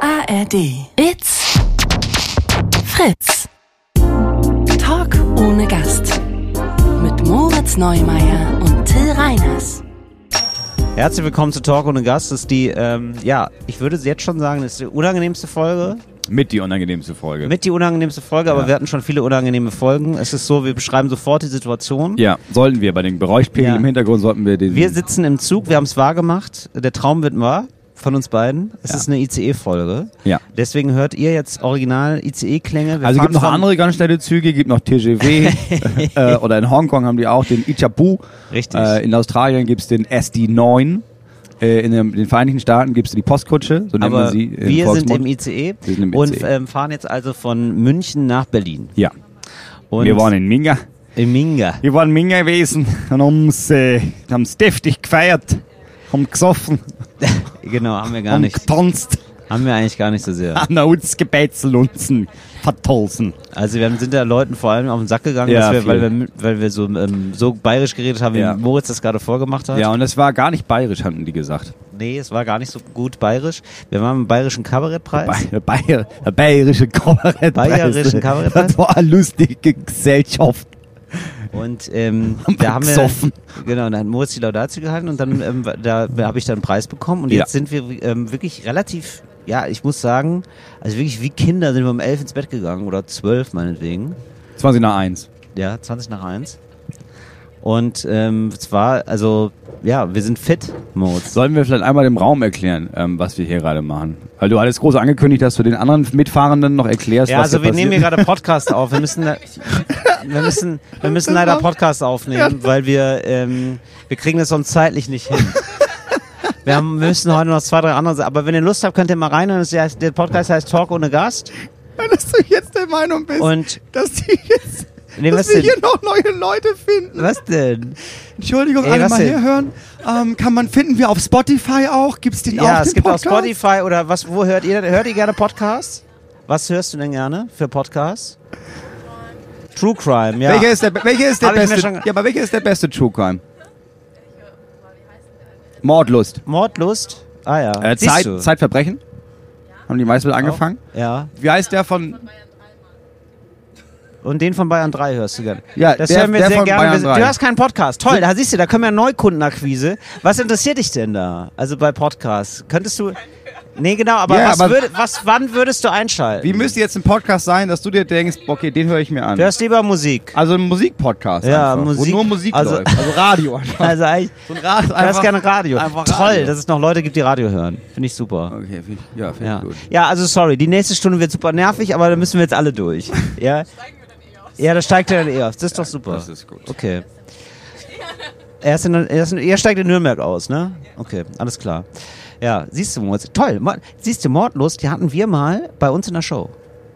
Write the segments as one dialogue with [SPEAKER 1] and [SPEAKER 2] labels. [SPEAKER 1] ARD. It's Fritz. Talk ohne Gast. Mit Moritz Neumeier und Till Reiners.
[SPEAKER 2] Herzlich willkommen zu Talk ohne Gast. Das ist die, ähm, ja, ich würde jetzt schon sagen, das ist die unangenehmste Folge.
[SPEAKER 3] Mit die unangenehmste Folge.
[SPEAKER 2] Mit die unangenehmste Folge, aber wir hatten schon viele unangenehme Folgen. Es ist so, wir beschreiben sofort die Situation.
[SPEAKER 3] ja, sollten wir bei den Geräuschpegeln
[SPEAKER 2] Ja.
[SPEAKER 3] im Hintergrund sollten wir den.
[SPEAKER 2] Wir sitzen im Zug, wir haben es wahr gemacht. Der Traum wird wahr von uns beiden. Es
[SPEAKER 3] Ja.
[SPEAKER 2] ist eine ICE-Folge.
[SPEAKER 3] Ja.
[SPEAKER 2] Deswegen hört ihr jetzt original ICE-Klänge. Wir
[SPEAKER 3] also
[SPEAKER 2] fahren
[SPEAKER 3] gibt noch
[SPEAKER 2] vom-
[SPEAKER 3] andere ganz schnelle Züge, gibt noch TGV äh, oder in Hongkong haben die auch den Ichapu.
[SPEAKER 2] Richtig.
[SPEAKER 3] Äh, in Australien gibt's den SD9. Äh, in den- den Vereinigten Staaten gibt's die Postkutsche, so nennt man
[SPEAKER 2] aber
[SPEAKER 3] sie. im
[SPEAKER 2] wir sind
[SPEAKER 3] Volksmund.
[SPEAKER 2] im ICE
[SPEAKER 3] Wir sind im E.
[SPEAKER 2] und
[SPEAKER 3] ICE.
[SPEAKER 2] ähm, fahren jetzt also von München nach Berlin.
[SPEAKER 3] Ja.
[SPEAKER 2] Und
[SPEAKER 3] wir waren in Minga.
[SPEAKER 2] in Minga.
[SPEAKER 3] Wir waren in Minga gewesen und haben's, äh, haben's deftig gefeiert, haben gesoffen,
[SPEAKER 2] Genau, haben wir gar
[SPEAKER 3] haben
[SPEAKER 2] nicht.
[SPEAKER 3] getanzt,
[SPEAKER 2] Haben wir eigentlich gar nicht so sehr.
[SPEAKER 3] haben uns gebetzelt und vertolsen.
[SPEAKER 2] Also wir haben- sind da Leuten vor allem auf den Sack gegangen,
[SPEAKER 3] Ja,
[SPEAKER 2] dass wir, weil
[SPEAKER 3] viel.
[SPEAKER 2] wir, weil wir so, ähm, so bayerisch geredet haben, wie
[SPEAKER 3] Ja.
[SPEAKER 2] Moritz das gerade vorgemacht hat.
[SPEAKER 3] Ja, und das war gar nicht bayerisch, hatten die gesagt.
[SPEAKER 2] Nee, es war gar nicht so gut bayerisch. Wir waren im bayerischen Kabarettpreis.
[SPEAKER 3] Bayer, Bayer, der bayerische Kabarettpreis.
[SPEAKER 2] Bayerischen Kabarettpreis?
[SPEAKER 3] Das war eine lustige Gesellschaft.
[SPEAKER 2] Und ähm,
[SPEAKER 3] Haben wir
[SPEAKER 2] da haben
[SPEAKER 3] gesoffen.
[SPEAKER 2] wir genau, da hat Moritz die Laudatio gehalten und dann ähm, da habe ich dann einen Preis bekommen und
[SPEAKER 3] Ja.
[SPEAKER 2] jetzt sind wir ähm, wirklich relativ, ja, ich muss sagen, also wirklich wie Kinder sind wir um elf ins Bett gegangen oder zwölf meinetwegen,
[SPEAKER 3] 20 nach 1.
[SPEAKER 2] ja, 20 nach eins. Und ähm, es war, also ja, wir sind fit, Moritz.
[SPEAKER 3] Sollen wir vielleicht einmal dem Raum erklären, ähm, was wir hier gerade machen? Weil du hattest groß angekündigt, dass du den anderen Mitfahrenden noch erklärst,
[SPEAKER 2] Ja,
[SPEAKER 3] was
[SPEAKER 2] also
[SPEAKER 3] hier
[SPEAKER 2] wir
[SPEAKER 3] passiert.
[SPEAKER 2] nehmen hier gerade Podcast auf. Wir müssen, wir müssen, wir müssen leider Podcast aufnehmen, weil wir, ähm, wir kriegen das sonst zeitlich nicht hin. Wir, haben, wir müssen heute noch zwei, drei andere. Aber wenn ihr Lust habt, könnt ihr mal rein. Und es heißt, der Podcast heißt Talk ohne Gast.
[SPEAKER 4] dass du jetzt der Meinung bist,
[SPEAKER 2] Und
[SPEAKER 4] dass, die jetzt,
[SPEAKER 2] nee, was
[SPEAKER 4] dass wir
[SPEAKER 2] denn?
[SPEAKER 4] hier noch neue Leute finden.
[SPEAKER 2] Was denn?
[SPEAKER 4] Entschuldigung,
[SPEAKER 2] Ey,
[SPEAKER 4] alle
[SPEAKER 2] was
[SPEAKER 4] mal
[SPEAKER 2] denn?
[SPEAKER 4] herhören. Ähm, kann man finden wir auf Spotify auch? Gibt's den auch?
[SPEAKER 2] Ja, es
[SPEAKER 4] den
[SPEAKER 2] gibt
[SPEAKER 4] Podcast?
[SPEAKER 2] auch Spotify oder was? Wo hört ihr? denn- Hört ihr gerne Podcasts? Was hörst du denn gerne für Podcasts? True Crime, ja.
[SPEAKER 3] Welcher ist der, welcher ist der
[SPEAKER 2] Hab ich mir
[SPEAKER 3] beste?
[SPEAKER 2] schon ge-
[SPEAKER 3] Ja, aber welcher ist der beste True Crime? Mordlust.
[SPEAKER 2] Mordlust. Ah ja.
[SPEAKER 3] Äh,
[SPEAKER 2] Siehst
[SPEAKER 3] Zeit,
[SPEAKER 2] du?
[SPEAKER 3] Zeitverbrechen? Haben die meisten mit angefangen?
[SPEAKER 2] Ja.
[SPEAKER 3] Wie heißt der von
[SPEAKER 2] Und den von Bayern 3 hörst du gerne.
[SPEAKER 3] Ja,
[SPEAKER 2] das
[SPEAKER 3] der-
[SPEAKER 2] hören wir
[SPEAKER 3] der
[SPEAKER 2] sehr
[SPEAKER 3] von
[SPEAKER 2] gerne.
[SPEAKER 3] Bayern
[SPEAKER 2] Wir-
[SPEAKER 3] 3.
[SPEAKER 2] Du hörst keinen Podcast. Toll, da siehst du, da können wir Neukundenakquise. Was interessiert dich denn da? Also bei Podcasts. Könntest du. Nee, genau, aber,
[SPEAKER 3] Ja,
[SPEAKER 2] was,
[SPEAKER 3] aber-
[SPEAKER 2] würde, was wann würdest du einschalten?
[SPEAKER 3] Wie müsste jetzt ein Podcast sein, dass du dir denkst, okay, den höre ich mir an?
[SPEAKER 2] du hörst lieber Musik.
[SPEAKER 3] Also ein Musikpodcast.
[SPEAKER 2] Ja,
[SPEAKER 3] einfach,
[SPEAKER 2] Musik-
[SPEAKER 3] Wo nur Musik
[SPEAKER 2] also-
[SPEAKER 3] läuft. Also Radio. einfach.
[SPEAKER 2] Also eigentlich.
[SPEAKER 3] so ein Radio
[SPEAKER 2] Du hörst gerne Radio.
[SPEAKER 3] einfach
[SPEAKER 2] Toll,
[SPEAKER 3] Radio.
[SPEAKER 2] dass es noch Leute gibt, die Radio hören. Finde ich super.
[SPEAKER 3] Okay, find ich- ja, finde
[SPEAKER 2] Ja.
[SPEAKER 3] ich gut.
[SPEAKER 2] ja, also sorry, die nächste Stunde wird super nervig, aber da müssen wir jetzt alle durch. Ja, ja da steigt er dann eh aus. Das ist doch super.
[SPEAKER 3] Das ist gut.
[SPEAKER 2] Okay. Er, ist in, er, ist in, er steigt in Nürnberg aus, ne? Okay, alles klar. Ja, siehst du, Moritz. Toll. Mord, siehst du, Mordlust, die hatten wir mal bei uns in der Show.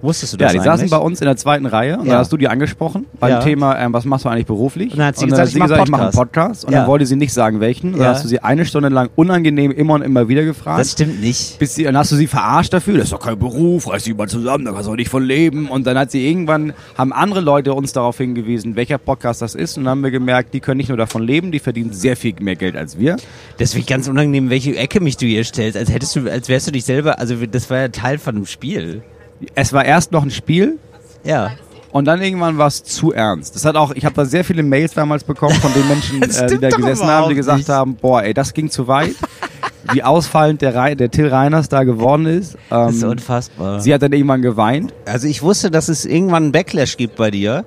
[SPEAKER 2] Wusstest du
[SPEAKER 3] Ja,
[SPEAKER 2] das
[SPEAKER 3] die
[SPEAKER 2] eigentlich?
[SPEAKER 3] saßen bei uns in der zweiten Reihe und
[SPEAKER 2] Ja.
[SPEAKER 3] dann hast du die angesprochen beim
[SPEAKER 2] Ja.
[SPEAKER 3] Thema, ähm, was machst du eigentlich beruflich?
[SPEAKER 2] Und dann hat sie
[SPEAKER 3] und
[SPEAKER 2] gesagt, ich mach
[SPEAKER 3] ich mache einen
[SPEAKER 2] Podcast.
[SPEAKER 3] Podcast. Und
[SPEAKER 2] Ja.
[SPEAKER 3] dann wollte sie nicht sagen, welchen. Und
[SPEAKER 2] Ja.
[SPEAKER 3] Dann hast du sie eine Stunde lang unangenehm immer und immer wieder
[SPEAKER 2] das
[SPEAKER 3] gefragt.
[SPEAKER 2] stimmt nicht.
[SPEAKER 3] Bis sie, dann hast du sie verarscht dafür. Das ist doch kein Beruf, reiß dich mal zusammen, da kannst du auch nicht von leben. Und dann hat sie irgendwann, haben andere Leute uns darauf hingewiesen, welcher Podcast das ist. Und dann haben wir gemerkt, die können nicht nur davon leben, die verdienen sehr viel mehr Geld als wir.
[SPEAKER 2] Das wird ganz unangenehm, welche Ecke mich du hier stellst. Als hättest du, als wärst du dich selber, also das war ja Teil von einem Spiel.
[SPEAKER 3] Es war erst noch ein Spiel,
[SPEAKER 2] Ja.
[SPEAKER 3] Und dann irgendwann war es zu ernst. Das hat auch, ich habe da sehr viele Mails damals bekommen von den Menschen,
[SPEAKER 2] Das
[SPEAKER 3] äh, die
[SPEAKER 2] stimmt
[SPEAKER 3] da
[SPEAKER 2] doch
[SPEAKER 3] gesessen haben, die
[SPEAKER 2] überhaupt
[SPEAKER 3] gesagt
[SPEAKER 2] nicht.
[SPEAKER 3] haben, boah, ey, das ging zu weit. Wie ausfallend der, Rei- der Till Reiners da geworden ist. Ähm,
[SPEAKER 2] Das ist unfassbar.
[SPEAKER 3] sie hat dann irgendwann geweint.
[SPEAKER 2] Also ich wusste, dass es irgendwann einen Backlash gibt bei dir.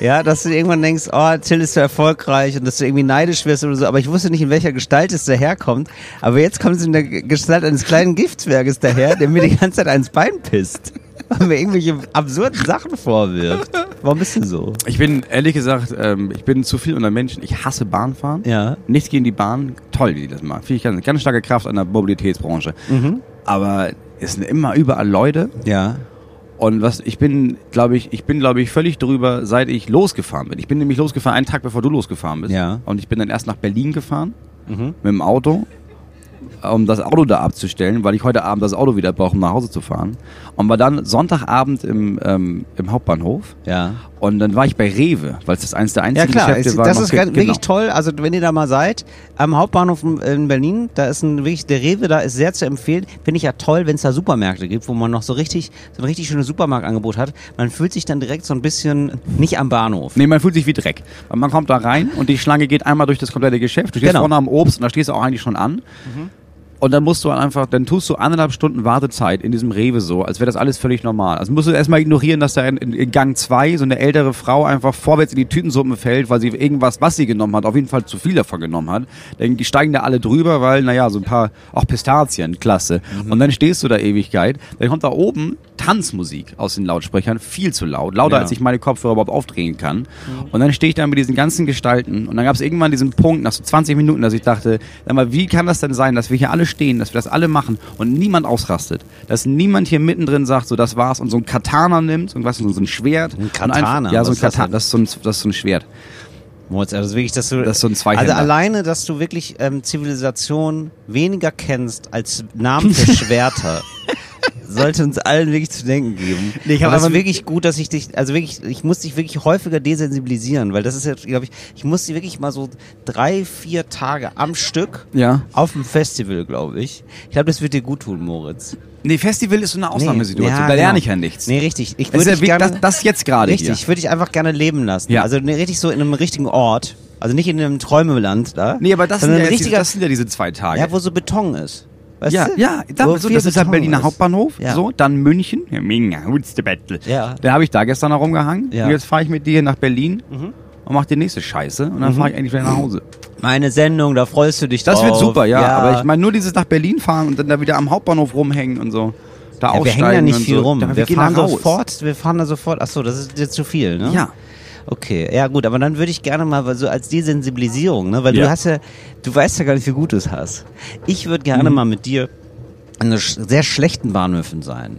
[SPEAKER 2] ja, dass du irgendwann denkst, oh, Till ist so erfolgreich und dass du irgendwie neidisch wirst oder so. Aber ich wusste nicht, in welcher Gestalt es daherkommt. Aber jetzt kommt es in der G- Gestalt eines kleinen Giftswerkes daher, der mir die ganze Zeit ans Bein pisst. Und mir irgendwelche absurden Sachen vorwirft. Warum bist du so?
[SPEAKER 3] Ich bin, ehrlich gesagt, ähm, ich bin zu viel unter Menschen. Ich hasse Bahnfahren.
[SPEAKER 2] Ja.
[SPEAKER 3] Nichts gegen die Bahn. Toll, wie die das machen. Finde ich ganz, ganz starke Kraft an der Mobilitätsbranche. Aber es sind immer überall Leute.
[SPEAKER 2] Ja.
[SPEAKER 3] Und was ich bin, glaube ich, ich bin, glaube ich, völlig drüber, seit ich losgefahren bin. Ich bin nämlich losgefahren einen Tag bevor du losgefahren bist.
[SPEAKER 2] Ja. Mhm.
[SPEAKER 3] Und ich bin dann erst nach Berlin gefahren mit dem Auto, um das Auto da abzustellen, weil ich heute Abend das Auto wieder brauche, um nach Hause zu fahren. Und war dann Sonntagabend im, ähm, im Hauptbahnhof
[SPEAKER 2] Ja.
[SPEAKER 3] Und dann war ich bei Rewe, weil es das eins der
[SPEAKER 2] Ja
[SPEAKER 3] einzigen
[SPEAKER 2] klar,
[SPEAKER 3] Geschäfte
[SPEAKER 2] es,
[SPEAKER 3] war.
[SPEAKER 2] das
[SPEAKER 3] noch
[SPEAKER 2] ist
[SPEAKER 3] ge-
[SPEAKER 2] ganz,
[SPEAKER 3] genau.
[SPEAKER 2] wirklich toll. Also wenn ihr da mal seid, am Hauptbahnhof in- in Berlin, da ist ein wirklich der Rewe, da ist sehr zu empfehlen. Finde ich ja toll, wenn es da Supermärkte gibt, wo man noch so richtig so ein richtig schönes Supermarktangebot hat. Man fühlt sich dann direkt so ein bisschen nicht am Bahnhof.
[SPEAKER 3] Nee, man fühlt sich wie Dreck. Weil Man kommt da rein und die Schlange geht einmal durch das komplette Geschäft. Du stehst
[SPEAKER 2] Genau. Mhm.
[SPEAKER 3] vorne am Obst und da stehst du auch eigentlich schon an. Und dann musst du halt einfach, dann tust du anderthalb Stunden Wartezeit in diesem Rewe so, als wäre das alles völlig normal. Also musst du erstmal ignorieren, dass da in, in, in Gang zwei so eine ältere Frau einfach vorwärts in die Tütensuppen fällt, weil sie irgendwas, was sie genommen hat, auf jeden Fall zu viel davon genommen hat. Dann steigen da alle drüber, weil, naja, so ein paar, auch Pistazien, klasse.
[SPEAKER 2] Mhm.
[SPEAKER 3] Und dann stehst du da Ewigkeit. Dann kommt da oben Tanzmusik aus den Lautsprechern, viel zu laut, lauter
[SPEAKER 2] Ja.
[SPEAKER 3] als ich meine Kopfhörer überhaupt aufdrehen kann. Und dann stehe ich da mit diesen ganzen Gestalten und dann gab es irgendwann diesen Punkt nach so 20 Minuten, dass ich dachte, sag mal, wie kann das denn sein, dass wir hier alle stehen, dass wir das alle machen und niemand ausrastet, dass niemand hier mittendrin sagt, so das war's und so ein Katana nimmt und was so ein Schwert.
[SPEAKER 2] Ein
[SPEAKER 3] Und
[SPEAKER 2] Katana?
[SPEAKER 3] einfach- Ja, so ein
[SPEAKER 2] Was ist das
[SPEAKER 3] Katana,
[SPEAKER 2] denn?
[SPEAKER 3] das ist so ein, das ist so ein Schwert.
[SPEAKER 2] Moritz, also wirklich, dass du,
[SPEAKER 3] Das ist so ein
[SPEAKER 2] also
[SPEAKER 3] Zweihänder.
[SPEAKER 2] alleine, dass du wirklich ähm, Zivilisation weniger kennst als Namen für Schwerter. Sollte uns allen wirklich zu denken geben.
[SPEAKER 3] Nee, ich hab
[SPEAKER 2] aber es ist
[SPEAKER 3] aber-
[SPEAKER 2] wirklich gut, dass ich dich, also wirklich, ich muss dich wirklich häufiger desensibilisieren, weil das ist jetzt, glaube ich, ich muss dich wirklich mal so drei, vier Tage am Stück
[SPEAKER 3] Ja.
[SPEAKER 2] auf dem Festival, glaube ich. Ich glaube, das wird dir gut tun, Moritz.
[SPEAKER 3] Nee, Festival ist so eine Ausnahmesituation, da
[SPEAKER 2] genau.
[SPEAKER 3] lerne ich ja nichts.
[SPEAKER 2] Nee, richtig. Ich
[SPEAKER 3] das,
[SPEAKER 2] würde
[SPEAKER 3] ist
[SPEAKER 2] dich
[SPEAKER 3] ja,
[SPEAKER 2] gerne,
[SPEAKER 3] das, das jetzt gerade hier.
[SPEAKER 2] Richtig, würde ich einfach gerne leben lassen.
[SPEAKER 3] Ja.
[SPEAKER 2] Also ne, richtig so in einem richtigen Ort. Also nicht in einem Träumeland da.
[SPEAKER 3] Nee, aber das sind,
[SPEAKER 2] sondern
[SPEAKER 3] ja
[SPEAKER 2] ein
[SPEAKER 3] jetzt diese,
[SPEAKER 2] richtiger,
[SPEAKER 3] das sind ja diese zwei Tage.
[SPEAKER 2] ja, wo so Beton ist. Weißt
[SPEAKER 3] ja,
[SPEAKER 2] du?
[SPEAKER 3] ja, da,
[SPEAKER 2] Wo
[SPEAKER 3] so,
[SPEAKER 2] viel
[SPEAKER 3] das ist halt
[SPEAKER 2] Beton
[SPEAKER 3] Berliner
[SPEAKER 2] ist.
[SPEAKER 3] Hauptbahnhof,
[SPEAKER 2] Ja.
[SPEAKER 3] so, dann München, ja, mega, who's the battle.
[SPEAKER 2] Ja.
[SPEAKER 3] Da habe ich da gestern herumgehangen
[SPEAKER 2] Ja. Mhm.
[SPEAKER 3] und jetzt fahre ich mit dir nach Berlin und mache die nächste Scheiße und dann fahre ich eigentlich wieder nach Hause.
[SPEAKER 2] Meine Sendung, da freust du dich
[SPEAKER 3] Das
[SPEAKER 2] drauf.
[SPEAKER 3] wird super, ja, aber ich meine nur dieses nach Berlin fahren und dann da wieder am Hauptbahnhof rumhängen und so, da
[SPEAKER 2] ja,
[SPEAKER 3] aussteigen
[SPEAKER 2] wir hängen ja nicht
[SPEAKER 3] und
[SPEAKER 2] viel
[SPEAKER 3] so.
[SPEAKER 2] rum.
[SPEAKER 3] Da-
[SPEAKER 2] wir
[SPEAKER 3] gehen
[SPEAKER 2] fahren
[SPEAKER 3] da raus.
[SPEAKER 2] sofort, wir fahren da sofort. Ach so, das ist dir zu viel, ne?
[SPEAKER 3] Ja.
[SPEAKER 2] Okay, ja gut, aber dann würde ich gerne mal so als Desensibilisierung, ne, weil du
[SPEAKER 3] Ja.
[SPEAKER 2] hast ja, du weißt ja gar nicht, wie gut du es hast. Ich würde gerne
[SPEAKER 3] Mhm.
[SPEAKER 2] mal mit dir an einer sch- sehr schlechten Bahnhöfen sein.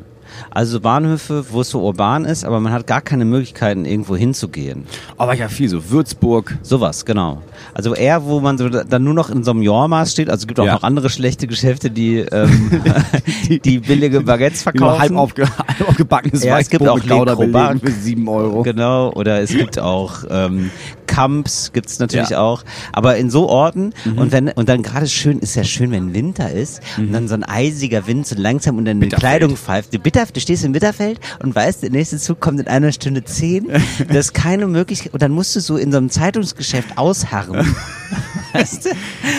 [SPEAKER 2] Also Bahnhöfe, wo es so urban ist, aber man hat gar keine Möglichkeiten, irgendwo hinzugehen.
[SPEAKER 3] Aber ja viel so Würzburg.
[SPEAKER 2] Sowas, genau. Also eher, wo man so da- dann nur noch in so einem Jormaß steht. Also es gibt auch
[SPEAKER 3] Ja.
[SPEAKER 2] noch andere schlechte Geschäfte, die, ähm, die billige Baguettes
[SPEAKER 3] Über
[SPEAKER 2] verkaufen.
[SPEAKER 3] halb, aufge halb aufgebackenes
[SPEAKER 2] Ja, es gibt auch
[SPEAKER 3] mit Lauderbelegen
[SPEAKER 2] Nekrobank.
[SPEAKER 3] für 7 Euro.
[SPEAKER 2] Genau, oder es gibt auch ähm, Camps, gibt's natürlich
[SPEAKER 3] Ja. Mhm.
[SPEAKER 2] auch. Aber in so Orten und wenn und dann gerade schön, ist ja schön, wenn Winter ist und dann so ein eisiger Wind so langsam unter deine
[SPEAKER 3] Bitterfeld.
[SPEAKER 2] Kleidung pfeift. Du, bitter, du stehst in Bitterfeld und weißt, der nächste Zug kommt in einer Stunde zehn. Das ist keine Möglichkeit. Und dann musst du so in so einem Zeitungsgeschäft ausharren. Weißt du?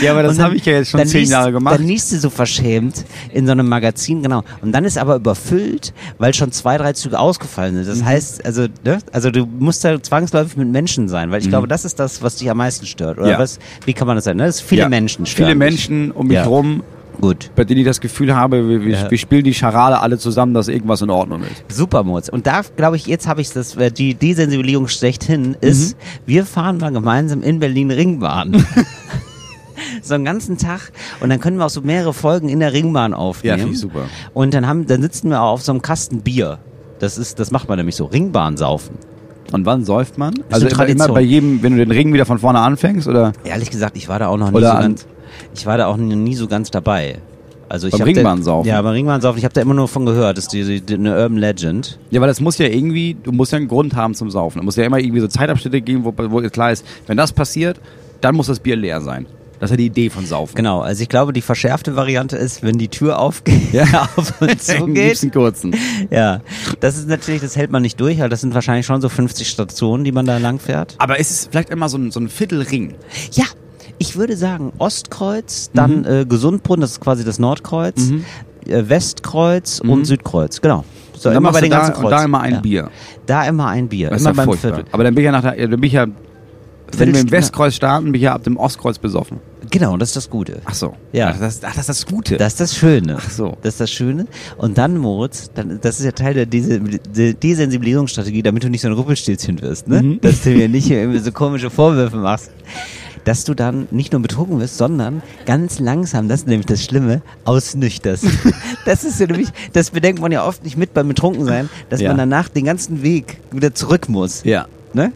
[SPEAKER 3] Ja, aber das
[SPEAKER 2] Und dann-
[SPEAKER 3] hab ich ja jetzt schon
[SPEAKER 2] dann
[SPEAKER 3] zehn
[SPEAKER 2] liest-
[SPEAKER 3] Jahre gemacht.
[SPEAKER 2] Dann liest du so verschämt in so einem Magazin, genau. Und dann ist aber überfüllt, weil schon zwei, drei Züge ausgefallen sind. Das
[SPEAKER 3] Mhm.
[SPEAKER 2] heißt, also, ne? also du musst da zwangsläufig mit Menschen sein, weil ich glaube, das ist das, was dich am meisten stört. Oder
[SPEAKER 3] Mhm. Ja.
[SPEAKER 2] was, wie kann man das sagen? Ne? Das ist viele
[SPEAKER 3] Ja.
[SPEAKER 2] Menschen stören. dich.
[SPEAKER 3] Viele Menschen um mich
[SPEAKER 2] Ja.
[SPEAKER 3] rum.
[SPEAKER 2] Gut.
[SPEAKER 3] bei denen ich das Gefühl habe, wir, wir,
[SPEAKER 2] Ja.
[SPEAKER 3] wir spielen die Scharade alle zusammen, dass irgendwas in Ordnung ist.
[SPEAKER 2] Supermods. Und da glaube ich, jetzt habe ich das, äh, die Desensibilierung schlechthin
[SPEAKER 3] Mhm.
[SPEAKER 2] ist, wir fahren mal gemeinsam in Berlin Ringbahn. so einen ganzen Tag und dann können wir auch so mehrere Folgen in der Ringbahn aufnehmen.
[SPEAKER 3] Ja, finde ich super.
[SPEAKER 2] Und dann haben, dann sitzen wir auch auf so einem Kasten Bier. Das ist, das macht man nämlich so, Ringbahn saufen.
[SPEAKER 3] Und wann säuft man?
[SPEAKER 2] eine
[SPEAKER 3] Also immer, immer
[SPEAKER 2] Tradition.
[SPEAKER 3] bei jedem, wenn du den Ring wieder von vorne anfängst oder
[SPEAKER 2] Ehrlich gesagt, ich war da auch noch nie
[SPEAKER 3] Oder
[SPEAKER 2] so
[SPEAKER 3] an-
[SPEAKER 2] ganz, ich war da auch nie, nie so ganz dabei. Also ich
[SPEAKER 3] Beim
[SPEAKER 2] hab da-
[SPEAKER 3] Ringbahnsaufen?
[SPEAKER 2] Ja, beim Ringbahnsaufen. Ich habe da immer nur von gehört. Das ist die, die, die, eine Urban Legend.
[SPEAKER 3] Ja, weil das muss ja irgendwie, du musst ja einen Grund haben zum Saufen. Es muss ja immer irgendwie so Zeitabschnitte geben, wo, wo klar ist, wenn das passiert, dann muss das Bier leer sein. Das ist ja die Idee von Saufen.
[SPEAKER 2] Genau, also ich glaube, die verschärfte Variante ist, wenn die Tür aufgeht,
[SPEAKER 3] Ja.
[SPEAKER 2] auf und zu
[SPEAKER 3] Im
[SPEAKER 2] geht.
[SPEAKER 3] liebsten kurzen.
[SPEAKER 2] Ja, das ist natürlich, das hält man nicht durch, weil das sind wahrscheinlich schon so 50 Stationen, die man da lang fährt.
[SPEAKER 3] Aber ist es vielleicht immer so ein, so ein Viertelring?
[SPEAKER 2] Ja, ich würde sagen, Ostkreuz, dann äh, Gesundbrunnen, das ist quasi das Nordkreuz, äh, Westkreuz und Südkreuz, genau. So,
[SPEAKER 3] Und dann
[SPEAKER 2] immer bei
[SPEAKER 3] machst du
[SPEAKER 2] den
[SPEAKER 3] da-
[SPEAKER 2] ganzen
[SPEAKER 3] und
[SPEAKER 2] Kreuzen.
[SPEAKER 3] da immer ein
[SPEAKER 2] ja.
[SPEAKER 3] Bier.
[SPEAKER 2] Da immer ein Bier,
[SPEAKER 3] Das
[SPEAKER 2] immer
[SPEAKER 3] ist ja
[SPEAKER 2] beim
[SPEAKER 3] furchtbar.
[SPEAKER 2] Viertel.
[SPEAKER 3] Aber dann bin ich ja nach der, dann bin ich ja, wenn wir im
[SPEAKER 2] Viertelstunde.
[SPEAKER 3] Westkreuz starten, bin ich ja ab dem Ostkreuz besoffen.
[SPEAKER 2] Genau, das ist das Gute.
[SPEAKER 3] Ach so.
[SPEAKER 2] Ja.
[SPEAKER 3] Ach, das, ach, das ist das Gute.
[SPEAKER 2] Das ist das Schöne.
[SPEAKER 3] Ach so.
[SPEAKER 2] Das ist das Schöne. Und dann, Moritz, dann, das ist ja Teil der Dese- De- Desensibilisierungsstrategie, damit du nicht so ein Ruppelstilzchen wirst, ne?
[SPEAKER 3] Mhm.
[SPEAKER 2] Dass du mir nicht hier irgendwie so komische Vorwürfe machst. Dass du dann nicht nur betrunken wirst, sondern ganz langsam, das ist nämlich das Schlimme, ausnüchterst. Das ist ja nämlich, das bedenkt man ja oft nicht mit beim Betrunkensein, dass
[SPEAKER 3] Ja.
[SPEAKER 2] man danach den ganzen Weg wieder zurück muss.
[SPEAKER 3] ja.
[SPEAKER 2] gibt, ne?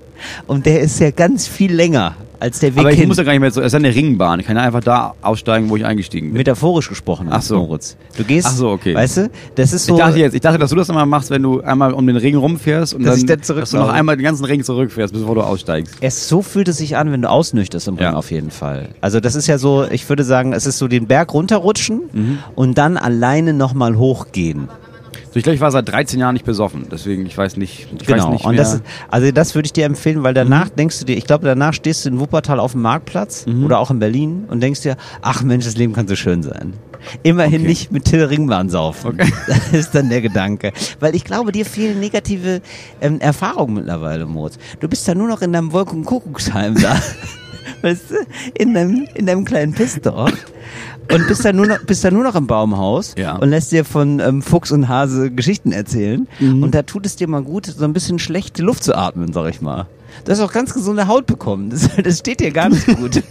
[SPEAKER 2] Und der ist ja ganz viel länger als der Weg
[SPEAKER 3] Aber ich
[SPEAKER 2] hin.
[SPEAKER 3] muss ja gar nicht mehr so. Das ist ja eine Ringbahn. Ich kann ja einfach da aussteigen, wo ich eingestiegen bin.
[SPEAKER 2] Metaphorisch gesprochen,
[SPEAKER 3] Ach so.
[SPEAKER 2] Moritz. Du gehst,
[SPEAKER 3] Ach so, okay.
[SPEAKER 2] weißt du, das ist so,
[SPEAKER 3] ich dachte jetzt, ich dachte, dass du das einmal machst, wenn du einmal um den Ring rumfährst und
[SPEAKER 2] Dass
[SPEAKER 3] dann,
[SPEAKER 2] ich dann zurück
[SPEAKER 3] dass du noch
[SPEAKER 2] laufe.
[SPEAKER 3] einmal den ganzen Ring zurückfährst, bevor du aussteigst.
[SPEAKER 2] es, so fühlt es sich an, wenn du ausnüchterst im Ring
[SPEAKER 3] Ja.
[SPEAKER 2] auf jeden Fall. Also das ist ja so, ich würde sagen, es ist so den Berg runterrutschen
[SPEAKER 3] Mhm.
[SPEAKER 2] und dann alleine nochmal hochgehen.
[SPEAKER 3] So, ich glaube, ich war seit 13 Jahren nicht besoffen, deswegen ich weiß nicht. Ich
[SPEAKER 2] Genau.
[SPEAKER 3] weiß nicht
[SPEAKER 2] und
[SPEAKER 3] mehr. Mhm.
[SPEAKER 2] das ist, also das würde ich dir empfehlen, weil danach denkst du dir, ich glaube, danach stehst du in Wuppertal auf dem Marktplatz oder auch in Berlin und denkst dir, ach Mensch, das Leben kann so schön sein. Immerhin
[SPEAKER 3] Okay.
[SPEAKER 2] nicht mit Till Ringbahn saufen. Das ist dann der Gedanke. Weil ich glaube, dir fehlen negative ähm, Erfahrungen mittlerweile, Moritz. Du bist ja nur noch in deinem Wolkenkuckucksheim da. weißt du? In deinem, in deinem kleinen Pissdorf. Und bist da nur noch, bist da nur noch im Baumhaus
[SPEAKER 3] Ja.
[SPEAKER 2] und lässt dir von ähm, Fuchs und Hase Geschichten erzählen. Und da tut es dir mal gut, so ein bisschen schlechte Luft zu atmen, sag ich mal. Du hast auch ganz gesunde Haut bekommen. Das, das steht dir gar nicht gut.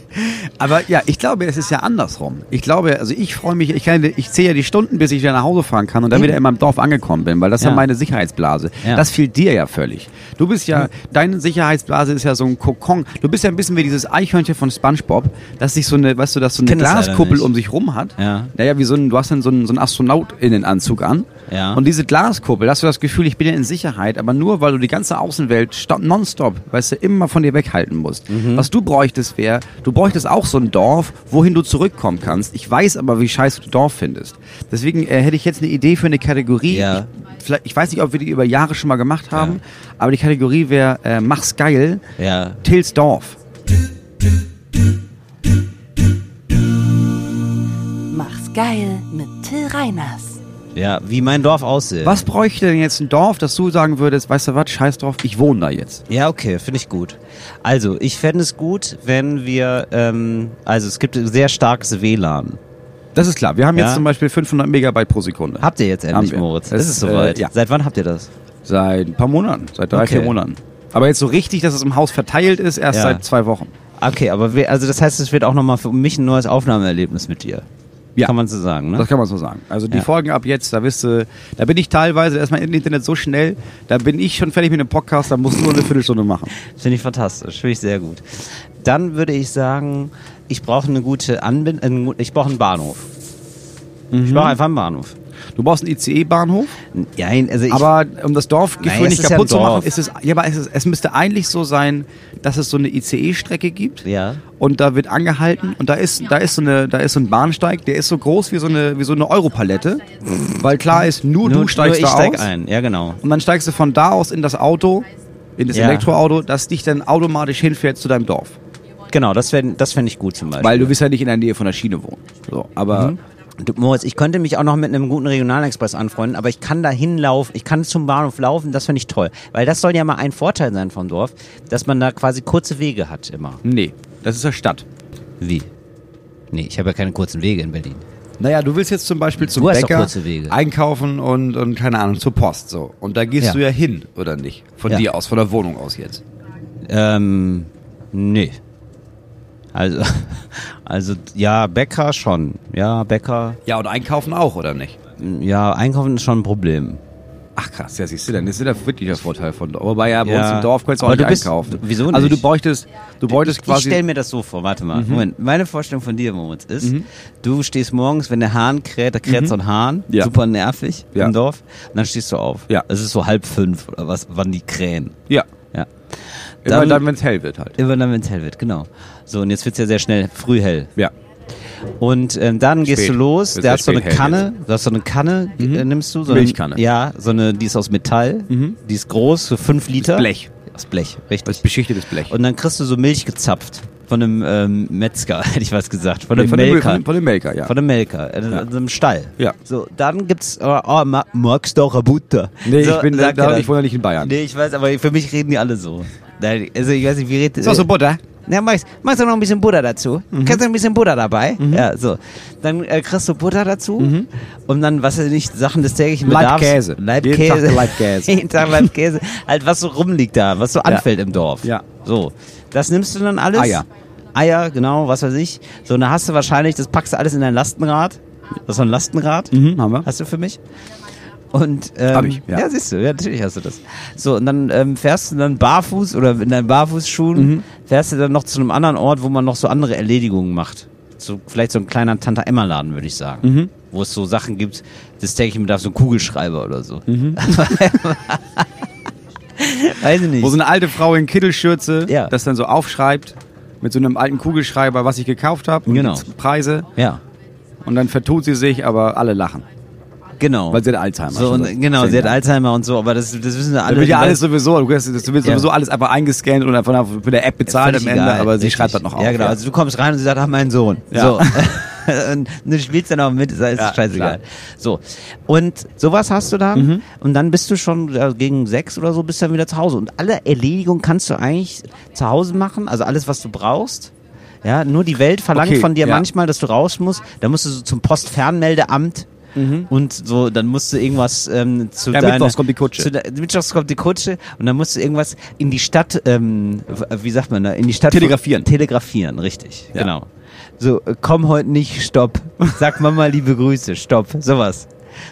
[SPEAKER 3] Aber ja, ich glaube, es ist ja andersrum. Ich glaube, also ich freue mich, ich, kann, ich zähle ja die Stunden, bis ich wieder nach Hause fahren kann und dann
[SPEAKER 2] Eben.
[SPEAKER 3] wieder in meinem Dorf angekommen bin, weil das ist ja,
[SPEAKER 2] Mhm. Ja.
[SPEAKER 3] meine Sicherheitsblase.
[SPEAKER 2] Ja. Mhm.
[SPEAKER 3] Das fehlt dir ja völlig. Du bist ja, deine Sicherheitsblase ist ja so ein Kokon. Du bist ja ein bisschen wie dieses Eichhörnchen von Spongebob, dass sich so eine, weißt du, dass so eine
[SPEAKER 2] Kenn das leider
[SPEAKER 3] Glaskuppel
[SPEAKER 2] nicht.
[SPEAKER 3] um sich rum hat.
[SPEAKER 2] Ja.
[SPEAKER 3] Naja, wie so ein, du hast dann so einen, so einen Astronautinnenanzug an.
[SPEAKER 2] Ja.
[SPEAKER 3] Und diese Glaskuppel, hast du das Gefühl, ich bin ja in Sicherheit, aber nur, weil du die ganze Außenwelt sta- nonstop, weißt du, immer von dir weghalten musst.
[SPEAKER 2] Mhm.
[SPEAKER 3] Was du bräuchtest wäre, du bräuchtest auch so ein Dorf, wohin du zurückkommen kannst. Ich weiß aber, wie scheiße du Dorf findest. Deswegen äh, hätte ich jetzt eine Idee für eine Kategorie.
[SPEAKER 2] Ja.
[SPEAKER 3] Ich, vielleicht, ich weiß nicht, ob wir die über Jahre schon mal gemacht haben, aber die Kategorie wäre, äh, mach's geil,
[SPEAKER 2] Ja.
[SPEAKER 3] Tills Dorf.
[SPEAKER 1] Mach's geil mit Till Reiners.
[SPEAKER 2] Ja, wie mein Dorf aussieht.
[SPEAKER 3] Was bräuchte denn jetzt ein Dorf, dass du sagen würdest, weißt du was, scheiß Dorf, ich wohne da jetzt.
[SPEAKER 2] Ja, okay, finde ich gut. Also, ich fände es gut, wenn wir, ähm, also es gibt ein sehr starkes WLAN.
[SPEAKER 3] Das ist klar. Wir haben
[SPEAKER 2] Ja.
[SPEAKER 3] jetzt zum Beispiel 500 Megabyte pro Sekunde.
[SPEAKER 2] Habt ihr jetzt endlich,
[SPEAKER 3] wir.
[SPEAKER 2] Moritz?
[SPEAKER 3] Es,
[SPEAKER 2] ist es soweit?
[SPEAKER 3] äh, ja.
[SPEAKER 2] Seit wann habt ihr das?
[SPEAKER 3] Seit ein paar Monaten, seit drei,
[SPEAKER 2] Okay.
[SPEAKER 3] vier Monaten. Aber jetzt so richtig, dass es im Haus verteilt ist, erst
[SPEAKER 2] Ja.
[SPEAKER 3] seit zwei Wochen.
[SPEAKER 2] Okay, aber wir, also das heißt, es wird auch nochmal für mich ein neues Aufnahmeerlebnis mit dir.
[SPEAKER 3] Ja.
[SPEAKER 2] Kann man so sagen, ne?
[SPEAKER 3] Das kann man so sagen. Also die
[SPEAKER 2] Ja.
[SPEAKER 3] Folgen ab jetzt, da wisst du, da bin ich teilweise erstmal im Internet so schnell, da bin ich schon fertig mit dem Podcast, da musst du nur eine Viertelstunde machen.
[SPEAKER 2] Finde ich fantastisch, finde ich sehr gut. Dann würde ich sagen, ich brauche eine gute Anbindung, ich brauche einen Bahnhof.
[SPEAKER 3] Mhm.
[SPEAKER 2] Ich brauche einfach einen Bahnhof.
[SPEAKER 3] Du brauchst einen ICE-Bahnhof,
[SPEAKER 2] Nein, also ich,
[SPEAKER 3] aber um das
[SPEAKER 2] Naja,
[SPEAKER 3] Dorfgefühl
[SPEAKER 2] es
[SPEAKER 3] nicht
[SPEAKER 2] ist ja
[SPEAKER 3] kaputt
[SPEAKER 2] ein
[SPEAKER 3] zu
[SPEAKER 2] Dorf.
[SPEAKER 3] machen, ist es, ja, aber es, ist, es müsste eigentlich so sein, dass es so eine ICE-Strecke gibt.
[SPEAKER 2] ja.
[SPEAKER 3] und da wird angehalten und da ist da ist so eine da ist so ein Bahnsteig, der ist so groß wie so eine wie so eine Europalette, weil klar ist, nur, du steigst
[SPEAKER 2] nur ich
[SPEAKER 3] da
[SPEAKER 2] steig
[SPEAKER 3] aus
[SPEAKER 2] ein, ja genau.
[SPEAKER 3] und dann steigst du von da aus in das Auto, in das
[SPEAKER 2] Ja.
[SPEAKER 3] Elektroauto, das dich dann automatisch hinfährt zu deinem Dorf,
[SPEAKER 2] Genau, das fände das fänd ich gut zum Beispiel.
[SPEAKER 3] weil du bist ja nicht in der Nähe von der Schiene wohnen. So, aber
[SPEAKER 2] Du, Moritz, ich könnte mich auch noch mit einem guten Regionalexpress anfreunden, aber ich kann da hinlaufen, ich kann zum Bahnhof laufen, das finde ich toll. Weil das soll ja mal ein Vorteil sein vom Dorf, dass man da quasi kurze Wege hat immer.
[SPEAKER 3] nee, das ist ja Stadt.
[SPEAKER 2] Wie? Nee, ich habe ja keine kurzen Wege in Berlin.
[SPEAKER 3] Naja, du willst jetzt zum Beispiel zum
[SPEAKER 2] Du hast doch
[SPEAKER 3] Bäcker
[SPEAKER 2] kurze Wege.
[SPEAKER 3] einkaufen und, und keine Ahnung zur Post so und da gehst
[SPEAKER 2] Ja.
[SPEAKER 3] du ja hin oder nicht von
[SPEAKER 2] Ja.
[SPEAKER 3] dir aus, von der Wohnung aus jetzt.
[SPEAKER 2] Ähm, nee. Also, also, ja, Bäcker schon. Ja, Bäcker,
[SPEAKER 3] Ja und einkaufen auch oder nicht?
[SPEAKER 2] ja, Einkaufen ist schon ein Problem.
[SPEAKER 3] Ach krass, ja siehst du, dann ist das wirklich der Vorteil von Dorf. Wobei ja, bei
[SPEAKER 2] Ja.
[SPEAKER 3] uns im Dorf kannst du auch
[SPEAKER 2] Aber
[SPEAKER 3] nicht
[SPEAKER 2] du bist-
[SPEAKER 3] einkaufen.
[SPEAKER 2] wieso nicht?
[SPEAKER 3] Also du bräuchtest, du bräuchtest
[SPEAKER 2] Ich stelle
[SPEAKER 3] quasi... Mhm.
[SPEAKER 2] mir das so vor, warte mal. Moment, meine Vorstellung von dir, Moritz, ist, du stehst morgens, wenn der Hahn kräht, da kräht so ein Hahn,
[SPEAKER 3] Mhm. Ja.
[SPEAKER 2] super nervig
[SPEAKER 3] Ja.
[SPEAKER 2] im Dorf, und dann stehst du auf.
[SPEAKER 3] Ja.
[SPEAKER 2] Es ist so halb fünf oder was, wann die krähen.
[SPEAKER 3] ja,
[SPEAKER 2] Ja.
[SPEAKER 3] immer
[SPEAKER 2] Dann-
[SPEAKER 3] dann, wenn es hell wird halt.
[SPEAKER 2] Immer dann, wenn es hell wird, genau. So, und jetzt wird's ja sehr schnell früh hell.
[SPEAKER 3] Ja.
[SPEAKER 2] Und ähm, dann gehst
[SPEAKER 3] Spät.
[SPEAKER 2] du los, der
[SPEAKER 3] Wird sehr
[SPEAKER 2] hat so eine
[SPEAKER 3] spät hell
[SPEAKER 2] Kanne, du hast so eine Kanne, äh, nimmst du? So
[SPEAKER 3] Milchkanne. Mhm.
[SPEAKER 2] Eine, ja, so eine, die ist aus Metall, die ist groß, so fünf Liter.
[SPEAKER 3] Blech.
[SPEAKER 2] Aus Blech, richtig.
[SPEAKER 3] Das beschichtetes Blech.
[SPEAKER 2] Und dann kriegst du so Milch gezapft von einem ähm, Metzger, hätte ich was gesagt, von
[SPEAKER 3] Nee,
[SPEAKER 2] einem
[SPEAKER 3] von, dem,
[SPEAKER 2] Melker.
[SPEAKER 3] von, dem- von dem Melker, ja.
[SPEAKER 2] Von einem Melker, in
[SPEAKER 3] Ja.
[SPEAKER 2] in so einem Stall.
[SPEAKER 3] Ja.
[SPEAKER 2] So, dann gibt's, oh, oh ma- magst du auch eine Butter?
[SPEAKER 3] nee,
[SPEAKER 2] so,
[SPEAKER 3] ich, bin,
[SPEAKER 2] sagt er
[SPEAKER 3] da,
[SPEAKER 2] dann.
[SPEAKER 3] ich wohne ja nicht in Bayern.
[SPEAKER 2] Nee, ich weiß, aber für mich reden die alle so. Nein, Also ich weiß nicht, wie redet
[SPEAKER 3] Ist auch so Butter.
[SPEAKER 2] na, machst, machst du noch ein bisschen Butter dazu?
[SPEAKER 3] Mhm.
[SPEAKER 2] Kannst du ein bisschen Butter dabei? Ja, so. Dann äh, kriegst du Butter dazu
[SPEAKER 3] Mhm.
[SPEAKER 2] und dann, was weiß ich nicht, Sachen des täglichen Bedarfs.
[SPEAKER 3] Leibkäse. Jeden
[SPEAKER 2] Leibkäse.
[SPEAKER 3] Tag Leibkäse.
[SPEAKER 2] Jeden Tag Leibkäse. halt, was so rumliegt da, was so anfällt im Dorf.
[SPEAKER 3] Ja.
[SPEAKER 2] So. Das nimmst du dann alles.
[SPEAKER 3] Eier.
[SPEAKER 2] Eier, genau, was weiß ich. So, und dann hast du wahrscheinlich, das packst du alles in dein Lastenrad. Das ist so ein Lastenrad.
[SPEAKER 3] Mhm, haben wir.
[SPEAKER 2] Hast du für mich? Und, ähm,
[SPEAKER 3] Hab ich, ja.
[SPEAKER 2] ja. siehst du, ja, natürlich hast du das. So, und dann ähm, fährst du dann barfuß oder in deinen Barfußschuhen
[SPEAKER 3] Mhm.
[SPEAKER 2] fährst du dann noch zu einem anderen Ort, wo man noch so andere Erledigungen macht. So, vielleicht so ein kleiner Tante-Emma-Laden, würde ich sagen.
[SPEAKER 3] Mhm.
[SPEAKER 2] Wo es so Sachen gibt, das denke ich mir, darf so ein Kugelschreiber oder so.
[SPEAKER 3] Mhm.
[SPEAKER 2] Weiß ich nicht.
[SPEAKER 3] Wo so eine alte Frau in Kittelschürze
[SPEAKER 2] Ja.
[SPEAKER 3] das dann so aufschreibt mit so einem alten Kugelschreiber, was ich gekauft habe, und
[SPEAKER 2] Genau.
[SPEAKER 3] die Preise.
[SPEAKER 2] ja,
[SPEAKER 3] Und dann vertut sie sich, aber alle lachen,
[SPEAKER 2] genau.
[SPEAKER 3] weil sie hat Alzheimer.
[SPEAKER 2] so,
[SPEAKER 3] schon
[SPEAKER 2] und,
[SPEAKER 3] seit
[SPEAKER 2] genau,
[SPEAKER 3] zehn
[SPEAKER 2] sie hat
[SPEAKER 3] Jahren.
[SPEAKER 2] Alzheimer und so, aber das, das wissen wir alle.
[SPEAKER 3] Da wird ja
[SPEAKER 2] die
[SPEAKER 3] alles
[SPEAKER 2] Leute-
[SPEAKER 3] sowieso, du wirst, du wirst
[SPEAKER 2] Ja.
[SPEAKER 3] sowieso alles einfach eingescannt und einfach nach- mit der App bezahlt am
[SPEAKER 2] Völlig
[SPEAKER 3] Ende,
[SPEAKER 2] egal,
[SPEAKER 3] aber sie
[SPEAKER 2] richtig.
[SPEAKER 3] schreibt das noch auf.
[SPEAKER 2] Ja, genau. Also du kommst rein und sie sagt, ach, mein Sohn.
[SPEAKER 3] Ja.
[SPEAKER 2] So. und du spielst dann auch mit, ist alles
[SPEAKER 3] Ja,
[SPEAKER 2] scheißegal.
[SPEAKER 3] klar. Mhm.
[SPEAKER 2] So. Und sowas hast du dann und dann bist du schon ja, gegen sechs oder so bist du dann wieder zu Hause. Und alle Erledigungen kannst du eigentlich zu Hause machen, also alles, was du brauchst. Ja, nur die Welt verlangt
[SPEAKER 3] Okay,
[SPEAKER 2] von dir
[SPEAKER 3] ja.
[SPEAKER 2] manchmal, dass du raus musst. Da musst du so zum Postfernmeldeamt und so, dann musst du irgendwas ähm, zu
[SPEAKER 3] Mhm. Ja,
[SPEAKER 2] deiner-
[SPEAKER 3] mittwochs kommt die Kutsche.
[SPEAKER 2] Zu de, mittwochs kommt die Kutsche und dann musst du irgendwas in die Stadt, ähm, w- wie sagt man da, in die Stadt.
[SPEAKER 3] Telegrafieren.
[SPEAKER 2] Telegrafieren, richtig,
[SPEAKER 3] Ja.
[SPEAKER 2] genau. So, äh, komm heute nicht, stopp. Sag Mama liebe Grüße, stopp, sowas.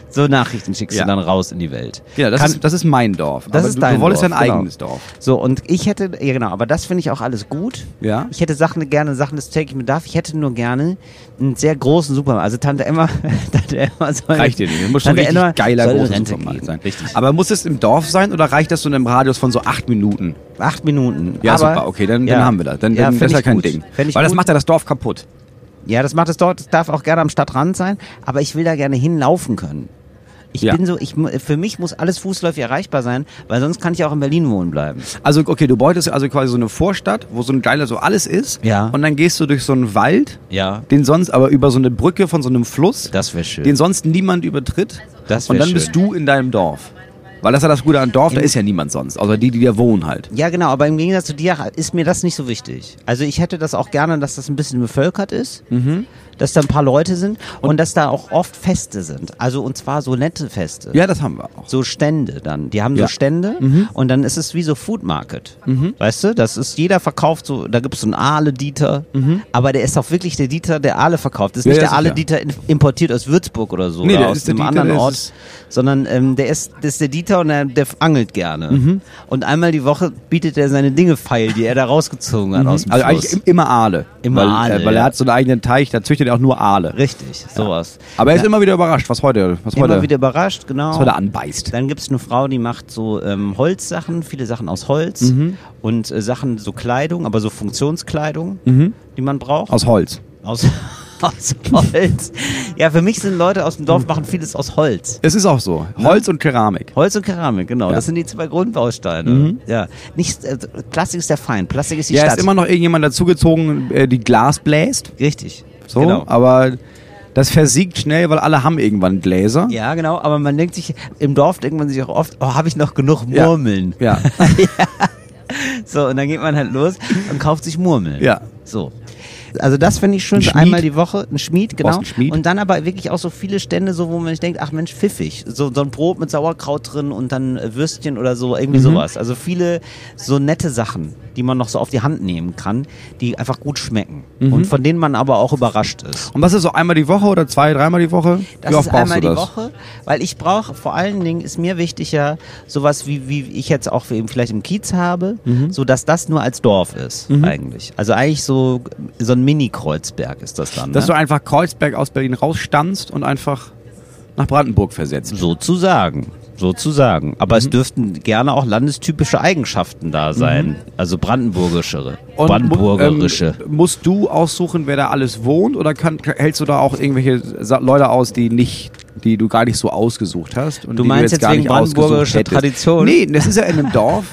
[SPEAKER 2] So Nachrichten schickst
[SPEAKER 3] Ja.
[SPEAKER 2] du dann raus in die Welt.
[SPEAKER 3] Ja, Genau, das,
[SPEAKER 2] Kann-
[SPEAKER 3] ist, das ist mein Dorf.
[SPEAKER 2] das
[SPEAKER 3] aber
[SPEAKER 2] ist
[SPEAKER 3] du,
[SPEAKER 2] dein
[SPEAKER 3] du wolltest
[SPEAKER 2] Dorf,
[SPEAKER 3] dein
[SPEAKER 2] genau.
[SPEAKER 3] eigenes Dorf.
[SPEAKER 2] So, und ich hätte, ja genau, aber das finde ich auch alles gut.
[SPEAKER 3] Ja.
[SPEAKER 2] Ich hätte Sachen gerne, Sachen, das take ich mir darf. Ich hätte nur gerne einen sehr großen Supermarkt. Also Tante Emma, Tante Emma soll
[SPEAKER 3] Reicht dir nicht. Das muss schon
[SPEAKER 2] Tante
[SPEAKER 3] richtig
[SPEAKER 2] Emma
[SPEAKER 3] geiler
[SPEAKER 2] soll in
[SPEAKER 3] großer
[SPEAKER 2] Rente
[SPEAKER 3] Supermarkt
[SPEAKER 2] gehen.
[SPEAKER 3] sein.
[SPEAKER 2] Richtig.
[SPEAKER 3] Aber muss es im Dorf sein oder reicht das so in einem Radius von so acht Minuten?
[SPEAKER 2] Acht Minuten.
[SPEAKER 3] Ja,
[SPEAKER 2] aber,
[SPEAKER 3] super, okay, dann,
[SPEAKER 2] ja.
[SPEAKER 3] dann haben wir das. Dann,
[SPEAKER 2] Ja,
[SPEAKER 3] dann
[SPEAKER 2] fänd
[SPEAKER 3] ist ja
[SPEAKER 2] ich
[SPEAKER 3] kein
[SPEAKER 2] gut.
[SPEAKER 3] Ding.
[SPEAKER 2] Fänd ich
[SPEAKER 3] Weil das
[SPEAKER 2] gut.
[SPEAKER 3] macht ja das Dorf kaputt.
[SPEAKER 2] Ja, das macht es dort, das darf auch gerne am Stadtrand sein, aber ich will da gerne hinlaufen können. Ich
[SPEAKER 3] Ja.
[SPEAKER 2] bin so, ich, mu- für mich muss alles fußläufig erreichbar sein, weil sonst kann ich auch in Berlin wohnen bleiben.
[SPEAKER 3] Also, okay, du beutest also quasi so eine Vorstadt, wo so ein geiler so alles ist.
[SPEAKER 2] Ja.
[SPEAKER 3] Und dann gehst du durch so einen Wald,
[SPEAKER 2] Ja.
[SPEAKER 3] den sonst aber über so eine Brücke von so einem Fluss,
[SPEAKER 2] Das wäre schön.
[SPEAKER 3] den sonst niemand übertritt.
[SPEAKER 2] Das wär
[SPEAKER 3] Und dann
[SPEAKER 2] schön.
[SPEAKER 3] bist du in deinem Dorf. Weil das ist ja das Gute an Dorf, da ist ja niemand sonst, außer die, die da wohnen halt.
[SPEAKER 2] ja, genau, aber im Gegensatz zu dir ist mir das nicht so wichtig. Also ich hätte das auch gerne, dass das ein bisschen bevölkert ist,
[SPEAKER 3] Mhm.
[SPEAKER 2] dass da ein paar Leute sind und, dass da auch oft Feste sind. Also und zwar so nette Feste.
[SPEAKER 3] Ja, das haben wir auch.
[SPEAKER 2] so Stände dann. Die haben
[SPEAKER 3] Ja. Mhm.
[SPEAKER 2] so Stände und dann ist es wie so Food Market. Weißt du, das ist, jeder verkauft so, da gibt es so einen Aale-Dieter, aber der ist auch wirklich der Dieter, der Aale verkauft. Das ist
[SPEAKER 3] Mhm. Ja,
[SPEAKER 2] nicht der
[SPEAKER 3] ja, sicher.
[SPEAKER 2] Aale-Dieter in- importiert aus Würzburg oder so
[SPEAKER 3] Nee,
[SPEAKER 2] oder
[SPEAKER 3] der
[SPEAKER 2] aus
[SPEAKER 3] ist der
[SPEAKER 2] einem
[SPEAKER 3] Dieter,
[SPEAKER 2] anderen
[SPEAKER 3] der ist
[SPEAKER 2] Ort,
[SPEAKER 3] es.
[SPEAKER 2] sondern ähm, der ist, das ist der Dieter und der, der angelt gerne.
[SPEAKER 3] Mhm.
[SPEAKER 2] Und einmal die Woche bietet er seine Dinge feil, die er da rausgezogen hat aus dem
[SPEAKER 3] Also
[SPEAKER 2] Fluss.
[SPEAKER 3] eigentlich im- immer Aale.
[SPEAKER 2] Immer
[SPEAKER 3] weil,
[SPEAKER 2] Aale,
[SPEAKER 3] Äh, weil er
[SPEAKER 2] ja.
[SPEAKER 3] hat so einen eigenen Teich, da züchtet er auch nur Aale.
[SPEAKER 2] Richtig, sowas.
[SPEAKER 3] Aber er ist
[SPEAKER 2] Ja,
[SPEAKER 3] immer wieder überrascht, was heute, was
[SPEAKER 2] immer
[SPEAKER 3] heute,
[SPEAKER 2] wieder überrascht, genau.
[SPEAKER 3] was heute anbeißt.
[SPEAKER 2] Dann gibt's eine Frau, die macht so ähm, Holzsachen, viele Sachen aus Holz
[SPEAKER 3] Mhm.
[SPEAKER 2] und äh, Sachen, so Kleidung, aber so Funktionskleidung, die man braucht.
[SPEAKER 3] Mhm. Aus Holz.
[SPEAKER 2] aus, aus Holz. ja, für mich sind Leute aus dem Dorf, machen vieles aus Holz.
[SPEAKER 3] Es ist auch so. Holz und Keramik.
[SPEAKER 2] Holz und Keramik, genau.
[SPEAKER 3] Ja. Mhm.
[SPEAKER 2] Das sind die zwei Grundbausteine. Ja. Nicht, äh, Plastik ist der Feind, Plastik ist die
[SPEAKER 3] ja,
[SPEAKER 2] Stadt.
[SPEAKER 3] ist immer noch irgendjemand dazugezogen, äh, die Glas bläst.
[SPEAKER 2] Richtig.
[SPEAKER 3] So,
[SPEAKER 2] Genau.
[SPEAKER 3] aber das versiegt schnell, weil alle haben irgendwann Gläser.
[SPEAKER 2] Ja, genau, aber man denkt sich, im Dorf denkt man sich auch oft, oh, habe ich noch genug
[SPEAKER 3] Ja.
[SPEAKER 2] Murmeln?
[SPEAKER 3] Ja.
[SPEAKER 2] So, und dann geht man halt los und kauft sich Murmeln.
[SPEAKER 3] Ja.
[SPEAKER 2] So. Also das finde ich schön,
[SPEAKER 3] Ein
[SPEAKER 2] so
[SPEAKER 3] Schmied.
[SPEAKER 2] einmal die Woche, ein Schmied, genau.
[SPEAKER 3] brauchst einen Schmied.
[SPEAKER 2] Und dann aber wirklich auch so viele Stände, so wo man sich denkt, ach Mensch, pfiffig. So, so ein Brot mit Sauerkraut drin und dann äh, Würstchen oder so,
[SPEAKER 3] Mhm.
[SPEAKER 2] irgendwie sowas. Also viele so nette Sachen, die man noch so auf die Hand nehmen kann, die einfach gut schmecken.
[SPEAKER 3] Mhm.
[SPEAKER 2] Und von denen man aber auch überrascht ist.
[SPEAKER 3] Und was ist so einmal die Woche oder zwei, dreimal die Woche?
[SPEAKER 2] Das ist einmal die Woche, weil ich brauche, vor allen Dingen ist mir wichtig ja sowas wie, wie ich jetzt auch eben vielleicht im Kiez habe,
[SPEAKER 3] Mhm.
[SPEAKER 2] so dass das nur als Dorf ist eigentlich. Also eigentlich so, so ein Mini-Kreuzberg ist das dann.
[SPEAKER 3] Dass du
[SPEAKER 2] ne?
[SPEAKER 3] einfach Kreuzberg aus Berlin rausstanzt und einfach nach Brandenburg versetzt.
[SPEAKER 2] Sozusagen. Sozusagen. Aber
[SPEAKER 3] Mhm.
[SPEAKER 2] es dürften gerne auch landestypische Eigenschaften da sein. Also brandenburgischere.
[SPEAKER 3] Mhm. Und
[SPEAKER 2] brandenburgerische.
[SPEAKER 3] mu- Ähm, musst du aussuchen, wer da alles wohnt oder kann, hältst du da auch irgendwelche Sa- Leute aus, die nicht die du gar nicht so ausgesucht hast und
[SPEAKER 2] Du
[SPEAKER 3] die
[SPEAKER 2] meinst
[SPEAKER 3] du
[SPEAKER 2] jetzt
[SPEAKER 3] jetzt gar
[SPEAKER 2] wegen
[SPEAKER 3] nicht ausgesucht
[SPEAKER 2] brandenburgerischer
[SPEAKER 3] hättest.
[SPEAKER 2] Tradition?
[SPEAKER 3] Nee, das ist ja in einem Dorf.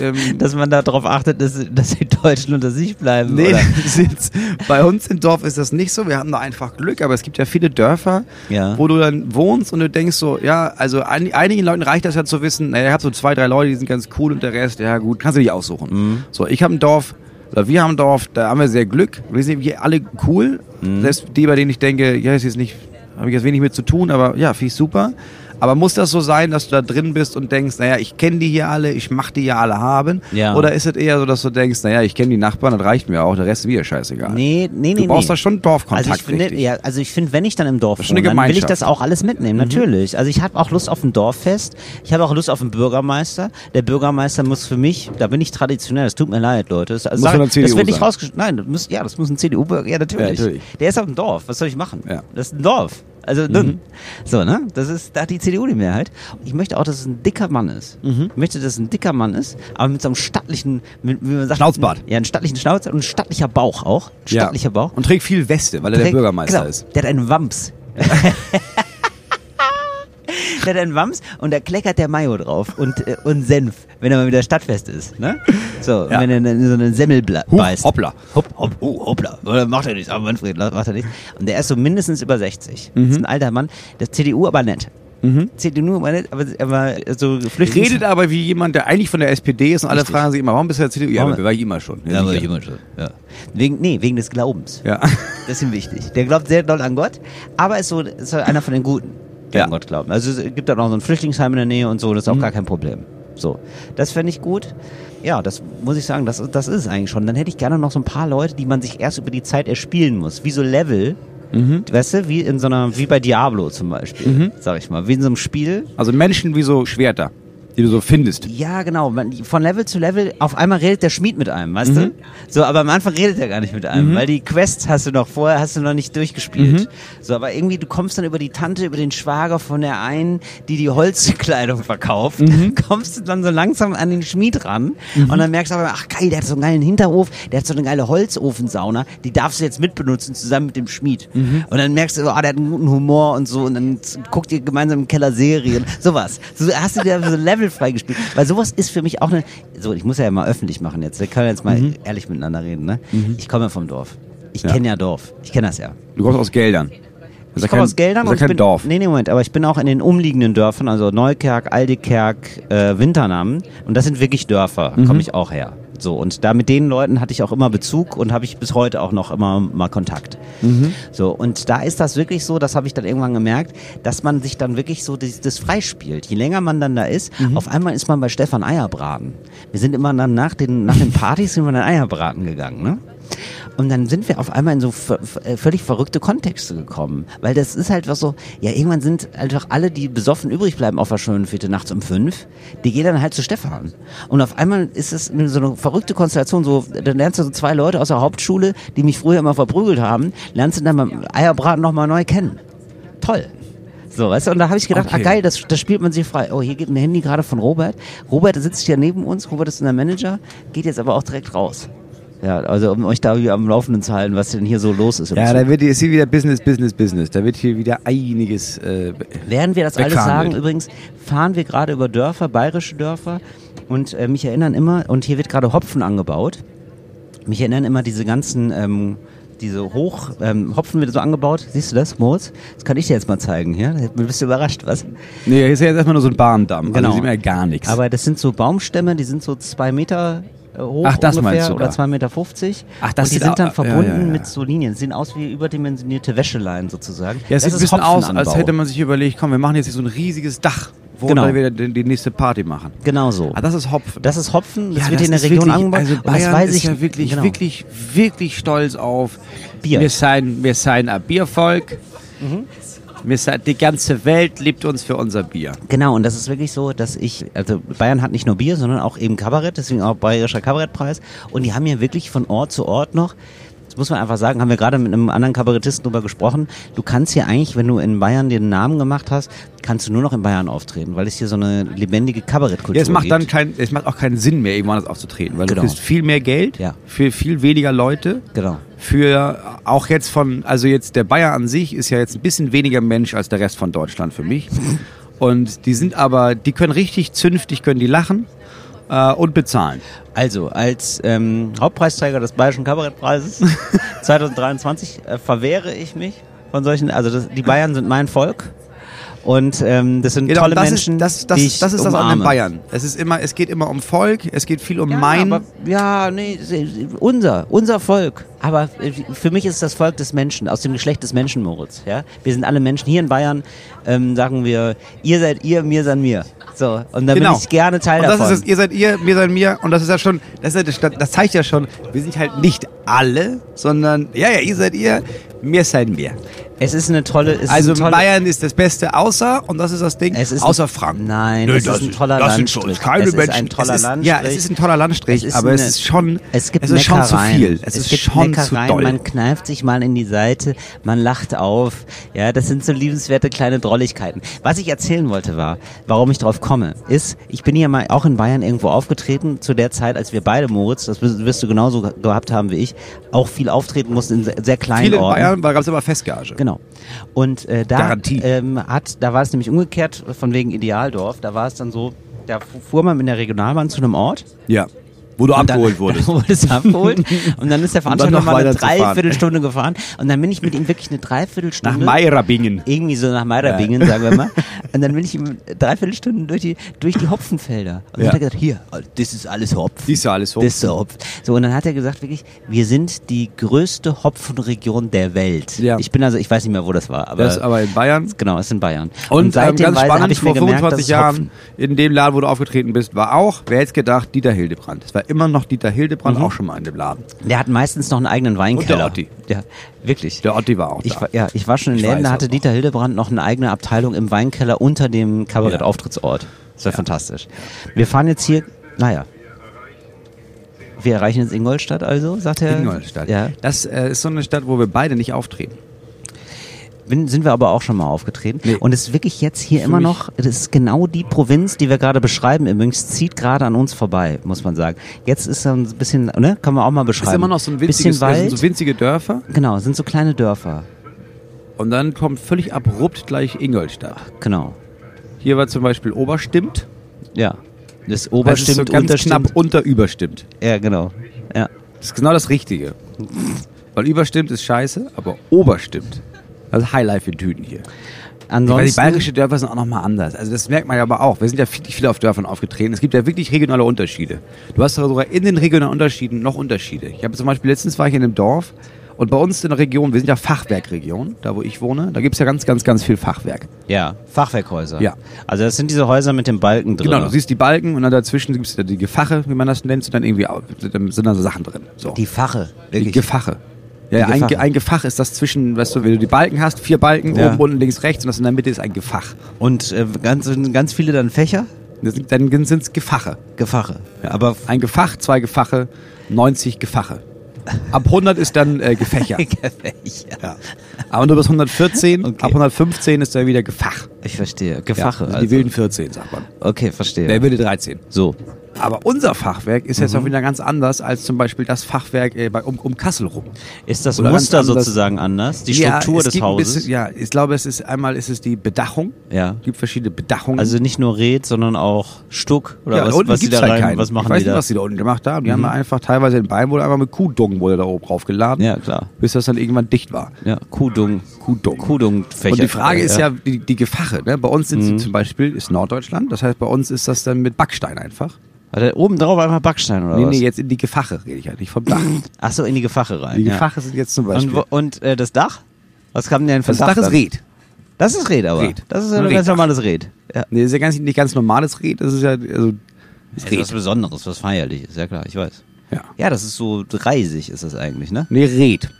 [SPEAKER 3] ähm,
[SPEAKER 2] dass man darauf achtet, dass, dass die Deutschen unter sich bleiben.
[SPEAKER 3] Nee,
[SPEAKER 2] oder?
[SPEAKER 3] das ist jetzt, bei uns im Dorf ist das nicht so. Wir haben da einfach Glück, aber es gibt ja viele Dörfer,
[SPEAKER 2] Ja.
[SPEAKER 3] wo du dann wohnst und du denkst so, ja, also ein, einigen Leuten reicht das ja zu wissen, naja, ich habe so zwei, drei Leute, die sind ganz cool und der Rest, ja gut, kannst du dich aussuchen.
[SPEAKER 2] Mhm.
[SPEAKER 3] So, ich habe ein Dorf, oder wir haben ein Dorf, da haben wir sehr Glück. Wir sind hier alle
[SPEAKER 2] Mhm.
[SPEAKER 3] cool. Selbst die, bei denen ich denke, ja, ist jetzt nicht, habe ich jetzt wenig mit zu tun, aber ja, finde ich super. Aber muss das so sein, dass du da drin bist und denkst, naja, ich kenne die hier alle, ich mach die hier alle haben?
[SPEAKER 2] Ja.
[SPEAKER 3] Oder ist es eher so, dass du denkst, naja, ich kenne die Nachbarn, das reicht mir auch, der Rest ist wieder scheißegal?
[SPEAKER 2] Nee, nee,
[SPEAKER 3] Du
[SPEAKER 2] nee.
[SPEAKER 3] brauchst
[SPEAKER 2] nee.
[SPEAKER 3] da schon Dorfkontakt,
[SPEAKER 2] Also ich finde,
[SPEAKER 3] richtig.
[SPEAKER 2] ja, also ich finde, wenn ich dann im Dorf
[SPEAKER 3] schon eine
[SPEAKER 2] wohne, dann will ich
[SPEAKER 3] Gemeinschaft. Mhm.
[SPEAKER 2] das auch alles mitnehmen, natürlich. Also ich habe auch Lust auf ein Dorffest, ich habe auch Lust auf einen Bürgermeister. Der Bürgermeister muss für mich, da bin ich traditionell, das tut mir leid, Leute. Das, also
[SPEAKER 3] Muss von der CDU
[SPEAKER 2] das wird nicht
[SPEAKER 3] sein.
[SPEAKER 2] rausgeschnitten. Nein, das muss, ja, das muss ein CDU-Bürger, ja natürlich.
[SPEAKER 3] Ja, natürlich.
[SPEAKER 2] Der ist auf dem Dorf, was soll ich machen?
[SPEAKER 3] Ja. Mhm.
[SPEAKER 2] Das ist ein Dorf. Also dünn. So, ne? Das ist, da hat die CDU die Mehrheit. Ich möchte auch, dass es ein dicker Mann ist.
[SPEAKER 3] Mhm.
[SPEAKER 2] Ich möchte, dass es ein dicker Mann ist, aber mit so einem stattlichen, mit, wie man sagt,
[SPEAKER 3] Schnauzbart.
[SPEAKER 2] Ja, einen stattlichen Schnauzbart und ein stattlicher Bauch auch. Stattlicher
[SPEAKER 3] ja.
[SPEAKER 2] Bauch.
[SPEAKER 3] Und trägt viel Weste, weil er der
[SPEAKER 2] Trägt-
[SPEAKER 3] Bürgermeister
[SPEAKER 2] genau,
[SPEAKER 3] ist.
[SPEAKER 2] Der hat einen Wams. der hat einen Wams und da kleckert der Mayo drauf und, äh, und Senf, wenn er mal wieder stadtfest ist. Ne? So,
[SPEAKER 3] Ja.
[SPEAKER 2] wenn er in so eine Semmel bla-
[SPEAKER 3] Huch,
[SPEAKER 2] beißt.
[SPEAKER 3] hoppla.
[SPEAKER 2] Hopp, hopp, oh, hoppla. Oder Macht er nichts, aber Manfred la- macht er nichts. Und der ist so mindestens über 60.
[SPEAKER 3] Mhm.
[SPEAKER 2] Das ist ein alter Mann. Der CDU aber nett. CDU aber nett, aber, aber so Flüchtlings...
[SPEAKER 3] Redet aber wie jemand, der eigentlich von der SPD ist und alle
[SPEAKER 2] Richtig.
[SPEAKER 3] fragen sich immer, warum bist du der CDU? Ja,
[SPEAKER 2] Warum-
[SPEAKER 3] aber war ich immer schon.
[SPEAKER 2] Ja, aber
[SPEAKER 3] sicher.
[SPEAKER 2] jemand schon. Ja. Wegen, nee, wegen des Glaubens.
[SPEAKER 3] Ja.
[SPEAKER 2] Das ist ihm wichtig. Der glaubt sehr doll an Gott, aber ist so, ist so einer von den Guten, die
[SPEAKER 3] Ja.
[SPEAKER 2] an Gott glauben. Also es gibt da noch so ein Flüchtlingsheim in der Nähe und so, das ist auch gar kein Problem. So, das fände ich gut. Ja, das muss ich sagen, das, das ist es eigentlich schon. Dann hätte ich gerne noch so ein paar Leute, die man sich erst über die Zeit erspielen muss. Wie so Level, weißt du, wie in so einer, wie bei Diablo zum Beispiel, sag ich mal. Wie in so einem Spiel,
[SPEAKER 3] Also Menschen wie so Schwerter, die du so findest.
[SPEAKER 2] ja, genau. Man, von Level zu Level, auf einmal redet der Schmied mit einem, weißt du? So, aber am Anfang redet er gar nicht mit einem, weil die Quests hast du noch vorher, hast du noch nicht durchgespielt. So, aber irgendwie, du kommst dann über die Tante, über den Schwager von der einen, die die Holzkleidung verkauft, kommst du dann so langsam an den Schmied ran und dann merkst du aber, ach geil, der hat so einen geilen Hinterhof, der hat so eine geile Holzofensauna, die darfst du jetzt mitbenutzen, zusammen mit dem Schmied. Und dann merkst du, so, ah, der hat einen guten Humor und so und dann z- guckt ihr gemeinsam im Keller Serien, sowas. So hast du dir so ein Level freigespielt. Weil sowas ist für mich auch eine, so, ich muss ja mal öffentlich machen jetzt, wir können jetzt mal ehrlich miteinander reden, ne? Ich komme ja vom Dorf. Ich
[SPEAKER 3] Ja.
[SPEAKER 2] kenne ja Dorf. Ich kenne das ja.
[SPEAKER 3] Du kommst aus Geldern. Das ist ja
[SPEAKER 2] Ich komme
[SPEAKER 3] kein-
[SPEAKER 2] aus Geldern
[SPEAKER 3] das
[SPEAKER 2] und
[SPEAKER 3] ist ja
[SPEAKER 2] ich
[SPEAKER 3] kein
[SPEAKER 2] bin,
[SPEAKER 3] Dorf.
[SPEAKER 2] Nee, nee, Moment, aber ich bin auch in den umliegenden Dörfern, also Neukerk, Aldekerk, äh, Winternamen und das sind wirklich Dörfer,
[SPEAKER 3] Mhm.
[SPEAKER 2] komme ich auch her. So, und da mit den Leuten hatte ich auch immer Bezug und habe ich bis heute auch noch immer mal Kontakt.
[SPEAKER 3] Mhm.
[SPEAKER 2] So, und da ist das wirklich so, das habe ich dann irgendwann gemerkt, dass man sich dann wirklich so das, das freispielt. Je länger man dann da ist,
[SPEAKER 3] Mhm.
[SPEAKER 2] auf einmal ist man bei Stefan Eierbraten. Wir sind immer dann nach den, nach den Partys sind wir dann Eierbraten gegangen, ne? Und dann sind wir auf einmal in so ver- ver- äh, völlig verrückte Kontexte gekommen. Weil das ist halt was so, ja, irgendwann sind einfach alle, die besoffen übrig bleiben auf der schönen Fete nachts um fünf, die gehen dann halt zu Stefan. Und auf einmal ist es eine- so eine verrückte Konstellation, so, dann lernst du so zwei Leute aus der Hauptschule, die mich früher immer verprügelt haben, lernst du dann beim Eierbraten nochmal neu kennen. Toll. So, weißt du, und da habe ich gedacht,
[SPEAKER 3] Okay.
[SPEAKER 2] ah geil, das, das spielt man sich frei. Oh, hier geht ein Handy gerade von Robert. Robert sitzt hier neben uns, Robert ist unser Manager, geht jetzt aber auch direkt raus. Ja, also um euch da wieder am Laufenden zu halten, was denn hier so los ist. und
[SPEAKER 3] Ja,
[SPEAKER 2] so.
[SPEAKER 3] da wird hier, ist hier wieder Business, Business, Business. Da wird hier wieder einiges. Äh,
[SPEAKER 2] Während wir das alles
[SPEAKER 3] Wegfahren
[SPEAKER 2] sagen,
[SPEAKER 3] wird.
[SPEAKER 2] übrigens, fahren wir gerade über Dörfer, bayerische Dörfer und äh, mich erinnern immer, und hier wird gerade Hopfen angebaut. Mich erinnern immer diese ganzen, ähm, diese Hoch, ähm, Hopfen wird so angebaut. Siehst du das, Moritz? Das kann ich dir jetzt mal zeigen hier. Du bist überrascht, was?
[SPEAKER 3] nee, hier ist ja jetzt erstmal nur so ein Bahndamm.
[SPEAKER 2] Genau.
[SPEAKER 3] Also sieht man ja gar nichts.
[SPEAKER 2] Aber das sind so Baumstämme, die sind so zwei Meter äh, hoch
[SPEAKER 3] Ach, das
[SPEAKER 2] ungefähr
[SPEAKER 3] meinst du
[SPEAKER 2] oder
[SPEAKER 3] da.
[SPEAKER 2] zwei Meter fünfzig.
[SPEAKER 3] Ach, das
[SPEAKER 2] und die
[SPEAKER 3] sieht au-
[SPEAKER 2] sind dann
[SPEAKER 3] ja,
[SPEAKER 2] verbunden
[SPEAKER 3] ja, ja.
[SPEAKER 2] mit so Linien. Sehen aus wie überdimensionierte Wäscheleien sozusagen.
[SPEAKER 3] ja, es sieht ein
[SPEAKER 2] ist
[SPEAKER 3] bisschen aus,
[SPEAKER 2] Hopfenanbau.
[SPEAKER 3] als hätte man sich überlegt, komm, wir machen jetzt hier so ein riesiges Dach, wo
[SPEAKER 2] Genau.
[SPEAKER 3] wir wieder die, die nächste Party machen.
[SPEAKER 2] Genau so.
[SPEAKER 3] Ah, das ist Hopfen.
[SPEAKER 2] Das ist Hopfen, das
[SPEAKER 3] Ja,
[SPEAKER 2] wird in der
[SPEAKER 3] ist
[SPEAKER 2] Region
[SPEAKER 3] wirklich-
[SPEAKER 2] angebaut.
[SPEAKER 3] Also
[SPEAKER 2] und
[SPEAKER 3] Bayern
[SPEAKER 2] das weiß
[SPEAKER 3] ist
[SPEAKER 2] ich
[SPEAKER 3] ja wirklich,
[SPEAKER 2] genau.
[SPEAKER 3] wirklich, wirklich stolz auf
[SPEAKER 2] Bier.
[SPEAKER 3] Wir sein, wir sein ein Biervolk. Mhm. Wir sein, die ganze Welt liebt uns für unser Bier.
[SPEAKER 2] Genau, und das ist wirklich so, dass ich, also Bayern hat nicht nur Bier, sondern auch eben Kabarett, deswegen auch Bayerischer Kabarettpreis. Und die haben hier wirklich von Ort zu Ort noch, das muss man einfach sagen, haben wir gerade mit einem anderen Kabarettisten drüber gesprochen, du kannst hier eigentlich, wenn du in Bayern den Namen gemacht hast, kannst du nur noch in Bayern auftreten, weil es hier so eine lebendige Kabarettkultur
[SPEAKER 3] Ja, es macht
[SPEAKER 2] gibt.
[SPEAKER 3] dann kein, es macht auch keinen Sinn mehr, irgendwo anders aufzutreten, weil
[SPEAKER 2] Genau.
[SPEAKER 3] du kriegst viel mehr Geld
[SPEAKER 2] Ja.
[SPEAKER 3] für viel weniger Leute.
[SPEAKER 2] Genau.
[SPEAKER 3] Für auch jetzt von, also jetzt der Bayer an sich ist ja jetzt ein bisschen weniger Mensch als der Rest von Deutschland für mich. Und die sind aber, die können richtig zünftig, können die lachen äh, und bezahlen.
[SPEAKER 2] Also, als ähm, Hauptpreisträger des Bayerischen Kabarettpreises 2023 äh, verwehre ich mich von solchen, also das, die Bayern sind mein Volk Und ähm, das sind
[SPEAKER 3] Genau,
[SPEAKER 2] tolle
[SPEAKER 3] und das
[SPEAKER 2] Menschen,
[SPEAKER 3] ist das, das,
[SPEAKER 2] die ich
[SPEAKER 3] das ist das an
[SPEAKER 2] umarme.
[SPEAKER 3] den Bayern. Es ist immer, es geht immer um Volk, es geht viel um
[SPEAKER 2] Ja,
[SPEAKER 3] mein.
[SPEAKER 2] aber, ja, nee, se- se- unser, unser Volk. Aber äh, für mich ist das Volk des Menschen, aus dem Geschlecht des Menschen, Moritz. Ja? Wir sind alle Menschen. Hier in Bayern ähm, sagen wir, ihr seid ihr, mir seid mir. So, und da
[SPEAKER 3] Genau.
[SPEAKER 2] bin ich gerne Teil
[SPEAKER 3] und das
[SPEAKER 2] davon.
[SPEAKER 3] ist es, ihr seid ihr, mir seid mir, und das ist ja schon, das, ist ja, das zeigt ja schon, wir sind halt nicht alle, sondern, ja, ja, ihr seid ihr, mir seid mir.
[SPEAKER 2] es ist eine tolle, es
[SPEAKER 3] Also
[SPEAKER 2] ist eine tolle,
[SPEAKER 3] Bayern ist das Beste, außer, und das ist das Ding,
[SPEAKER 2] Es ist
[SPEAKER 3] außer
[SPEAKER 2] ein-
[SPEAKER 3] Franken.
[SPEAKER 2] Nein,
[SPEAKER 3] Nö,
[SPEAKER 2] es ist ein toller
[SPEAKER 3] das sind schon
[SPEAKER 2] Landstrich.
[SPEAKER 3] Keine
[SPEAKER 2] Es ist ein
[SPEAKER 3] Menschen.
[SPEAKER 2] toller
[SPEAKER 3] es ist, Ja,
[SPEAKER 2] Landstrich.
[SPEAKER 3] es ist ein toller Landstrich,
[SPEAKER 2] Es ist
[SPEAKER 3] aber
[SPEAKER 2] eine-
[SPEAKER 3] es ist schon,
[SPEAKER 2] es gibt
[SPEAKER 3] es ist schon zu
[SPEAKER 2] Neckereien.
[SPEAKER 3] viel. Es, ist
[SPEAKER 2] gibt
[SPEAKER 3] schon zu
[SPEAKER 2] Neckereien,
[SPEAKER 3] doll.
[SPEAKER 2] Man kneift sich mal in die Seite, man lacht auf. Ja, das sind so liebenswerte kleine Drolligkeiten. Was ich erzählen wollte war, warum ich drauf komme, ist, ich bin ja mal auch in Bayern irgendwo aufgetreten, zu der Zeit, als wir beide, Moritz, das wirst wirst du genauso ge- gehabt haben wie ich, auch viel auftreten mussten in sehr, sehr kleinen
[SPEAKER 3] Viele in
[SPEAKER 2] Orten.
[SPEAKER 3] Bayern, weil gab es immer Festgage.
[SPEAKER 2] Genau. Und äh, da
[SPEAKER 3] Garantie.
[SPEAKER 2] ähm, hat, da war es nämlich umgekehrt von wegen Idealdorf. Da war es dann so, da fu- fuhr man mit der Regionalbahn zu einem Ort
[SPEAKER 3] Ja. Wo du
[SPEAKER 2] und dann-
[SPEAKER 3] abgeholt wurdest.
[SPEAKER 2] Da wurde es abgeholt. Und dann ist der Veranstalter
[SPEAKER 3] noch
[SPEAKER 2] noch mal eine
[SPEAKER 3] weiterzufahren.
[SPEAKER 2] Dreiviertelstunde gefahren. Und dann bin ich mit ihm wirklich eine
[SPEAKER 3] Nach
[SPEAKER 2] Dreiviertelstunde.
[SPEAKER 3] Meirabingen.
[SPEAKER 2] Irgendwie so nach Meiderbingen, sagen wir mal. Und dann bin ich ihm dreiviertel Stunden durch die, durch die Hopfenfelder. Und dann
[SPEAKER 3] Ja.
[SPEAKER 2] hat er gesagt, hier, also, das ist alles Hopfen.
[SPEAKER 3] Siehst du alles hoch.
[SPEAKER 2] Das ist so Hopfen. So, und dann hat er gesagt, wirklich, wir sind die größte Hopfenregion der Welt.
[SPEAKER 3] Ja.
[SPEAKER 2] Ich bin also, ich weiß nicht mehr, wo das war, aber.
[SPEAKER 3] Das ist aber in Bayern.
[SPEAKER 2] Genau, ist in Bayern.
[SPEAKER 3] Und, ähm, ganz
[SPEAKER 2] Äh. weiß- hab
[SPEAKER 3] spannend,
[SPEAKER 2] ich mir
[SPEAKER 3] vor
[SPEAKER 2] gemerkt,
[SPEAKER 3] 25
[SPEAKER 2] dass es Hopfen-
[SPEAKER 3] Jahren in dem Laden, wo du aufgetreten bist, war auch, wer hätte es gedacht, Dieter Hildebrand. Es war immer noch Dieter
[SPEAKER 2] Mhm.
[SPEAKER 3] Hildebrand, auch schon mal in dem Laden.
[SPEAKER 2] Der hat meistens noch einen eigenen Weinkeller.
[SPEAKER 3] Und der Otti.
[SPEAKER 2] Ja, wirklich.
[SPEAKER 3] Der Otti war auch
[SPEAKER 2] Ich
[SPEAKER 3] da.
[SPEAKER 2] war, ja, ich war schon in
[SPEAKER 3] Ich
[SPEAKER 2] Läden, da
[SPEAKER 3] weiß
[SPEAKER 2] hatte
[SPEAKER 3] aber.
[SPEAKER 2] Dieter Hildebrand noch eine eigene Abteilung im Weinkeller unter dem Kabarett-Auftrittsort. Das war fantastisch. Wir fahren jetzt hier, naja. Wir erreichen jetzt Ingolstadt also, sagt er.
[SPEAKER 3] Ingolstadt.
[SPEAKER 2] Ja.
[SPEAKER 3] Das äh, ist so eine Stadt, wo wir beide nicht auftreten.
[SPEAKER 2] Bin, sind wir aber auch schon mal aufgetreten.
[SPEAKER 3] Nee.
[SPEAKER 2] Und es ist wirklich jetzt hier immer
[SPEAKER 3] mich-
[SPEAKER 2] noch, das ist genau die Provinz, die wir gerade beschreiben übrigens, zieht gerade an uns vorbei, muss man sagen. Jetzt ist so ein bisschen, ne, kann man auch mal beschreiben.
[SPEAKER 3] ist immer noch so ein
[SPEAKER 2] bisschen
[SPEAKER 3] winziges,
[SPEAKER 2] Wald.
[SPEAKER 3] also so winzige Dörfer
[SPEAKER 2] genau, sind so kleine Dörfer.
[SPEAKER 3] und dann kommt völlig abrupt gleich Ingolstadt.
[SPEAKER 2] Genau.
[SPEAKER 3] Hier war zum Beispiel Oberstimmt.
[SPEAKER 2] Ja. Das
[SPEAKER 3] Also es ist
[SPEAKER 2] Oberstimmt,
[SPEAKER 3] so ganz
[SPEAKER 2] Unterstimmt.
[SPEAKER 3] knapp unter Überstimmt.
[SPEAKER 2] Ja, genau. Ja.
[SPEAKER 3] Das ist genau das Richtige. Weil Überstimmt ist scheiße, aber Oberstimmt. Das ist Highlife in Tüten hier. Weil die
[SPEAKER 2] Ansonsten,
[SPEAKER 3] bayerischen Dörfer sind auch nochmal anders. Also das merkt man ja aber auch. Wir sind ja viel, viel auf Dörfern aufgetreten. Es gibt ja wirklich regionale Unterschiede. Du hast sogar in den regionalen Unterschieden noch Unterschiede. Ich habe zum Beispiel, letztens war ich in einem Dorf und bei uns in der Region, wir sind ja Fachwerkregion, da wo ich wohne, da gibt es ja ganz, ganz, ganz viel Fachwerk.
[SPEAKER 2] ja, Fachwerkhäuser.
[SPEAKER 3] Ja.
[SPEAKER 2] Also das sind diese Häuser mit dem Balken drin.
[SPEAKER 3] Genau, du siehst die Balken und dann dazwischen gibt es die Gefache, wie man das nennt, und dann irgendwie au- sind sind dann so Sachen drin. So.
[SPEAKER 2] die Fache,
[SPEAKER 3] Die
[SPEAKER 2] wirklich.
[SPEAKER 3] Gefache. Ja, ja, ein,
[SPEAKER 2] Gefache.
[SPEAKER 3] Ge- ein Gefach ist das zwischen, weißt du, wenn du die Balken hast, vier Balken,
[SPEAKER 2] Ja.
[SPEAKER 3] oben, unten, links, rechts und das in der Mitte ist ein Gefach.
[SPEAKER 2] Und äh, ganz, ganz viele dann Fächer?
[SPEAKER 3] Das sind- Dann sind es Gefache.
[SPEAKER 2] Gefache.
[SPEAKER 3] Ja, aber ein Gefach, zwei Gefache, 90 Gefache. Ab 100 ist dann äh, Gefächer.
[SPEAKER 2] Fächer.
[SPEAKER 3] ja. Aber nur bis 114,
[SPEAKER 2] Okay.
[SPEAKER 3] ab 115 ist dann wieder Gefach.
[SPEAKER 2] Ich verstehe.
[SPEAKER 3] Ja,
[SPEAKER 2] Gefache.
[SPEAKER 3] das sind Die
[SPEAKER 2] also.
[SPEAKER 3] wilden 14, sagt man.
[SPEAKER 2] Okay, verstehe.
[SPEAKER 3] Der wilde 13.
[SPEAKER 2] so.
[SPEAKER 3] Aber unser Fachwerk ist jetzt auch
[SPEAKER 2] Mhm.
[SPEAKER 3] wieder ganz anders als zum Beispiel das Fachwerk äh, bei, um, um Kassel rum.
[SPEAKER 2] Ist das
[SPEAKER 3] Oder ganz
[SPEAKER 2] Muster
[SPEAKER 3] anders.
[SPEAKER 2] sozusagen anders? Die Struktur
[SPEAKER 3] es
[SPEAKER 2] des
[SPEAKER 3] gibt ein
[SPEAKER 2] Hauses?
[SPEAKER 3] Bisschen, ja, ich glaube, es ist einmal ist es die Bedachung.
[SPEAKER 2] Ja.
[SPEAKER 3] Es gibt verschiedene Bedachungen.
[SPEAKER 2] Also nicht nur Red, sondern auch Stuck oder
[SPEAKER 3] ja, da
[SPEAKER 2] was,
[SPEAKER 3] unten
[SPEAKER 2] was die
[SPEAKER 3] gibt's
[SPEAKER 2] da
[SPEAKER 3] halt
[SPEAKER 2] rein,
[SPEAKER 3] keinen.
[SPEAKER 2] was
[SPEAKER 3] ich
[SPEAKER 2] machen
[SPEAKER 3] weiß
[SPEAKER 2] die da? Mhm.
[SPEAKER 3] nicht, was die da unten gemacht haben. Die haben da einfach teilweise den Bein wurde einfach mit Kuhdung wurde da oben drauf geladen,
[SPEAKER 2] Ja, klar.
[SPEAKER 3] bis das dann irgendwann dicht war.
[SPEAKER 2] ja, Kudung.
[SPEAKER 3] Kuhdung.
[SPEAKER 2] Kudung-Fächer.
[SPEAKER 3] Und die Frage ist ja die, die Gefache. Ne? Bei uns sind
[SPEAKER 2] Mhm.
[SPEAKER 3] sie zum Beispiel, ist Norddeutschland, das heißt bei uns ist das dann mit Backstein einfach.
[SPEAKER 2] Hat er oben drauf einfach Backstein oder
[SPEAKER 3] Nee,
[SPEAKER 2] was?
[SPEAKER 3] nee, jetzt in die Gefache rede ich halt nicht vom Dach.
[SPEAKER 2] Ach so, in die Gefache rein.
[SPEAKER 3] Die
[SPEAKER 2] ja.
[SPEAKER 3] Gefache sind jetzt zum Beispiel.
[SPEAKER 2] Und, wo- und äh, das Dach? Was kam denn für
[SPEAKER 3] das Dach ist
[SPEAKER 2] dann?
[SPEAKER 3] Red.
[SPEAKER 2] Das ist Red, aber.
[SPEAKER 3] Red.
[SPEAKER 2] Das ist ja
[SPEAKER 3] Ein
[SPEAKER 2] ein ganz
[SPEAKER 3] Reddach.
[SPEAKER 2] normales Red. Ja.
[SPEAKER 3] Nee, das ist ja ganz, nicht ganz normales Red, das ist ja also, ist
[SPEAKER 2] Das ist was
[SPEAKER 3] Red.
[SPEAKER 2] Besonderes, was feierliches, ja klar, ich weiß.
[SPEAKER 3] Ja.
[SPEAKER 2] Ja, das ist so reisig, ist das eigentlich, ne?
[SPEAKER 3] Nee, Red.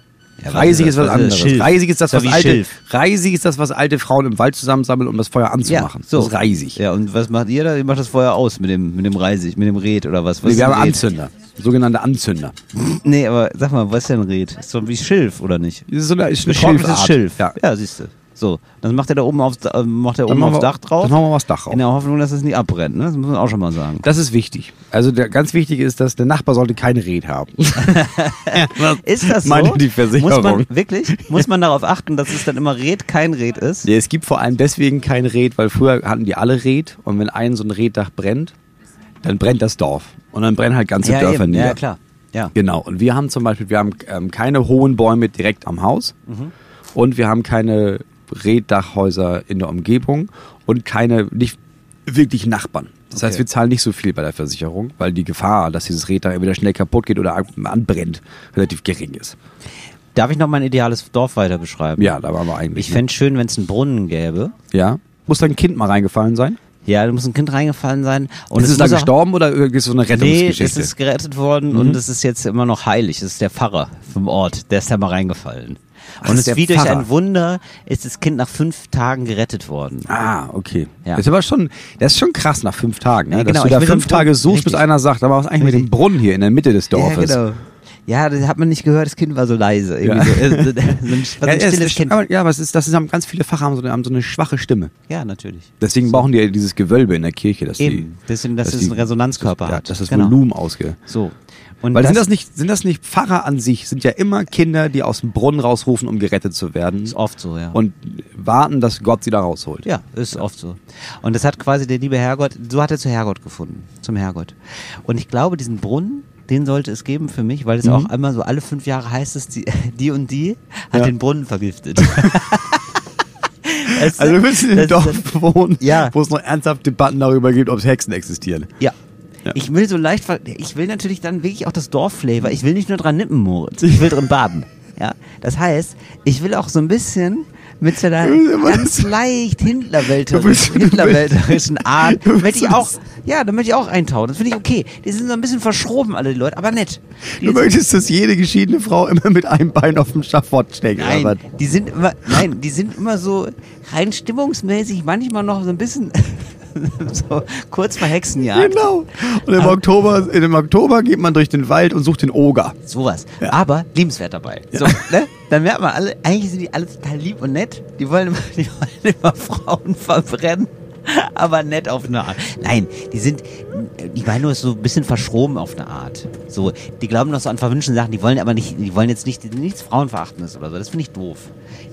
[SPEAKER 2] Ja,
[SPEAKER 3] Reisig ist was anderes.
[SPEAKER 2] Schilf.
[SPEAKER 3] Reisig ist das,
[SPEAKER 2] Ist
[SPEAKER 3] was
[SPEAKER 2] ja wie
[SPEAKER 3] alte,
[SPEAKER 2] Schilf.
[SPEAKER 3] Reisig ist das, was alte Frauen im Wald zusammensammeln, um das Feuer anzumachen.
[SPEAKER 2] so.
[SPEAKER 3] Das ist reisig.
[SPEAKER 2] Ja, und was macht ihr da? Ihr macht das Feuer aus mit dem, mit dem Reisig, mit dem Red oder was? was
[SPEAKER 3] Nee,
[SPEAKER 2] ist
[SPEAKER 3] wir haben
[SPEAKER 2] ein Red?
[SPEAKER 3] Anzünder. Sogenannte Anzünder.
[SPEAKER 2] Nee, aber sag mal, was ist denn Red? Ist so wie Schilf, oder nicht?
[SPEAKER 3] Das ist so eine, ist eine
[SPEAKER 2] Getrocknetes
[SPEAKER 3] Schilfart.
[SPEAKER 2] Schilf.
[SPEAKER 3] Ja.
[SPEAKER 2] ja siehst du. So, dann macht er da oben aufs, äh, macht er
[SPEAKER 3] Dann
[SPEAKER 2] oben
[SPEAKER 3] machen
[SPEAKER 2] aufs
[SPEAKER 3] wir-
[SPEAKER 2] Dach drauf.
[SPEAKER 3] Dann machen wir mal das Dach
[SPEAKER 2] In
[SPEAKER 3] drauf.
[SPEAKER 2] der Hoffnung, dass es nicht abbrennt, ne? Das muss man auch schon mal sagen.
[SPEAKER 3] Das ist wichtig. Also der, ganz wichtig ist, dass der Nachbar sollte kein Red haben.
[SPEAKER 2] Ist das so?
[SPEAKER 3] Meine die Versicherung.
[SPEAKER 2] Muss man, wirklich? Muss man darauf achten, dass es dann immer Red kein Red ist?
[SPEAKER 3] Ja, es gibt vor allem deswegen kein Red, weil früher hatten die alle Red und wenn ein so ein Reddach brennt, dann brennt das Dorf. Und dann brennen halt ganze Dörfer
[SPEAKER 2] eben.
[SPEAKER 3] nieder.
[SPEAKER 2] ja klar. Ja.
[SPEAKER 3] Genau. Und wir haben zum Beispiel, wir haben ähm, keine hohen Bäume direkt am Haus und wir haben keine Reddachhäuser in der Umgebung und keine, nicht wirklich Nachbarn. Das heißt, wir zahlen nicht so viel bei der Versicherung, weil die Gefahr, dass dieses Reddach entweder schnell kaputt geht oder an- anbrennt, relativ gering ist.
[SPEAKER 2] Darf ich noch mein ideales Dorf weiter beschreiben?
[SPEAKER 3] Ja, da waren wir eigentlich.
[SPEAKER 2] Ich fände schön, wenn es einen Brunnen gäbe.
[SPEAKER 3] ne? ja. Muss da ein Kind mal reingefallen sein?
[SPEAKER 2] Ja, da muss ein Kind reingefallen sein. Und
[SPEAKER 3] Und ist
[SPEAKER 2] es
[SPEAKER 3] es dann
[SPEAKER 2] muss auch-
[SPEAKER 3] gestorben oder ist es so eine
[SPEAKER 2] Nee,
[SPEAKER 3] Rettungsgeschichte? Mhm.
[SPEAKER 2] es ist gerettet worden und es ist jetzt immer noch heilig. Das ist der Pfarrer vom Ort, der ist da mal reingefallen.
[SPEAKER 3] Ach,
[SPEAKER 2] und es
[SPEAKER 3] das ist der
[SPEAKER 2] wie durch
[SPEAKER 3] Pfarrer.
[SPEAKER 2] ein Wunder ist das Kind nach fünf Tagen gerettet worden.
[SPEAKER 3] Ah, okay.
[SPEAKER 2] Ja.
[SPEAKER 3] Das ist aber schon, das ist schon krass nach fünf Tagen, ne?
[SPEAKER 2] Ja, genau,
[SPEAKER 3] dass du
[SPEAKER 2] ich
[SPEAKER 3] da
[SPEAKER 2] will den
[SPEAKER 3] fünf
[SPEAKER 2] Brunnen-
[SPEAKER 3] Tage suchst, bis
[SPEAKER 2] Richtig.
[SPEAKER 3] einer sagt, aber was ist eigentlich mit dem Brunnen hier in der Mitte des Dorfes?
[SPEAKER 2] Ja, genau. Ja, das hat man nicht gehört, das Kind war so leise. Irgendwie So, äh, so, so ein, war so
[SPEAKER 3] Ja,
[SPEAKER 2] ein
[SPEAKER 3] es
[SPEAKER 2] stilles
[SPEAKER 3] ist,
[SPEAKER 2] Kind.
[SPEAKER 3] aber, ja, aber es ist, das ist, haben ganz viele Facher haben so, eine- haben so eine schwache Stimme.
[SPEAKER 2] Ja, natürlich.
[SPEAKER 3] Deswegen brauchen die ja dieses Gewölbe in der Kirche, dass
[SPEAKER 2] Eben,
[SPEAKER 3] die,
[SPEAKER 2] bisschen, dass es
[SPEAKER 3] die-
[SPEAKER 2] einen Resonanzkörper
[SPEAKER 3] ja,
[SPEAKER 2] hat.
[SPEAKER 3] dass das
[SPEAKER 2] Genau.
[SPEAKER 3] Volumen ausgeht.
[SPEAKER 2] So. Und
[SPEAKER 3] Weil sind das nicht, sind das nicht Pfarrer an sich? Sind ja immer Kinder, die aus dem Brunnen rausrufen, um gerettet zu werden
[SPEAKER 2] ist oft so, ja.
[SPEAKER 3] und warten, dass Gott sie da rausholt.
[SPEAKER 2] Ja, ist oft so. Und das hat quasi der liebe Herrgott, so hat er zu Herrgott gefunden, zum Herrgott. Und ich glaube, diesen Brunnen, den sollte es geben für mich,
[SPEAKER 3] Mhm.
[SPEAKER 2] weil es auch einmal so alle fünf Jahre heißt es, die, die und die hat
[SPEAKER 3] Ja.
[SPEAKER 2] den Brunnen vergiftet. Es-
[SPEAKER 3] Also wir müssen in einem
[SPEAKER 2] das-
[SPEAKER 3] Dorf wohnen,
[SPEAKER 2] Ja.
[SPEAKER 3] wo es noch ernsthaft Debatten darüber gibt, ob Hexen existieren.
[SPEAKER 2] Ja.
[SPEAKER 3] Ja.
[SPEAKER 2] Ich will so leicht, ver- ich will natürlich dann wirklich auch das Dorfflavor. Ich will nicht nur dran nippen, Moritz. Ich will drin baden. Ja. Das heißt, ich will auch so ein bisschen mit so einer
[SPEAKER 3] willst immer
[SPEAKER 2] ganz
[SPEAKER 3] das-
[SPEAKER 2] leicht
[SPEAKER 3] Du willst-
[SPEAKER 2] Hitlerwelterischen,
[SPEAKER 3] du
[SPEAKER 2] Hitlerwelterischen Art.
[SPEAKER 3] du willst
[SPEAKER 2] Möchte ich
[SPEAKER 3] das-
[SPEAKER 2] auch, ja, da möchte ich auch eintauchen. Das finde ich okay. Die sind so ein bisschen verschroben, alle die Leute, aber nett. Die
[SPEAKER 3] Du
[SPEAKER 2] sind-
[SPEAKER 3] möchtest, dass jede geschiedene Frau immer mit einem Bein auf dem Schafott steckt. oder
[SPEAKER 2] Nein,
[SPEAKER 3] was?
[SPEAKER 2] die sind immer, nein, die sind immer so rein stimmungsmäßig manchmal noch so ein bisschen so kurz vor Hexenjagd.
[SPEAKER 3] Genau. Und im Oktober, im Oktober geht man durch den Wald und sucht den Oger.
[SPEAKER 2] sowas. Aber liebenswert dabei. So, ne? Dann merkt man alle, eigentlich sind die alle total lieb und nett. Die wollen immer, die wollen immer Frauen verbrennen. Aber nett auf eine Art. Nein, die sind, ich meine nur so ein bisschen verschroben auf eine Art. So, die glauben noch so an verwünschten Sachen, die wollen aber nicht, die wollen jetzt nicht, nichts Frauenverachtendes oder so. Das finde ich doof.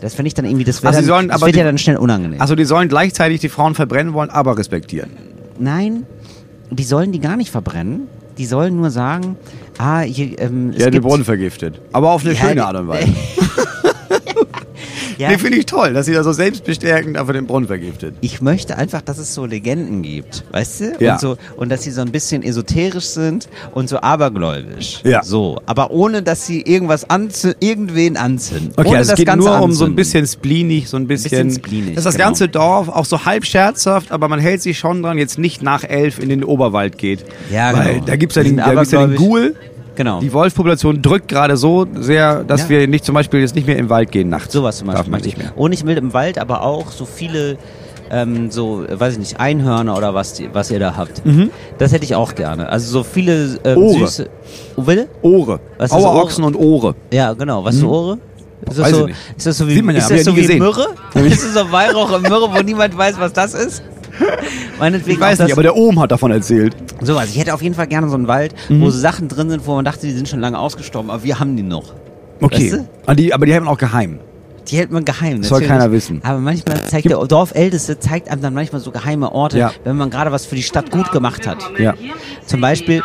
[SPEAKER 2] Das finde ich dann irgendwie, das, wär
[SPEAKER 3] Also sie
[SPEAKER 2] dann,
[SPEAKER 3] sollen
[SPEAKER 2] das
[SPEAKER 3] aber
[SPEAKER 2] wird
[SPEAKER 3] die-
[SPEAKER 2] ja dann schnell unangenehm.
[SPEAKER 3] Also die sollen gleichzeitig die Frauen verbrennen wollen, aber respektieren.
[SPEAKER 2] Nein, die sollen die gar nicht verbrennen. Die sollen nur sagen, ah, hier, ähm, es
[SPEAKER 3] Ja, den
[SPEAKER 2] gibt,
[SPEAKER 3] Brunnen vergiftet. Aber auf eine
[SPEAKER 2] Ja, die-
[SPEAKER 3] schöne Art und Weise.
[SPEAKER 2] ja,
[SPEAKER 3] Den finde ich toll, dass sie da so selbstbestärkend einfach den Brunnen vergiftet.
[SPEAKER 2] ich möchte einfach, dass es so Legenden gibt, weißt du?
[SPEAKER 3] Ja.
[SPEAKER 2] Und, so, und dass sie so ein bisschen esoterisch sind und so abergläubisch.
[SPEAKER 3] Ja.
[SPEAKER 2] So, aber ohne, dass sie irgendwas anzü irgendwen anzünden.
[SPEAKER 3] Okay,
[SPEAKER 2] ohne
[SPEAKER 3] also es
[SPEAKER 2] das
[SPEAKER 3] geht
[SPEAKER 2] Ganze
[SPEAKER 3] nur um so ein
[SPEAKER 2] anzünden.
[SPEAKER 3] bisschen spleenig, so ein bisschen,
[SPEAKER 2] Bisschen spleenig,
[SPEAKER 3] dass das
[SPEAKER 2] genau.
[SPEAKER 3] ganze Dorf auch so halb scherzhaft, aber man hält sich schon dran, jetzt nicht nach elf in den Oberwald geht.
[SPEAKER 2] Ja,
[SPEAKER 3] Weil
[SPEAKER 2] genau.
[SPEAKER 3] da gibt's ja
[SPEAKER 2] Die
[SPEAKER 3] den,
[SPEAKER 2] sind
[SPEAKER 3] da gibt's ja den
[SPEAKER 2] abergläubisch.
[SPEAKER 3] Ghoul.
[SPEAKER 2] Genau.
[SPEAKER 3] Die Wolfpopulation drückt gerade so sehr, dass
[SPEAKER 2] Ja.
[SPEAKER 3] wir nicht zum Beispiel jetzt nicht mehr in den Wald gehen nachts.
[SPEAKER 2] Sowas zum Beispiel.
[SPEAKER 3] Darf man
[SPEAKER 2] möchte ich.
[SPEAKER 3] nicht mehr.
[SPEAKER 2] Und ich will im Wald aber auch so viele, ähm, so, äh, weiß ich nicht, Einhörner oder was, die, was ihr da habt.
[SPEAKER 3] Mhm.
[SPEAKER 2] Das hätte ich auch gerne. Also so viele ähm,
[SPEAKER 3] Ohre.
[SPEAKER 2] süße. Oh, bitte?
[SPEAKER 3] Ohre.
[SPEAKER 2] Was ist
[SPEAKER 3] Auerochsen und Ohre.
[SPEAKER 2] Ja, genau. Was für Ohre? Ist das,
[SPEAKER 3] Weiß
[SPEAKER 2] so,
[SPEAKER 3] ich nicht.
[SPEAKER 2] ist das so wie,
[SPEAKER 3] Sieht man ja,
[SPEAKER 2] ist
[SPEAKER 3] hab
[SPEAKER 2] das
[SPEAKER 3] ich
[SPEAKER 2] so
[SPEAKER 3] ja
[SPEAKER 2] wie
[SPEAKER 3] nie gesehen.
[SPEAKER 2] Myrrhe? Ist das so Weihrauch im Myrrhe, wo niemand weiß, was das ist? Meinetwegen
[SPEAKER 3] Ich weiß
[SPEAKER 2] auch das,
[SPEAKER 3] nicht, aber der Ohm hat davon erzählt.
[SPEAKER 2] sowas. Ich hätte auf jeden Fall gerne so einen Wald, wo so Sachen drin sind, wo man dachte, die sind schon lange ausgestorben, aber wir haben die noch.
[SPEAKER 3] Okay.
[SPEAKER 2] Weißt du?
[SPEAKER 3] Ah, die, aber die haben auch geheim.
[SPEAKER 2] Die hält man geheim.
[SPEAKER 3] Soll
[SPEAKER 2] natürlich.
[SPEAKER 3] keiner wissen.
[SPEAKER 2] Aber manchmal zeigt der Dorfälteste, zeigt einem dann manchmal so geheime Orte,
[SPEAKER 3] Ja.
[SPEAKER 2] wenn man gerade was für die Stadt gut gemacht hat.
[SPEAKER 3] Ja.
[SPEAKER 2] Zum Beispiel-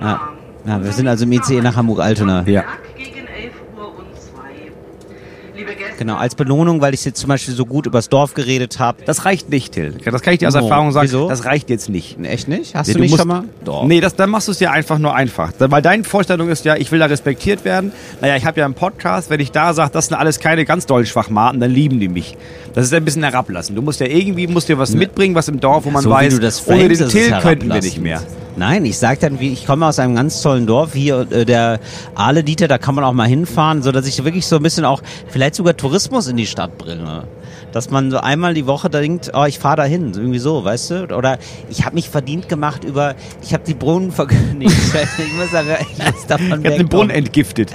[SPEAKER 5] Ja.
[SPEAKER 2] Ja. Ja, wir sind also im ICE nach Hamburg-Altona.
[SPEAKER 3] Ja.
[SPEAKER 5] Gegen 11 Uhr und 2. Liebe Gäste,
[SPEAKER 2] Genau, als Belohnung, weil ich jetzt zum Beispiel so gut übers Dorf geredet habe.
[SPEAKER 3] Das reicht nicht, Till. Das kann ich dir aus
[SPEAKER 2] Oh,
[SPEAKER 3] Erfahrung sagen.
[SPEAKER 2] wieso?
[SPEAKER 3] Das reicht jetzt nicht.
[SPEAKER 2] Echt nicht? Hast
[SPEAKER 3] Nee,
[SPEAKER 2] du nicht
[SPEAKER 3] musst-
[SPEAKER 2] schon mal? Doch.
[SPEAKER 3] Nee, das, dann machst du es dir einfach nur einfach. Da- Weil deine Vorstellung ist ja, ich will da respektiert werden. Naja, ich habe ja einen Podcast, wenn ich da sage, das sind alles keine ganz dollen Schwachmaten, dann lieben die mich. Das ist ein bisschen herablassen. Du musst ja irgendwie, musst dir was mitbringen, was im Dorf, wo man
[SPEAKER 2] Ne. so
[SPEAKER 3] weiß,
[SPEAKER 2] wie du das
[SPEAKER 3] ohne
[SPEAKER 2] frames,
[SPEAKER 3] den
[SPEAKER 2] das ist
[SPEAKER 3] Till könnten wir
[SPEAKER 2] herablassend.
[SPEAKER 3] nicht mehr.
[SPEAKER 2] Nein, ich sag dann, wie ich komme aus einem ganz tollen Dorf hier äh, der Ahle Dieter, da kann man auch mal hinfahren, so dass ich wirklich so ein bisschen auch vielleicht sogar Tourismus in die Stadt bringe. Dass man so einmal die Woche da denkt, oh, ich fahre da hin, irgendwie so, weißt du? Oder ich habe mich verdient gemacht über, ich habe die Brunnen vergönnt. Ich muss, da, ich muss davon
[SPEAKER 3] Ich hab den
[SPEAKER 2] wegkommen.
[SPEAKER 3] Brunnen entgiftet.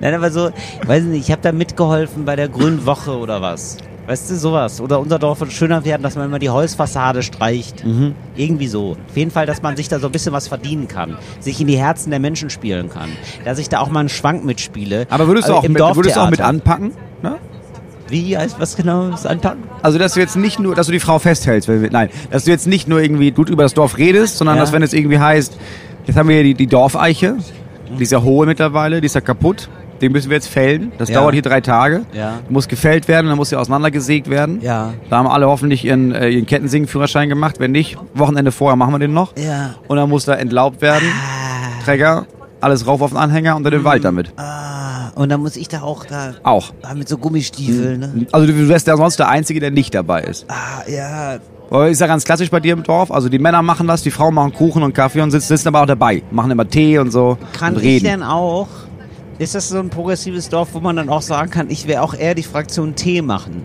[SPEAKER 2] Nein, aber so, weiß nicht, ich habe da mitgeholfen bei der Grünen Woche oder was. Weißt du, sowas. Oder unser Dorf wird schöner werden, dass man immer die Holzfassade streicht.
[SPEAKER 3] Mhm.
[SPEAKER 2] Irgendwie so. Auf jeden Fall, dass man sich da so ein bisschen was verdienen kann. Sich in die Herzen der Menschen spielen kann. Dass ich da auch mal einen Schwank mitspiele.
[SPEAKER 3] Aber würdest du
[SPEAKER 2] Äh,
[SPEAKER 3] auch,
[SPEAKER 2] im
[SPEAKER 3] mit, würdest du auch mit
[SPEAKER 2] Dorftheater.
[SPEAKER 3] anpacken? Ne?
[SPEAKER 2] Wie, als was genau? Das Anpacken?
[SPEAKER 3] Also, dass du jetzt nicht nur, dass du die Frau festhältst, weil wir, nein, dass du jetzt nicht nur irgendwie gut über das Dorf redest, sondern
[SPEAKER 2] Ja.
[SPEAKER 3] dass wenn es irgendwie heißt, jetzt haben wir hier die, die Dorfeiche, die ist ja hohe mittlerweile, die ist ja kaputt. Den müssen wir jetzt fällen. Das
[SPEAKER 6] Ja.
[SPEAKER 3] dauert hier drei Tage.
[SPEAKER 6] Ja.
[SPEAKER 3] Muss gefällt werden, dann muss sie auseinandergesägt werden.
[SPEAKER 6] Ja.
[SPEAKER 3] Da haben alle hoffentlich ihren, äh, ihren Kettensägenführerschein gemacht. Wenn nicht, Wochenende vorher machen wir den noch.
[SPEAKER 6] Ja.
[SPEAKER 3] Und dann muss da entlaubt werden. Träger, alles rauf auf den Anhänger und dann den Wald damit.
[SPEAKER 2] Ah, und dann muss ich da auch da,
[SPEAKER 3] Auch.
[SPEAKER 2] ah, mit so Gummistiefeln, ne?
[SPEAKER 3] Also du wärst ja sonst der Einzige, der nicht dabei ist.
[SPEAKER 2] Ah, ja.
[SPEAKER 3] Aber Oh, ist ja ganz klassisch bei dir im Dorf. Also die Männer machen das, die Frauen machen Kuchen und Kaffee und sitzen, sitzen aber auch dabei. Machen immer Tee und so.
[SPEAKER 2] Kann
[SPEAKER 3] und
[SPEAKER 2] ich
[SPEAKER 3] reden.
[SPEAKER 2] denn auch, ist das so ein progressives Dorf, wo man dann auch sagen kann, ich wäre auch eher die Fraktion T machen?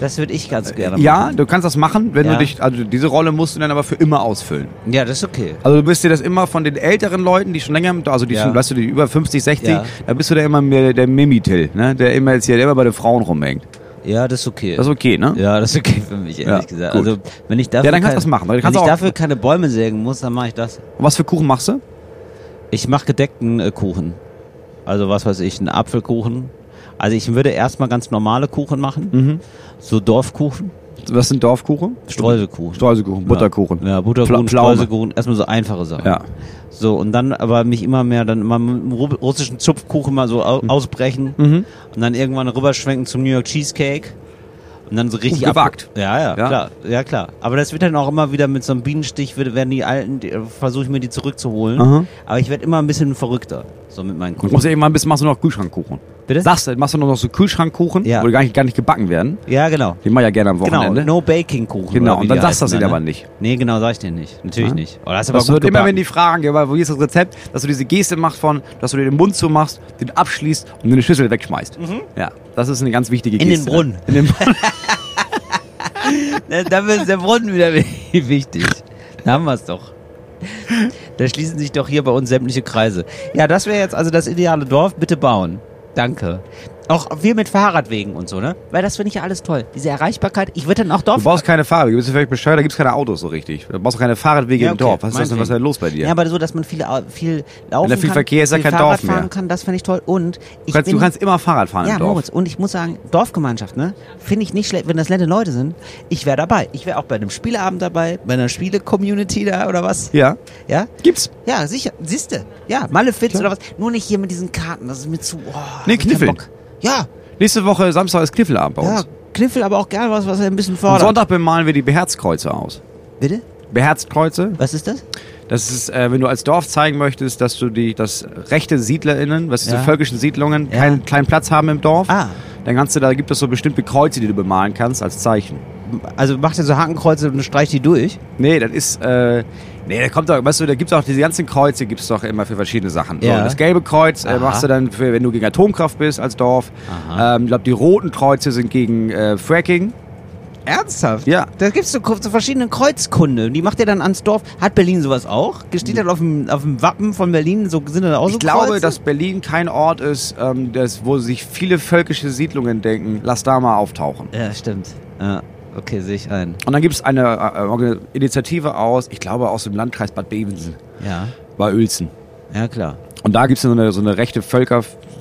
[SPEAKER 2] Das würde ich ganz gerne machen.
[SPEAKER 3] Ja, du kannst das machen, wenn
[SPEAKER 2] Ja.
[SPEAKER 3] du dich, also diese Rolle musst du dann aber für immer ausfüllen.
[SPEAKER 2] Ja, das ist okay.
[SPEAKER 3] Also du bist dir das immer von den älteren Leuten, die schon länger, im- also die
[SPEAKER 2] Ja.
[SPEAKER 3] schon, weißt du, die über 50, 60,
[SPEAKER 2] Ja.
[SPEAKER 3] da bist du da immer mehr der Mimitil, ne? Der immer jetzt hier, der immer bei den Frauen rumhängt.
[SPEAKER 2] Ja, das ist okay.
[SPEAKER 3] Das ist okay, ne?
[SPEAKER 2] ja, das ist okay für mich, ehrlich
[SPEAKER 3] Ja,
[SPEAKER 2] gesagt.
[SPEAKER 3] gut.
[SPEAKER 2] Also, wenn ich dafür,
[SPEAKER 3] Ja, dann kannst
[SPEAKER 2] keine-
[SPEAKER 3] du das machen, weil du
[SPEAKER 2] wenn
[SPEAKER 3] kannst
[SPEAKER 2] ich
[SPEAKER 3] auch-
[SPEAKER 2] dafür keine Bäume sägen muss, dann mache ich das.
[SPEAKER 3] Und was für Kuchen machst du?
[SPEAKER 2] Ich mache gedeckten äh, Kuchen. Also was weiß ich, einen Apfelkuchen. Also ich würde erstmal ganz normale Kuchen machen.
[SPEAKER 3] Mhm.
[SPEAKER 2] So Dorfkuchen,
[SPEAKER 3] Was sind Dorfkuchen?
[SPEAKER 2] Streuselkuchen.
[SPEAKER 3] Streuselkuchen, Butterkuchen.
[SPEAKER 2] Ja, Butterkuchen,
[SPEAKER 3] Pla- Pflaume.
[SPEAKER 2] Streuselkuchen, erstmal so einfache Sachen.
[SPEAKER 3] Ja.
[SPEAKER 2] So, und dann aber mich immer mehr, dann mal mit dem Ru- russischen Zupfkuchen mal so
[SPEAKER 3] Mhm.
[SPEAKER 2] au ausbrechen und dann irgendwann rüberschwenken zum New York Cheesecake und dann so richtig
[SPEAKER 3] Uh, gewagt.
[SPEAKER 2] Ab ja, ja,
[SPEAKER 3] Ja.
[SPEAKER 2] klar, ja klar. Aber das wird dann auch immer wieder mit so einem Bienenstich, wird- werden die alten, versuche ich mir die zurückzuholen.
[SPEAKER 3] Aha.
[SPEAKER 2] Aber ich werde immer ein bisschen verrückter, so mit meinen
[SPEAKER 3] Du
[SPEAKER 2] Kuchen.
[SPEAKER 3] musst ja irgendwann bist, machst du noch Kühlschrankkuchen.
[SPEAKER 2] Bitte?
[SPEAKER 3] Sagst du, machst du noch so Kühlschrankkuchen,
[SPEAKER 2] Ja.
[SPEAKER 3] wo die gar nicht, gar nicht gebacken werden.
[SPEAKER 2] Ja, genau.
[SPEAKER 3] Die mache ich ja gerne am
[SPEAKER 2] Genau,
[SPEAKER 3] Wochenende.
[SPEAKER 2] No Baking Kuchen.
[SPEAKER 3] Genau,
[SPEAKER 2] oder wie
[SPEAKER 3] und dann
[SPEAKER 2] die
[SPEAKER 3] sagst du das
[SPEAKER 2] heißen,
[SPEAKER 3] ihnen
[SPEAKER 2] ne?
[SPEAKER 3] aber nicht.
[SPEAKER 2] Nee, genau, sag ich dir nicht. Natürlich
[SPEAKER 3] Ja.
[SPEAKER 2] nicht. Aber das ist aber
[SPEAKER 3] Das
[SPEAKER 2] gut
[SPEAKER 3] wird immer,
[SPEAKER 2] gebacken.
[SPEAKER 3] wenn die fragen, ja, wo ist das Rezept, dass du diese Geste machst von, dass du dir den Mund zumachst, den abschließt und eine Schüssel wegschmeißt. Ja, das ist eine ganz wichtige
[SPEAKER 2] In
[SPEAKER 3] Geste.
[SPEAKER 2] den Brunnen.
[SPEAKER 3] In den Brunnen.
[SPEAKER 2] Da- Dafür ist der Brunnen wieder wichtig. Da haben wir es doch. Da schließen sich doch hier bei uns sämtliche Kreise. Ja, das wäre jetzt also das ideale Dorf. Bitte bauen. Danke. Auch wir mit Fahrradwegen und so, ne? Weil das finde ich ja alles toll. Diese Erreichbarkeit. Ich würde dann auch
[SPEAKER 3] Du
[SPEAKER 2] Dorf.
[SPEAKER 3] brauchst keine Fahrradwege, bist du vielleicht bescheuert, da gibt es keine Autos so richtig. Du brauchst auch keine Fahrradwege
[SPEAKER 2] Ja,
[SPEAKER 3] im
[SPEAKER 2] okay,
[SPEAKER 3] Dorf. Was ist das denn,
[SPEAKER 2] meinetwegen.
[SPEAKER 3] was ist denn los bei dir?
[SPEAKER 2] Ja, aber so, dass man viel, au- viel laufen
[SPEAKER 3] da viel
[SPEAKER 2] kann,
[SPEAKER 3] Verkehr ist, ja
[SPEAKER 2] viel
[SPEAKER 3] kein
[SPEAKER 2] Fahrrad
[SPEAKER 3] Dorf mehr.
[SPEAKER 2] fahren kann, das finde ich toll. Und ich
[SPEAKER 3] du, kannst,
[SPEAKER 2] bin,
[SPEAKER 3] du kannst immer Fahrrad fahren
[SPEAKER 2] ja,
[SPEAKER 3] im Dorf.
[SPEAKER 2] Moritz, und ich muss sagen, Dorfgemeinschaft, ne? Finde ich nicht schlecht, wenn das nette Leute sind. Ich wäre dabei. Ich wäre auch bei einem Spieleabend dabei, bei einer Spiele-Community da oder was.
[SPEAKER 3] Ja,
[SPEAKER 2] Ja?
[SPEAKER 3] gibt's.
[SPEAKER 2] Ja, sicher. Siehste. Ja, Malefiz oder was. Nur nicht hier mit diesen Karten. Das ist mir zu. Oh,
[SPEAKER 3] Nee,
[SPEAKER 2] hab ich keinen
[SPEAKER 3] Kniffeln.
[SPEAKER 2] Bock. Ja,
[SPEAKER 3] Nächste Woche Samstag ist Kniffelabend bei
[SPEAKER 2] ja.
[SPEAKER 3] uns.
[SPEAKER 2] Kniffel, aber auch gerne was, was er ein bisschen
[SPEAKER 3] Am
[SPEAKER 2] fordert.
[SPEAKER 3] Sonntag bemalen wir die Beherzkreuze aus.
[SPEAKER 2] Bitte?
[SPEAKER 3] Beherzkreuze,
[SPEAKER 2] Was ist das?
[SPEAKER 3] das ist, äh, wenn du als Dorf zeigen möchtest, dass du die, dass rechte SiedlerInnen, was
[SPEAKER 2] Ja.
[SPEAKER 3] diese völkischen Siedlungen, keinen kleinen Platz haben im Dorf.
[SPEAKER 2] Ah.
[SPEAKER 3] Dann kannst du, da gibt es so bestimmte Kreuze, die du bemalen kannst als Zeichen.
[SPEAKER 2] Also macht er so Hakenkreuze und streicht die durch.
[SPEAKER 3] Nee, das ist, äh, nee, da kommt doch, weißt du, da gibt's auch diese ganzen Kreuze, gibt's doch immer für verschiedene Sachen. So,
[SPEAKER 2] Ja.
[SPEAKER 3] das gelbe Kreuz äh,
[SPEAKER 2] Aha.
[SPEAKER 3] machst du dann, für, wenn du gegen Atomkraft bist als Dorf. Ähm, ich glaube, die roten Kreuze sind gegen äh, Fracking.
[SPEAKER 2] Ernsthaft?
[SPEAKER 3] Ja.
[SPEAKER 2] Da gibt es so, so verschiedene Kreuzkunde. Die macht er dann ans Dorf. Hat Berlin sowas auch? Steht dann auf dem, auf dem Wappen von Berlin so sind da auch so
[SPEAKER 3] Ich glaube,
[SPEAKER 2] Also Kreuze?
[SPEAKER 3] dass Berlin kein Ort ist, ähm, das, wo sich viele völkische Siedlungen denken, lass da mal auftauchen.
[SPEAKER 2] Ja, stimmt. Ja. Okay, sehe ich ein.
[SPEAKER 3] Und dann gibt's eine äh, Organ- Initiative aus, ich glaube, aus dem Landkreis Bad Bevensen,
[SPEAKER 2] Ja.
[SPEAKER 3] bei Uelzen.
[SPEAKER 2] Ja, klar.
[SPEAKER 3] Und da gibt's so eine, so eine rechte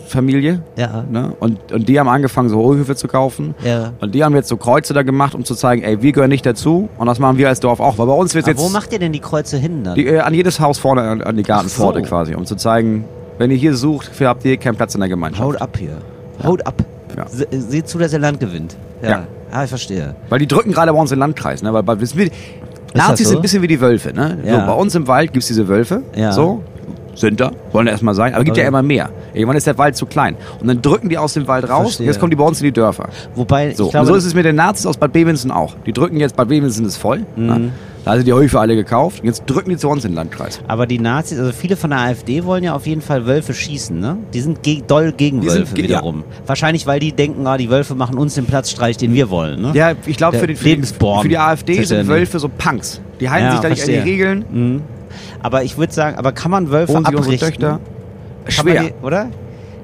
[SPEAKER 3] Völkerfamilie.
[SPEAKER 2] Ja.
[SPEAKER 3] Ne? Und, und die haben angefangen, so Hohlhöfe zu kaufen.
[SPEAKER 2] Ja.
[SPEAKER 3] Und die haben jetzt so Kreuze da gemacht, um zu zeigen, ey, wir gehören nicht dazu. Und das machen wir als Dorf auch. Weil bei uns wird
[SPEAKER 2] Aber
[SPEAKER 3] jetzt
[SPEAKER 2] wo macht ihr denn die Kreuze hin dann?
[SPEAKER 3] die, äh, an jedes Haus vorne, an, an die Gartenpforte
[SPEAKER 2] Ach so.
[SPEAKER 3] quasi, um zu zeigen, wenn ihr hier sucht, für- habt ihr keinen Platz in der Gemeinschaft.
[SPEAKER 2] Haut ab hier. Haut ab.
[SPEAKER 3] Ja.
[SPEAKER 2] Se- Seht zu, dass ihr Land gewinnt. Ja.
[SPEAKER 3] Ja.
[SPEAKER 2] Ah, ich verstehe.
[SPEAKER 3] Weil die drücken gerade bei uns im Landkreis. Ne? Weil, weil, wissen wir,
[SPEAKER 2] das
[SPEAKER 3] Nazis
[SPEAKER 2] so?
[SPEAKER 3] sind ein bisschen wie die Wölfe. Ne?
[SPEAKER 2] Ja.
[SPEAKER 3] So, bei uns im Wald gibt's diese Wölfe.
[SPEAKER 2] Ja.
[SPEAKER 3] So. Sind da, wollen da erstmal sein, aber gibt ja
[SPEAKER 2] Okay.
[SPEAKER 3] immer mehr. Irgendwann ist der Wald zu klein. Und dann drücken die aus dem Wald raus
[SPEAKER 2] Verstehe.
[SPEAKER 3] und jetzt kommen die bei uns in die Dörfer.
[SPEAKER 2] Wobei,
[SPEAKER 3] So,
[SPEAKER 2] ich glaube,
[SPEAKER 3] und so ist es mit den Nazis aus Bad Bevensen auch. Die drücken jetzt, Bad Bevensen ist voll. Ne? Da sind die Höfe alle gekauft. Und jetzt drücken die zu uns in den Landkreis.
[SPEAKER 2] aber die Nazis, also viele von der AfD wollen ja auf jeden Fall Wölfe schießen, ne? Die sind ge doll gegen
[SPEAKER 3] Die sind
[SPEAKER 2] Wölfe
[SPEAKER 3] ge- ja.
[SPEAKER 2] wiederum. Wahrscheinlich, weil die denken, ah, die Wölfe machen uns den Platzstreich, den wir wollen, ne?
[SPEAKER 3] Ja, ich glaube,
[SPEAKER 2] Der
[SPEAKER 3] für, den- für, die-
[SPEAKER 2] Lebensborn.
[SPEAKER 3] für die AfD
[SPEAKER 2] Das ist ja
[SPEAKER 3] sind
[SPEAKER 2] nicht-
[SPEAKER 3] Wölfe so Punks. Die halten
[SPEAKER 2] Ja,
[SPEAKER 3] sich da nicht an die
[SPEAKER 2] verstehe.
[SPEAKER 3] Regeln,
[SPEAKER 2] Mhm. Aber ich würde sagen, aber kann man Wölfe
[SPEAKER 3] holen sie unsere
[SPEAKER 2] abrichten?
[SPEAKER 3] Töchter.
[SPEAKER 2] Kann man
[SPEAKER 3] ne? Schwer.
[SPEAKER 2] Die, oder?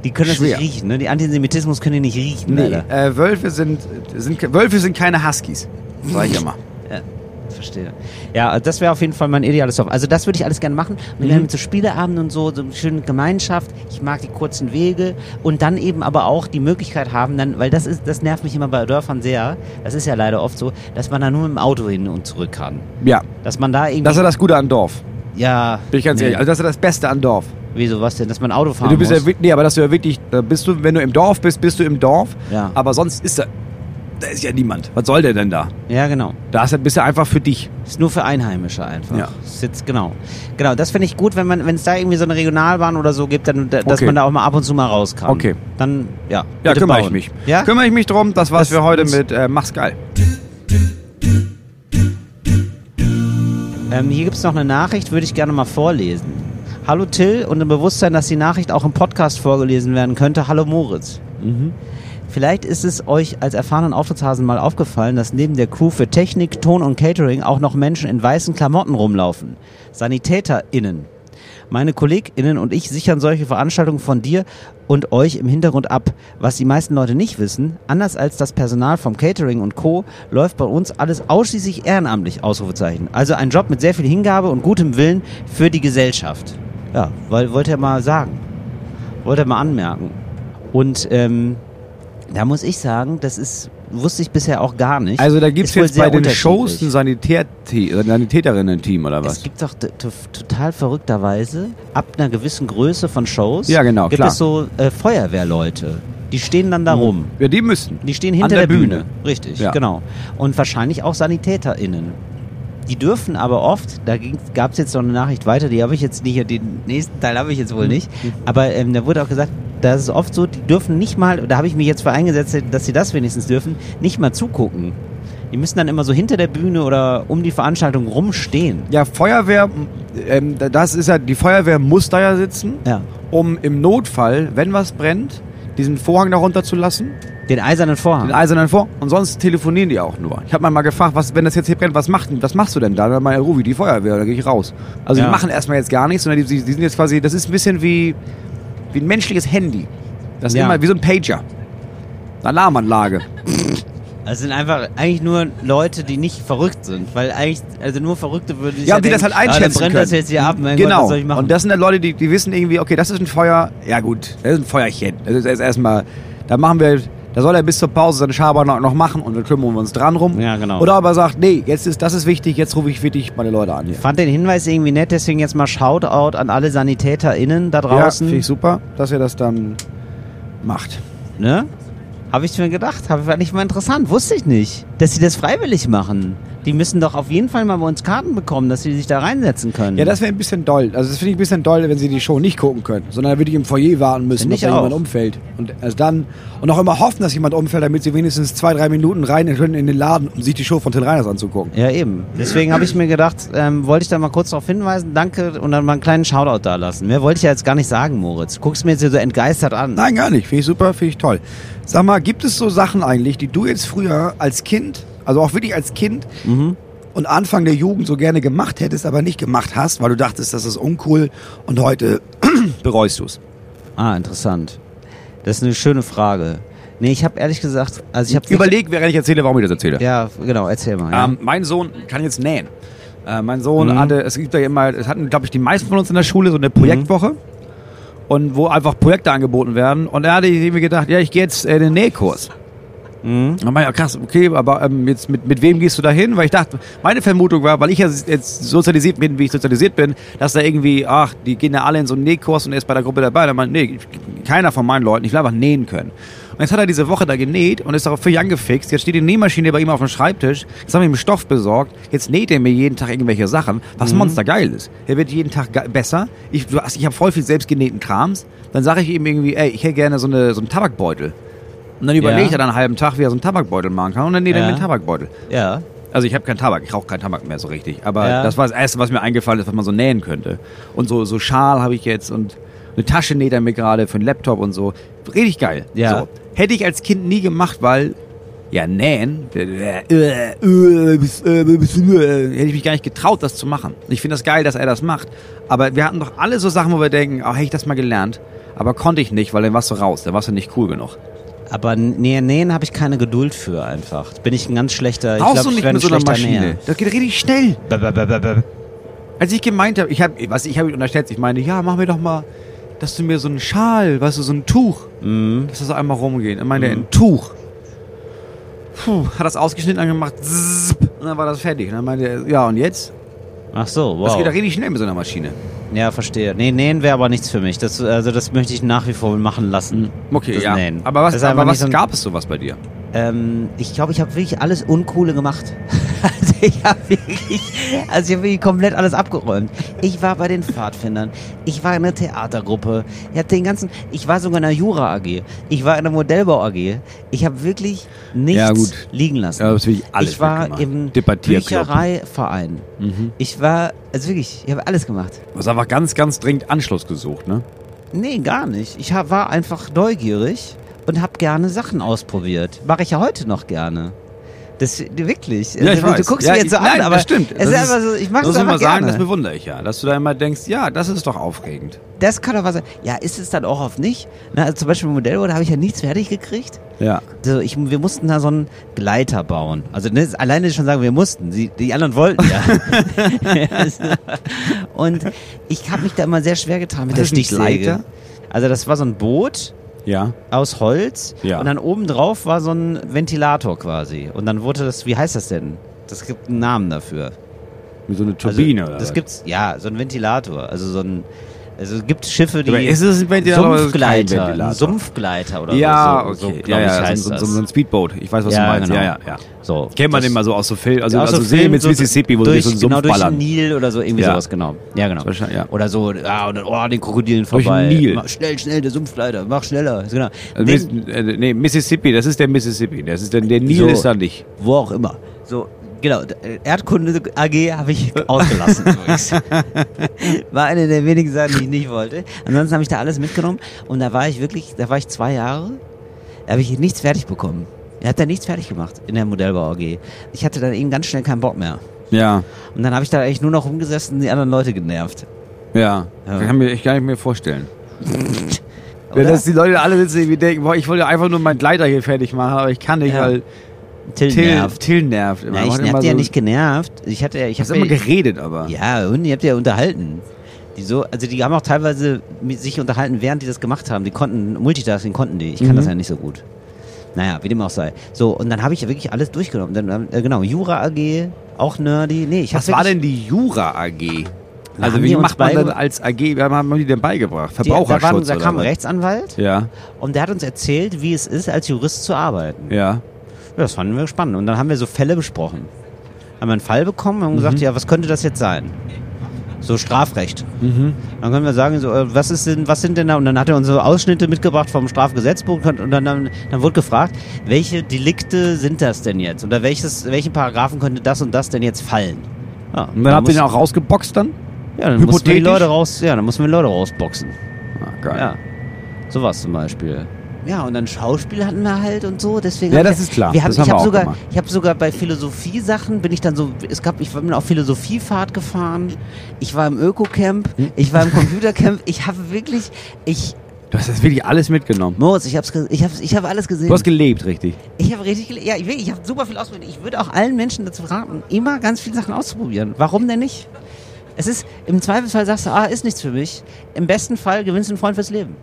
[SPEAKER 2] Die können das
[SPEAKER 3] Schwer.
[SPEAKER 2] nicht riechen, ne? Die Antisemitismus können die nicht riechen,
[SPEAKER 3] Nee,
[SPEAKER 2] Alter.
[SPEAKER 3] äh, Wölfe, sind, sind, ke- Wölfe sind keine Huskies. Sag ich immer.
[SPEAKER 2] Verstehe. Ja, das wäre auf jeden Fall mein ideales Dorf. Also das würde ich alles gerne machen. Mit, mhm. mit so Spieleabenden und so, so eine schöne Gemeinschaft. Ich mag die kurzen Wege und dann eben aber auch die Möglichkeit haben, dann, weil das ist, das nervt mich immer bei Dörfern sehr. Das ist ja leider oft so, dass man da nur im Auto hin und zurück kann.
[SPEAKER 3] Ja,
[SPEAKER 2] Dass man da irgendwie,
[SPEAKER 3] das ist ja das Gute an Dorf.
[SPEAKER 2] ja,
[SPEAKER 3] Bin ich ganz
[SPEAKER 2] Nee.
[SPEAKER 3] ehrlich. Also das ist ja das Beste an Dorf.
[SPEAKER 2] Wieso was denn? Dass man Auto fahren
[SPEAKER 3] du bist
[SPEAKER 2] muss?
[SPEAKER 3] ja wirklich, nee, aber dass du ja wirklich, da bist du, wenn du im Dorf bist, bist du im Dorf.
[SPEAKER 2] Ja.
[SPEAKER 3] Aber sonst ist da, da ist ja niemand. Was soll der denn da?
[SPEAKER 2] ja, genau.
[SPEAKER 3] Da ist er bisher einfach für dich.
[SPEAKER 2] Ist nur für Einheimische einfach.
[SPEAKER 3] Ja.
[SPEAKER 2] Ist jetzt, genau. Genau, das finde ich gut, wenn man, wenn es da irgendwie so eine Regionalbahn oder so gibt, dann, da- dass
[SPEAKER 3] Okay.
[SPEAKER 2] man da auch mal ab und zu mal raus kann.
[SPEAKER 3] Okay.
[SPEAKER 2] Dann, ja.
[SPEAKER 3] Ja,
[SPEAKER 2] bitte
[SPEAKER 3] kümmere
[SPEAKER 2] bauen.
[SPEAKER 3] ich mich.
[SPEAKER 2] Ja?
[SPEAKER 3] Kümmere ich mich drum. Das war's
[SPEAKER 2] Das-
[SPEAKER 3] für heute
[SPEAKER 2] das-
[SPEAKER 3] mit äh, Mach's geil.
[SPEAKER 2] Ähm, hier gibt's noch eine Nachricht, würde ich gerne mal vorlesen. Hallo Till und im Bewusstsein, dass die Nachricht auch im Podcast vorgelesen werden könnte. Hallo Moritz.
[SPEAKER 3] Mhm.
[SPEAKER 2] Vielleicht ist es euch als erfahrenen Auftrittshasen mal aufgefallen, dass neben der Crew für Technik, Ton und Catering auch noch Menschen in weißen Klamotten rumlaufen. SanitäterInnen. Meine KollegInnen und ich sichern solche Veranstaltungen von dir und euch im Hintergrund ab. Was die meisten Leute nicht wissen, anders als das Personal vom Catering und Co. läuft bei uns alles ausschließlich ehrenamtlich, Ausrufezeichen. Also ein Job mit sehr viel Hingabe und gutem Willen für die Gesellschaft. Ja, weil, wollte er mal sagen. Wollte er mal anmerken. Und ähm, da muss ich sagen, das ist, wusste ich bisher auch gar nicht.
[SPEAKER 3] Also da gibt's
[SPEAKER 2] Ist wohl
[SPEAKER 3] jetzt
[SPEAKER 2] sehr
[SPEAKER 3] bei den
[SPEAKER 2] unterschiedlich.
[SPEAKER 3] Shows ein Sanitär äh, Sanitäterinnen-Team oder
[SPEAKER 2] Es
[SPEAKER 3] was?
[SPEAKER 2] gibt doch t- t- total verrückterweise ab einer gewissen Größe von Shows.
[SPEAKER 3] Ja, genau,
[SPEAKER 2] Gibt
[SPEAKER 3] klar.
[SPEAKER 2] es so äh, Feuerwehrleute. Die stehen dann da rum.
[SPEAKER 3] Ja, die müssen.
[SPEAKER 2] Die stehen
[SPEAKER 3] An
[SPEAKER 2] hinter
[SPEAKER 3] der
[SPEAKER 2] der, Bühne.
[SPEAKER 3] Bühne.
[SPEAKER 2] Richtig,
[SPEAKER 3] Ja.
[SPEAKER 2] genau. Und wahrscheinlich auch SanitäterInnen. Die dürfen aber oft, da gab es jetzt noch eine Nachricht weiter, die habe ich jetzt nicht, den nächsten Teil habe ich jetzt
[SPEAKER 3] Mhm.
[SPEAKER 2] wohl nicht, aber ähm, da wurde auch gesagt, das ist oft so, die dürfen nicht mal, da habe ich mich jetzt für eingesetzt, dass sie das wenigstens dürfen, nicht mal zugucken. Die müssen dann immer so hinter der Bühne oder um die Veranstaltung rumstehen.
[SPEAKER 3] Ja, Feuerwehr, ähm, das ist ja, die Feuerwehr muss da ja sitzen,
[SPEAKER 2] Ja.
[SPEAKER 3] um im Notfall, wenn was brennt, diesen Vorhang da runterzulassen,
[SPEAKER 2] Den eisernen Vorhang.
[SPEAKER 3] den eisernen Vorhang. Und sonst telefonieren die auch nur. Ich habe mal gefragt, was, wenn das jetzt hier brennt, was, macht, was machst du denn da? Dann meine Ruby, die Feuerwehr, dann gehe ich raus. Also
[SPEAKER 2] Ja.
[SPEAKER 3] die machen erstmal jetzt gar nichts, sondern die, die die sind jetzt quasi, das ist ein bisschen wie, wie ein menschliches Handy. Das ist
[SPEAKER 2] Ja.
[SPEAKER 3] immer wie so ein Pager. Alarmanlage.
[SPEAKER 2] Das sind einfach eigentlich nur Leute, die nicht verrückt sind, weil eigentlich also nur Verrückte würden sich
[SPEAKER 3] Ja, und die das
[SPEAKER 2] denken,
[SPEAKER 3] halt einschätzen
[SPEAKER 2] ah, dann brennt
[SPEAKER 3] können.
[SPEAKER 2] das jetzt hier ab, mein
[SPEAKER 3] genau.
[SPEAKER 2] Gott, was soll ich machen?
[SPEAKER 3] Und das sind dann Leute, die, die wissen irgendwie, okay, das ist ein Feuer. Ja gut, das ist ein Feuerchen. Das ist erst- erstmal, da machen wir, da soll er bis zur Pause seinen Schabernack noch machen und dann kümmern wir uns dran rum.
[SPEAKER 2] Ja, genau.
[SPEAKER 3] Oder aber sagt, nee, jetzt ist, das ist wichtig, jetzt rufe ich wirklich meine Leute an. Hier.
[SPEAKER 2] Fand den Hinweis irgendwie nett, deswegen jetzt mal Shoutout an alle SanitäterInnen da
[SPEAKER 3] Ja,
[SPEAKER 2] draußen.
[SPEAKER 3] finde ich super, dass ihr das dann macht.
[SPEAKER 2] ne? Habe ich mir gedacht, hab, fand ich mal interessant, wusste ich nicht, dass sie das freiwillig machen. Die müssen doch auf jeden Fall mal bei uns Karten bekommen, dass sie sich da reinsetzen können.
[SPEAKER 3] Ja, das wäre ein bisschen doll. Also das finde ich ein bisschen doll, wenn sie die Show nicht gucken können, sondern dann würde ich im Foyer warten müssen,
[SPEAKER 2] Finde
[SPEAKER 3] dass
[SPEAKER 2] ich
[SPEAKER 3] da
[SPEAKER 2] auch.
[SPEAKER 3] jemand umfällt. Und erst dann und auch immer hoffen, dass jemand umfällt, damit sie wenigstens zwei, drei Minuten rein können in den Laden, um sich die Show von Till Reiners anzugucken.
[SPEAKER 2] ja, eben. Deswegen habe ich mir gedacht, ähm, wollte ich da mal kurz darauf hinweisen, danke und dann mal einen kleinen Shoutout da lassen. Mehr wollte ich ja jetzt gar nicht sagen, Moritz. Guckst mir jetzt hier so entgeistert an.
[SPEAKER 3] Nein, gar nicht. Finde ich super, finde ich toll. Sag mal, gibt es so Sachen eigentlich, die du jetzt früher als Kind, also auch wirklich als Kind und Anfang der Jugend so gerne gemacht hättest, aber nicht gemacht hast, weil du dachtest, das ist uncool und heute bereust du es?
[SPEAKER 2] Ah, interessant. Das ist eine schöne Frage. Nee, ich habe ehrlich gesagt, also ich habe
[SPEAKER 3] Überleg, während ich erzähle, warum ich das erzähle.
[SPEAKER 2] Ja, genau, erzähl mal. Ja.
[SPEAKER 3] Ähm, mein Sohn kann jetzt nähen. Äh, mein Sohn hatte, es gibt ja immer, es hatten, glaube ich, die meisten von uns in der Schule so eine Projektwoche. Und wo einfach Projekte angeboten werden. Und er hatte irgendwie gedacht, ja, ich gehe jetzt äh, in den Nähkurs. Dann war ja krass, okay, aber ähm, jetzt mit, mit wem gehst du da hin? Weil ich dachte, meine Vermutung war, weil ich ja jetzt sozialisiert bin, wie ich sozialisiert bin, dass da irgendwie, ach, die gehen ja alle in so einen Nähkurs und er ist bei der Gruppe dabei. Dann meinte, nee, keiner von meinen Leuten, ich will einfach nähen können. Und jetzt hat er diese Woche da genäht und ist darauf völlig angefixt. Jetzt steht die Nähmaschine bei ihm auf dem Schreibtisch. Jetzt haben wir ihm Stoff besorgt. Jetzt näht er mir jeden Tag irgendwelche Sachen, was monstergeil ist. Er wird jeden Tag ge- besser. Ich, du hast- ich habe voll viel selbstgenähten Krams. Dann sage ich ihm irgendwie, ey, ich hätte gerne so, eine, so einen Tabakbeutel. Und dann überlegt er dann einen halben Tag, wie er so einen Tabakbeutel machen kann. Und dann näht er
[SPEAKER 2] Ja.
[SPEAKER 3] mir einen Tabakbeutel.
[SPEAKER 2] ja.
[SPEAKER 3] Also ich habe keinen Tabak, ich rauche keinen Tabak mehr so richtig. Aber
[SPEAKER 2] Ja.
[SPEAKER 3] das war das Erste, was mir eingefallen ist, was man so nähen könnte. Und so, so Schal habe ich jetzt und eine Tasche näht er mir gerade für den Laptop und so. Richtig geil.
[SPEAKER 2] Ja.
[SPEAKER 3] So. Hätte ich als Kind nie gemacht, weil, ja, nähen, äh, äh, äh, bis- äh, bis- äh, hätte ich mich gar nicht getraut, das zu machen. Ich finde das geil, dass er das macht. Aber wir hatten doch alle so Sachen, wo wir denken, oh, hätte ich das mal gelernt. Aber konnte ich nicht, weil dann warst du raus, dann warst du nicht cool genug.
[SPEAKER 2] Aber nähen, nähen habe ich keine Geduld für einfach. Bin ich ein ganz schlechter. Ich
[SPEAKER 3] Brauchst
[SPEAKER 2] glaub,
[SPEAKER 3] du
[SPEAKER 2] ich
[SPEAKER 3] nicht
[SPEAKER 2] wär ein
[SPEAKER 3] mit so einer
[SPEAKER 2] schlechter
[SPEAKER 3] Maschine.
[SPEAKER 2] Näher.
[SPEAKER 3] Das geht richtig schnell.
[SPEAKER 2] Bäh, bäh, bäh, bäh, bäh.
[SPEAKER 3] Als ich gemeint habe, ich habe, was ich habe unterschätzt, ich meine, ja, mach mir doch mal, dass du mir so einen Schal, weißt du, so ein Tuch, dass das so einmal rumgehen. Ich meine, ein Tuch. Puh, hat das ausgeschnitten, angemacht, zzzp, und dann war das fertig. Und dann meinte er, ja, und jetzt?
[SPEAKER 2] Ach so,
[SPEAKER 3] Das geht ja
[SPEAKER 2] wow.
[SPEAKER 3] richtig schnell mit so einer Maschine.
[SPEAKER 7] Ja, verstehe. Nee, nähen wäre aber nichts für mich. Das, also das möchte ich nach wie vor machen lassen.
[SPEAKER 3] Okay,
[SPEAKER 7] das
[SPEAKER 3] ja.
[SPEAKER 7] Nähen.
[SPEAKER 3] Aber
[SPEAKER 7] Das
[SPEAKER 3] was,
[SPEAKER 7] ist einfach
[SPEAKER 3] aber
[SPEAKER 7] nicht
[SPEAKER 3] was
[SPEAKER 7] so ein-
[SPEAKER 3] gab es sowas bei dir?
[SPEAKER 7] Ähm,
[SPEAKER 2] Ich glaube, ich habe wirklich alles Uncoole gemacht. Also ich habe wirklich, also ich hab wirklich komplett alles abgeräumt. Ich war bei den Pfadfindern. Ich war in einer Theatergruppe. Ich hatte den ganzen, ich war sogar in einer Jura AG. Ich war in einer Modellbau AG. Ich habe wirklich nichts
[SPEAKER 3] Ja, gut.
[SPEAKER 2] liegen lassen.
[SPEAKER 3] Ja, das will ich alles
[SPEAKER 2] ich war
[SPEAKER 3] weggemacht. Mhm.
[SPEAKER 2] im
[SPEAKER 3] Debattierclub.
[SPEAKER 2] Büchereiverein. Ich war, also wirklich, ich habe alles gemacht.
[SPEAKER 3] Du hast einfach ganz, ganz dringend Anschluss gesucht, ne?
[SPEAKER 2] Nee, gar nicht. Ich hab, war einfach neugierig und habe gerne Sachen ausprobiert. Mache ich ja heute noch gerne. Das wirklich. Also,
[SPEAKER 3] Ja, ich
[SPEAKER 2] du,
[SPEAKER 3] weiß.
[SPEAKER 2] du guckst
[SPEAKER 3] Ja,
[SPEAKER 2] mir jetzt
[SPEAKER 3] ich-
[SPEAKER 2] so an,
[SPEAKER 3] nein, das
[SPEAKER 2] aber
[SPEAKER 3] stimmt.
[SPEAKER 2] es
[SPEAKER 3] Das
[SPEAKER 2] ist
[SPEAKER 3] ist-
[SPEAKER 2] einfach so, ich mache es
[SPEAKER 3] Das muss ich
[SPEAKER 2] einfach
[SPEAKER 3] mal sagen, das
[SPEAKER 2] gerne.
[SPEAKER 3] bewundere ich ja. Dass du da immer denkst, ja, das ist doch aufregend.
[SPEAKER 2] Das kann doch was sein. Ja, ist es dann auch oft nicht? Na, also zum Beispiel im Modellboot habe ich ja nichts fertig gekriegt.
[SPEAKER 3] Ja.
[SPEAKER 2] So, ich, wir mussten da so einen Gleiter bauen. Also ne, alleine schon sagen, wir mussten. Die, die anderen wollten ja. und ich habe mich da immer sehr schwer getan mit
[SPEAKER 3] Was
[SPEAKER 2] der
[SPEAKER 3] ist ein Gleiter?
[SPEAKER 2] Stichsäge. Also das war so ein Boot
[SPEAKER 3] Ja.
[SPEAKER 2] aus Holz
[SPEAKER 3] Ja.
[SPEAKER 2] und dann oben drauf war so ein Ventilator quasi. Und dann wurde das, wie heißt das denn? Das gibt einen Namen dafür.
[SPEAKER 3] Wie so eine Turbine
[SPEAKER 2] also,
[SPEAKER 3] oder
[SPEAKER 2] Das
[SPEAKER 3] was?
[SPEAKER 2] gibt's, ja, so ein Ventilator. Also so ein, also es gibt Schiffe, die
[SPEAKER 3] Aber ist es ein Ventilator oder ist es kein
[SPEAKER 2] Sumpfgleiter,
[SPEAKER 3] Ventilator?
[SPEAKER 2] ein Sumpfgleiter oder
[SPEAKER 3] Ja,
[SPEAKER 2] so.
[SPEAKER 3] okay.
[SPEAKER 2] so, so glaub
[SPEAKER 3] ja,
[SPEAKER 2] ich,
[SPEAKER 3] ja,
[SPEAKER 2] heißt
[SPEAKER 3] so, ein-
[SPEAKER 2] das.
[SPEAKER 3] so, so ein Speedboat. Ich weiß, was
[SPEAKER 2] Ja,
[SPEAKER 3] du meinst.
[SPEAKER 2] genau.
[SPEAKER 3] Ja, ja, ja.
[SPEAKER 2] So,
[SPEAKER 3] Kennt man
[SPEAKER 2] das-
[SPEAKER 3] den mal so aus so Film, also,
[SPEAKER 2] Ja, aus
[SPEAKER 3] also
[SPEAKER 2] so
[SPEAKER 3] Film
[SPEAKER 2] Filmen,
[SPEAKER 3] mit
[SPEAKER 2] so-
[SPEAKER 3] Mississippi, wo
[SPEAKER 2] durch,
[SPEAKER 3] durch, so einen Sumpf
[SPEAKER 2] genau, durch den
[SPEAKER 3] ballern.
[SPEAKER 2] Nil oder so, irgendwie
[SPEAKER 3] Ja.
[SPEAKER 2] sowas, genau. Ja, genau.
[SPEAKER 3] Das ist wahrscheinlich- ja.
[SPEAKER 2] Oder so, ah, und dann, oh, den Krokodilen
[SPEAKER 3] Durch den
[SPEAKER 2] vorbei.
[SPEAKER 3] Nil.
[SPEAKER 2] Mach schnell, schnell, der Sumpfleiter, mach schneller. Genau.
[SPEAKER 3] Also,
[SPEAKER 2] Den-
[SPEAKER 3] Miss- äh, nee, Mississippi, das ist der Mississippi. Das ist der, der Nil
[SPEAKER 2] So.
[SPEAKER 3] ist da nicht.
[SPEAKER 2] wo auch immer. So, genau, d- Erdkunde AG habe ich ausgelassen. übrigens. war eine der wenigen Sachen, die ich nicht wollte. Ansonsten habe ich da alles mitgenommen und da war ich wirklich, da war ich zwei Jahre, da habe ich nichts fertig bekommen. Er hat da nichts fertig gemacht in der Modellbau AG. Ich hatte dann eben ganz schnell keinen Bock mehr.
[SPEAKER 3] Ja,
[SPEAKER 2] Und dann habe ich da eigentlich nur noch rumgesessen und die anderen Leute genervt.
[SPEAKER 3] ja.
[SPEAKER 2] Ja.
[SPEAKER 3] Kann mir, ich kann mir vorstellen.
[SPEAKER 2] Oder?
[SPEAKER 3] Dass die Leute alle sitzen irgendwie denken, boah, ich wollte einfach nur meinen Gleiter hier fertig machen, aber ich kann nicht,
[SPEAKER 2] Ja.
[SPEAKER 3] weil
[SPEAKER 2] Till
[SPEAKER 3] Till
[SPEAKER 2] nervt.
[SPEAKER 3] Till nervt immer.
[SPEAKER 2] Ja,
[SPEAKER 3] Macht
[SPEAKER 2] ich
[SPEAKER 3] immer
[SPEAKER 2] hab die ja
[SPEAKER 3] so-
[SPEAKER 2] nicht genervt. Ich hatte ja, ich
[SPEAKER 3] Du hast
[SPEAKER 2] habe
[SPEAKER 3] immer geredet, aber.
[SPEAKER 2] Ja, und ihr habt ja unterhalten. Die so, also die haben auch teilweise mit sich unterhalten, während die das gemacht haben. Die konnten, Multitasking konnten die. Ich kann das
[SPEAKER 3] Mhm.
[SPEAKER 2] ja nicht so gut. Naja, wie dem auch sei. So, und dann habe ich ja wirklich alles durchgenommen. Dann, äh, genau, Jura AG, auch nerdy. Nee, ich
[SPEAKER 3] Was
[SPEAKER 2] hab
[SPEAKER 3] war
[SPEAKER 2] wirklich-
[SPEAKER 3] denn die Jura AG? Also
[SPEAKER 2] haben
[SPEAKER 3] wie
[SPEAKER 2] die uns
[SPEAKER 3] macht man dann
[SPEAKER 2] beige-
[SPEAKER 3] als AG, wie haben wir die denn beigebracht?
[SPEAKER 2] die, da,
[SPEAKER 3] Verbraucherschutz
[SPEAKER 2] waren, da
[SPEAKER 3] oder
[SPEAKER 2] kam ein
[SPEAKER 3] was?
[SPEAKER 2] Rechtsanwalt
[SPEAKER 3] Ja,
[SPEAKER 2] und der hat uns erzählt, wie es ist, als Jurist zu arbeiten.
[SPEAKER 3] ja.
[SPEAKER 2] Ja, das fanden wir spannend. Und dann haben wir so Fälle besprochen. Haben wir einen Fall bekommen und haben
[SPEAKER 3] Mhm.
[SPEAKER 2] gesagt, ja, was könnte das jetzt sein? So Strafrecht.
[SPEAKER 3] Mhm.
[SPEAKER 2] Dann können wir sagen, so, äh, was, ist denn, was sind denn da? Und dann hat er uns so Ausschnitte mitgebracht vom Strafgesetzbuch und und dann, dann, dann wurde gefragt, welche Delikte sind das denn jetzt? Oder welches, welchen Paragraphen könnte das und das denn jetzt fallen? Ja,
[SPEAKER 3] Und dann habt ihr
[SPEAKER 2] muss-
[SPEAKER 3] den auch rausgeboxt dann?
[SPEAKER 2] ja, dann mussten wir die
[SPEAKER 3] hypothetisch?
[SPEAKER 2] Leute raus, ja, dann mussten wir die Leute rausboxen.
[SPEAKER 3] Ah, geil.
[SPEAKER 2] Ja. Sowas zum Beispiel. Ja, und dann Schauspiel hatten wir halt und so, deswegen.
[SPEAKER 3] Ja,
[SPEAKER 2] hab ich
[SPEAKER 3] das ist klar.
[SPEAKER 2] Wir haben,
[SPEAKER 3] Das
[SPEAKER 2] ich
[SPEAKER 3] haben wir
[SPEAKER 2] hab
[SPEAKER 3] auch
[SPEAKER 2] sogar,
[SPEAKER 3] gemacht.
[SPEAKER 2] ich habe sogar bei Philosophie-Sachen bin ich dann so, es gab, ich bin auf Philosophiefahrt gefahren, ich war im Öko-Camp,
[SPEAKER 3] Hm?
[SPEAKER 2] ich war im Computercamp, ich habe wirklich, ich,
[SPEAKER 3] Du hast das wirklich alles mitgenommen.
[SPEAKER 2] Moritz, ich hab's, ge- ich hab's, ich habe alles gesehen.
[SPEAKER 3] Du hast gelebt, richtig.
[SPEAKER 2] Ich habe richtig, gele- ja, ich, will- ich habe super viel ausprobiert. Ich würde auch allen Menschen dazu raten, immer ganz viele Sachen auszuprobieren. Warum denn nicht? Es ist, im Zweifelsfall sagst du, ah, ist nichts für mich. Im besten Fall gewinnst du einen Freund fürs Leben.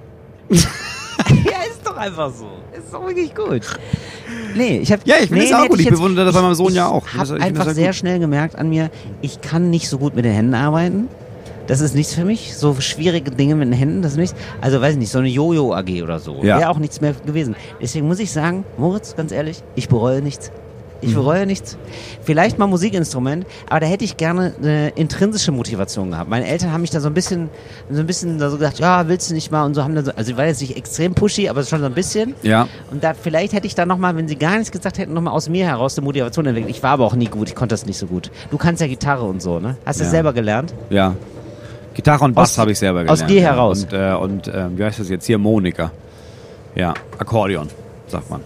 [SPEAKER 2] ja, ist doch einfach so. Ist doch wirklich gut. Nee, ich habe
[SPEAKER 3] Ja, ich finde
[SPEAKER 2] nee,
[SPEAKER 3] es auch
[SPEAKER 2] hätte
[SPEAKER 3] gut. Ich
[SPEAKER 2] jetzt-
[SPEAKER 3] bewundere das bei meinem Sohn ja auch.
[SPEAKER 2] Ich
[SPEAKER 3] Das- ich
[SPEAKER 2] habe
[SPEAKER 3] finde
[SPEAKER 2] einfach
[SPEAKER 3] das
[SPEAKER 2] sehr
[SPEAKER 3] sehr gut.
[SPEAKER 2] schnell gemerkt an mir, ich kann nicht so gut mit den Händen arbeiten. Das ist nichts für mich. So schwierige Dinge mit den Händen, das ist nichts. Also weiß ich nicht, so eine Jojo-AG oder so.
[SPEAKER 3] Ja.
[SPEAKER 2] Wäre auch nichts mehr gewesen. Deswegen muss ich sagen, Moritz, ganz ehrlich, ich bereue nichts.
[SPEAKER 3] Mhm.
[SPEAKER 2] Ich bereue nichts. Vielleicht mal Musikinstrument, aber da hätte ich gerne eine intrinsische Motivation gehabt. Meine Eltern haben mich da so ein bisschen, so ein bisschen da so gesagt, ja, willst du nicht mal und so haben dann so, also ich war jetzt nicht extrem pushy, aber schon so ein bisschen.
[SPEAKER 3] Ja.
[SPEAKER 2] Und da, vielleicht hätte ich da nochmal, wenn sie gar nichts gesagt hätten, nochmal aus mir heraus eine Motivation entwickelt. Ich war aber auch nie gut, ich konnte das nicht so gut. Du kannst ja Gitarre und so, ne? Hast du
[SPEAKER 3] Ja.
[SPEAKER 2] das selber gelernt?
[SPEAKER 3] Ja. Gitarre und
[SPEAKER 2] Aus-
[SPEAKER 3] Bass habe ich selber
[SPEAKER 2] aus
[SPEAKER 3] gelernt.
[SPEAKER 2] dir
[SPEAKER 3] ja.
[SPEAKER 2] heraus.
[SPEAKER 3] Und, äh, und äh, wie heißt das jetzt? Hier Monika. Ja, Akkordeon, sagt man.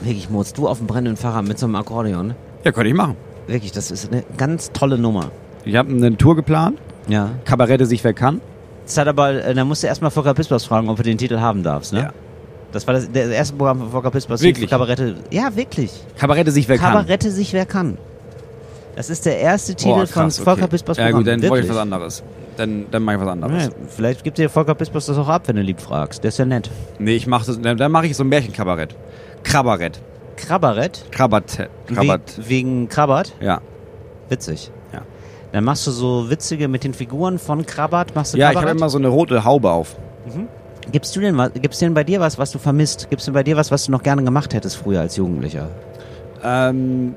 [SPEAKER 2] Wirklich, Moritz, du auf dem brennenden Fahrrad mit so einem Akkordeon. ne?
[SPEAKER 3] Ja, könnte ich machen.
[SPEAKER 2] Wirklich, das ist eine ganz tolle Nummer.
[SPEAKER 3] Ich habe eine Tour geplant.
[SPEAKER 2] Ja.
[SPEAKER 3] Kabarette sich wer kann.
[SPEAKER 2] Das hat aber, äh, da musst du erstmal Volker Pispers fragen, ob du den Titel haben darfst, ne?
[SPEAKER 3] Ja.
[SPEAKER 2] Das war das, der erste Programm von Volker Pispers.
[SPEAKER 3] Wirklich?
[SPEAKER 2] Kabarette. Ja, wirklich.
[SPEAKER 3] Kabarette sich wer kann.
[SPEAKER 2] Kabarette sich wer kann. Das ist der erste Titel
[SPEAKER 3] Boah,
[SPEAKER 2] von
[SPEAKER 3] krass,
[SPEAKER 2] Volker Pispers
[SPEAKER 3] Ja
[SPEAKER 2] Programm.
[SPEAKER 3] gut, dann wollte ich
[SPEAKER 2] Wirklich.
[SPEAKER 3] was anderes. Dann, dann mache ich was anderes.
[SPEAKER 2] Ja, vielleicht gibt dir Volker Pispers das auch ab, wenn du lieb fragst. Der ist ja nett.
[SPEAKER 3] Nee, ich mache das. Dann, dann mache ich so ein Märchenkabarett. Krabarett.
[SPEAKER 2] Krabbarett?
[SPEAKER 3] Krabatt. Krabatt.
[SPEAKER 2] We wegen Krabbert?
[SPEAKER 3] Ja.
[SPEAKER 2] Witzig.
[SPEAKER 3] Ja.
[SPEAKER 2] Dann machst du so witzige mit den Figuren von Krabbert. Machst du
[SPEAKER 3] Ja, ich
[SPEAKER 2] Krabbert?
[SPEAKER 3] habe immer so eine rote Haube auf.
[SPEAKER 2] Gibst du denn was, gibst denn bei dir was, was du vermisst? Gibst du bei dir was, was du noch gerne gemacht hättest früher als Jugendlicher?
[SPEAKER 3] Ähm,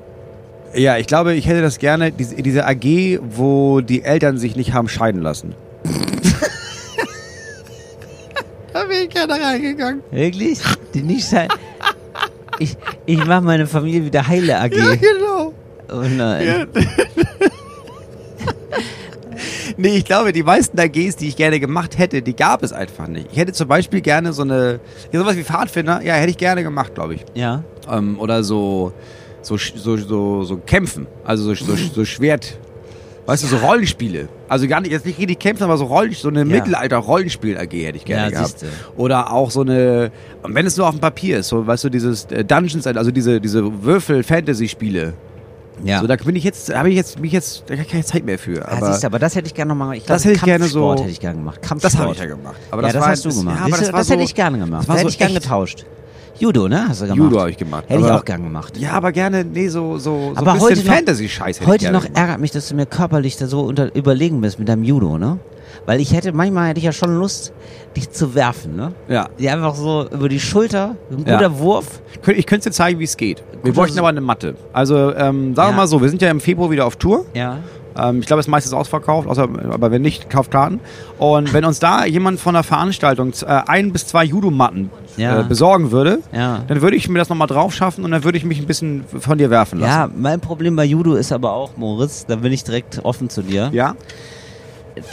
[SPEAKER 3] ja, ich glaube, ich hätte das gerne, diese, diese AG, wo die Eltern sich nicht haben scheiden lassen.
[SPEAKER 8] Da bin ich gerne reingegangen.
[SPEAKER 2] Wirklich? Die nicht sein. Ich, ich mache meine Familie wieder heile AG.
[SPEAKER 8] Ja, genau.
[SPEAKER 2] Oh nein.
[SPEAKER 3] Nee, ich glaube, die meisten AGs, die ich gerne gemacht hätte, die gab es einfach nicht. Ich hätte zum Beispiel gerne so eine, ja, sowas wie Pfadfinder, ja, hätte ich gerne gemacht, glaube ich.
[SPEAKER 2] Ja.
[SPEAKER 3] Ähm, oder so, so, sch- so, so, so Kämpfen, also so, so, so Schwert, weißt du, so Rollenspiele. Also gar nicht, jetzt nicht richtig kämpfen, aber so Rollen, so eine Mittelalter-Rollenspiel-AG hätte ich gerne
[SPEAKER 2] Ja,
[SPEAKER 3] gehabt.
[SPEAKER 2] siehste.
[SPEAKER 3] Oder auch so eine, und wenn es nur auf dem Papier ist, so, weißt du, dieses äh, Dungeons, and- also diese, diese Würfel-Fantasy-Spiele.
[SPEAKER 2] Ja.
[SPEAKER 3] So, da bin ich jetzt, habe ich jetzt, mich jetzt, da habe ich keine Zeit mehr für.
[SPEAKER 2] Aber,
[SPEAKER 3] Aber
[SPEAKER 2] ja, siehst du, aber das hätte ich gerne noch mal. Ich
[SPEAKER 3] Das
[SPEAKER 2] glaube,
[SPEAKER 3] hätte ich gerne so-
[SPEAKER 2] Kampfsport hätte ich gerne gemacht. Kampfsport.
[SPEAKER 3] das habe ich ja gemacht. Aber
[SPEAKER 2] ja, das
[SPEAKER 3] war
[SPEAKER 2] hast du
[SPEAKER 3] ein bisschen-
[SPEAKER 2] gemacht.
[SPEAKER 3] Ja, aber
[SPEAKER 2] Siehst du,
[SPEAKER 3] das, war so,
[SPEAKER 2] hätte ich gerne gemacht.
[SPEAKER 3] war
[SPEAKER 2] hätte
[SPEAKER 3] so
[SPEAKER 2] ich gerne
[SPEAKER 3] echt.
[SPEAKER 2] getauscht. Judo, ne? Hast du gemacht?
[SPEAKER 3] Judo habe ich gemacht.
[SPEAKER 2] Hätte ich
[SPEAKER 3] aber-
[SPEAKER 2] auch gern gemacht.
[SPEAKER 3] Ja, aber gerne, nee, so, so, so
[SPEAKER 2] Aber
[SPEAKER 3] ein
[SPEAKER 2] heute
[SPEAKER 3] bisschen
[SPEAKER 2] noch-
[SPEAKER 3] Fantasy-Scheiß hätte ich
[SPEAKER 2] Heute
[SPEAKER 3] gerne
[SPEAKER 2] noch
[SPEAKER 3] gemacht.
[SPEAKER 2] ärgert mich, dass du mir körperlich da so unter, überlegen bist mit deinem Judo, ne? Weil ich hätte, manchmal hätte ich ja schon Lust, dich zu werfen, ne?
[SPEAKER 3] Ja.
[SPEAKER 2] Die einfach so über die Schulter, ein guter
[SPEAKER 3] Ja.
[SPEAKER 2] Wurf.
[SPEAKER 3] Kön- Ich könnte es dir zeigen, wie es geht. Wir
[SPEAKER 2] Gut,
[SPEAKER 3] bräuchten
[SPEAKER 2] also-
[SPEAKER 3] aber eine Matte. Also ähm, sagen wir
[SPEAKER 2] Ja.
[SPEAKER 3] mal so, wir sind ja im Februar wieder auf Tour.
[SPEAKER 2] Ja.
[SPEAKER 3] Ähm, ich glaube, es ist meistens ausverkauft, außer, aber wenn nicht, kauft Karten. Und wenn uns da jemand von der Veranstaltung äh, ein bis zwei Judo-Matten
[SPEAKER 2] Ja.
[SPEAKER 3] äh, besorgen würde,
[SPEAKER 2] Ja.
[SPEAKER 3] dann würde ich mir das nochmal drauf schaffen und dann würde ich mich ein bisschen von dir werfen lassen.
[SPEAKER 2] Ja, mein Problem bei Judo ist aber auch, Moritz, da bin ich direkt offen zu dir.
[SPEAKER 3] Ja?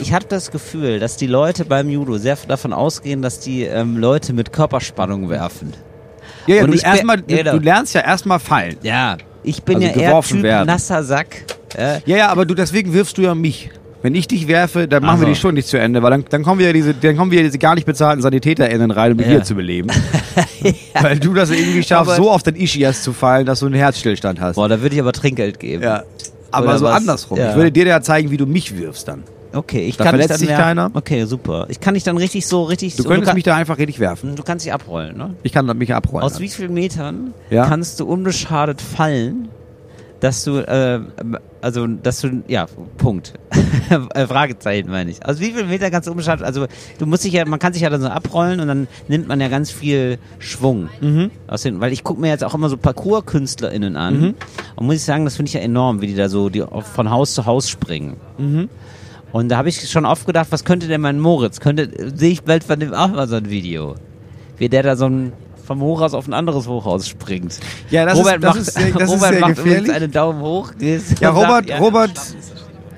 [SPEAKER 2] Ich habe das Gefühl, dass die Leute beim Judo sehr davon ausgehen, dass die ähm, Leute mit Körperspannung werfen.
[SPEAKER 3] Ja, ja,
[SPEAKER 2] Und
[SPEAKER 3] du,
[SPEAKER 2] ich
[SPEAKER 3] erst
[SPEAKER 2] be-
[SPEAKER 3] mal, du,
[SPEAKER 2] Ja,
[SPEAKER 3] du lernst ja erstmal fallen.
[SPEAKER 2] Ja, ich bin
[SPEAKER 3] Also
[SPEAKER 2] ja eher
[SPEAKER 3] geworfen
[SPEAKER 2] Typ
[SPEAKER 3] werden.
[SPEAKER 2] nasser Sack. Äh,
[SPEAKER 3] Ja, ja, aber du, deswegen wirfst du ja mich. Wenn ich dich werfe, dann machen wir
[SPEAKER 2] Also.
[SPEAKER 3] die schon nicht zu Ende, weil dann, dann kommen wir ja diese, dann kommen wir diese gar nicht bezahlten SanitäterInnen rein, um die
[SPEAKER 2] Ja.
[SPEAKER 3] hier zu beleben. Weil du das irgendwie schaffst,
[SPEAKER 2] Aber-
[SPEAKER 3] so auf den Ischias zu fallen, dass du einen Herzstillstand hast.
[SPEAKER 2] boah, da würde ich aber Trinkgeld geben.
[SPEAKER 3] Ja. Aber
[SPEAKER 2] Oder
[SPEAKER 3] so
[SPEAKER 2] was?
[SPEAKER 3] andersrum.
[SPEAKER 2] Ja.
[SPEAKER 3] Ich würde dir ja zeigen, wie du mich wirfst dann.
[SPEAKER 2] Okay, ich
[SPEAKER 3] Da
[SPEAKER 2] kann
[SPEAKER 3] verletzt
[SPEAKER 2] dich
[SPEAKER 3] sich
[SPEAKER 2] dann
[SPEAKER 3] keiner.
[SPEAKER 2] Okay, super. Ich kann dich dann richtig so richtig.
[SPEAKER 3] Du
[SPEAKER 2] so,
[SPEAKER 3] könntest
[SPEAKER 2] kann-
[SPEAKER 3] mich da einfach richtig werfen.
[SPEAKER 2] Du kannst dich abrollen, ne?
[SPEAKER 3] Ich kann mich abrollen.
[SPEAKER 2] Aus
[SPEAKER 3] dann.
[SPEAKER 2] wie vielen Metern
[SPEAKER 3] Ja.
[SPEAKER 2] kannst du unbeschadet fallen, dass du, äh, also, dass du, ja, Punkt. Äh, Fragezeichen meine ich. Aus wie vielen Metern kannst du unbeschadet, also, du musst dich ja, man kann sich ja dann so abrollen und dann nimmt man ja ganz viel Schwung. Aus den, weil ich gucke mir jetzt auch immer so Parcours-KünstlerInnen an
[SPEAKER 3] Mhm.
[SPEAKER 2] und muss ich sagen, das finde ich ja enorm, wie die da so die von Haus zu Haus springen.
[SPEAKER 3] Mhm.
[SPEAKER 2] Und da habe ich schon oft gedacht, was könnte denn mein Moritz? Könnte, sehe ich bald von dem auch mal so ein Video. Wie der da so ein, vom Hochhaus auf ein anderes Hochhaus springt.
[SPEAKER 3] Ja, das ist-
[SPEAKER 2] Robert
[SPEAKER 3] das
[SPEAKER 2] macht,
[SPEAKER 3] ist sehr- das ist
[SPEAKER 2] Robert
[SPEAKER 3] sehr
[SPEAKER 2] macht übrigens
[SPEAKER 3] gefährlich.
[SPEAKER 2] einen Daumen hoch.
[SPEAKER 3] ja, Robert, Robert.